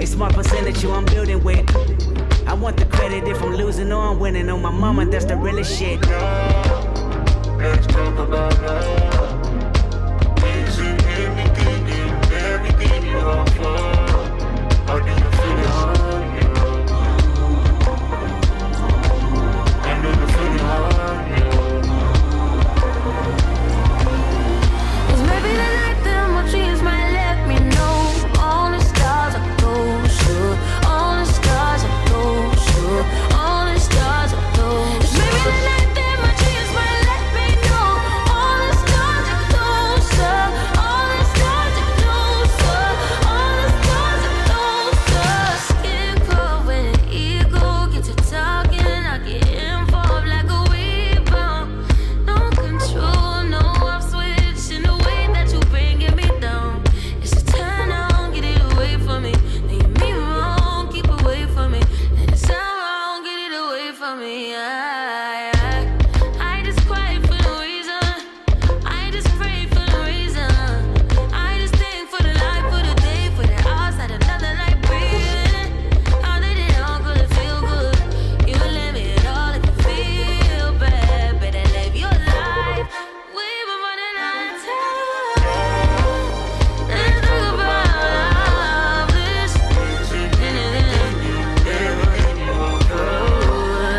A smart percentage you I'm building with. I want the credit if I'm losing or I'm winning. On my mama, that's the realest shit. Let's talk about love. Is it everything and everything you offer? How do you feel it on you? I know you feel it on you. Cause maybe the night that my dreams might let me know All the stars are close, sure All the stars are close, sure All the stars are close, Maybe the night that my dreams might let me know All the stars are closer All the stars are closer All the stars are closer Skin cold when an eagle gets to talking I get involved like a rebound No control, no I'm switching the way that you bringing me down. It's a turn on, get it away from me. Then you mean wrong, keep away from me. And it's all wrong, get it away from me. I, I, I just cry for no reason. I just pray for no reason. I just think for the life, for the day, for the hours, had another night breathing. All that it all could feel good. You let me it all if you feel bad. Better live your life. We were running out of time. Let's talk about this.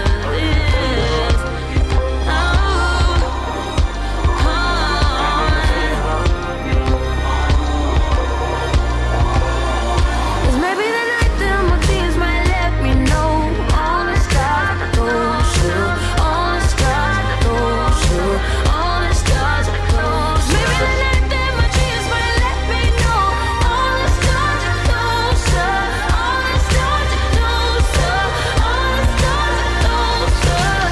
This. Oh, oh. Cause maybe the night that my dreams might let me know All the stars are close, yeah. all the stars are close, yeah. all the stars are close. Maybe the night that my dreams might let me know All the stars are closer, all the stars are closer, all the stars are closer.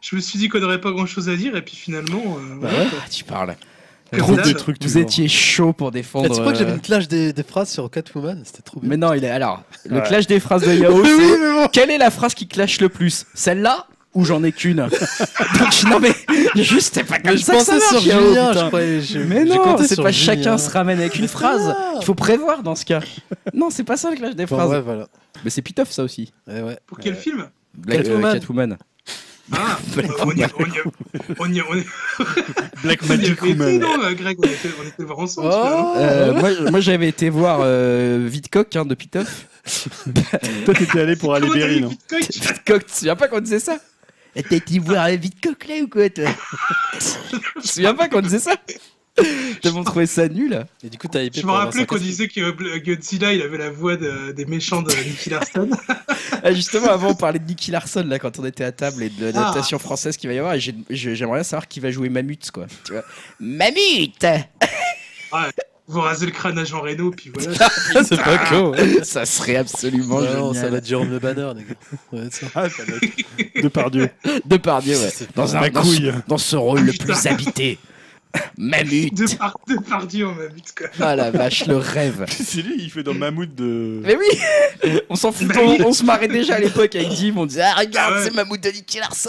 Je me suis dit qu'on n'aurait pas grand chose à dire, et puis finalement. euh, Ah, tu parles. Comme Vous, d'hab. étiez- vous étiez chaud pour Ah, défendre. Tu crois que j'avais euh, une clash des, des phrases sur Catwoman C'était trop bien. Mais non, il est. Alors, le Ouais. clash des phrases de Yao, Oui, c'est. mais bon. Quelle est la phrase qui clash le plus Celle-là ou j'en ai qu'une Donc, non, mais juste, c'est pas comme Mais je ça que ça pensais marche, sur Yao, Julien, putain. je croyais. je- Mais j'ai non, compté c'est sur pas Julien. chacun se ramène avec une phrase. Ah. Il faut prévoir dans ce cas. Non, c'est pas ça le clash des Bon, phrases. ouais, voilà. Mais c'est pitof ça aussi. Eh ouais. Pour quel Ouais. film Black euh, Catwoman. Catwoman. Ah, euh, on y on y on y on y Black on y Magic avait été, Woman. non, euh, Greg, on était, on était hein. voir ensemble. finalement. Oh Euh, moi, moi, j'avais été voir euh, Vidcock hein, de Pitoff. Toi, t'étais allé pour aller Comment t'as Berry, vu non Pitcock Vidcock, tu te souviens pas qu'on disait ça Eh, T'as été voir euh, Vidcock là ou quoi toi Tu te souviens pas qu'on disait ça T'as bon trouvé ça nul hein. Et du coup, t'as hypé Je me pour rappelais Vincent qu'on Cassel. disait que euh, Bl- Godzilla, il avait la voix de- des méchants de Nicky Larson. Ah, Justement, avant, on parlait de Nicky Larson là quand on était à table et de l'adaptation française qu'il va y avoir. Et j'ai- j'ai- j'aimerais bien savoir qui va jouer Mamut quoi. Tu vois Mamut Vous rasez le crâne à Jean Reno, puis voilà. C'est Ah. pas con. Ça serait absolument Ah non, ça génial. va être Jérôme Le Banner, les gars. Ça va être ça. Ah, ça doit être- de par Dieu. De par Dieu, ouais. Dans, un, Ma dans, ce- couille. dans ce rôle le plus Putain. habité. Mamut Deux par, deux par Dieu, on m'a mis, quoi. Ah la vache, le rêve C'est lui, il fait dans Mammouth de. Mais oui On s'en fout, on, on se marrait déjà à l'époque avec Dim, on disait « Ah regarde, Ah ouais. c'est Mamut de Nicky Larson !»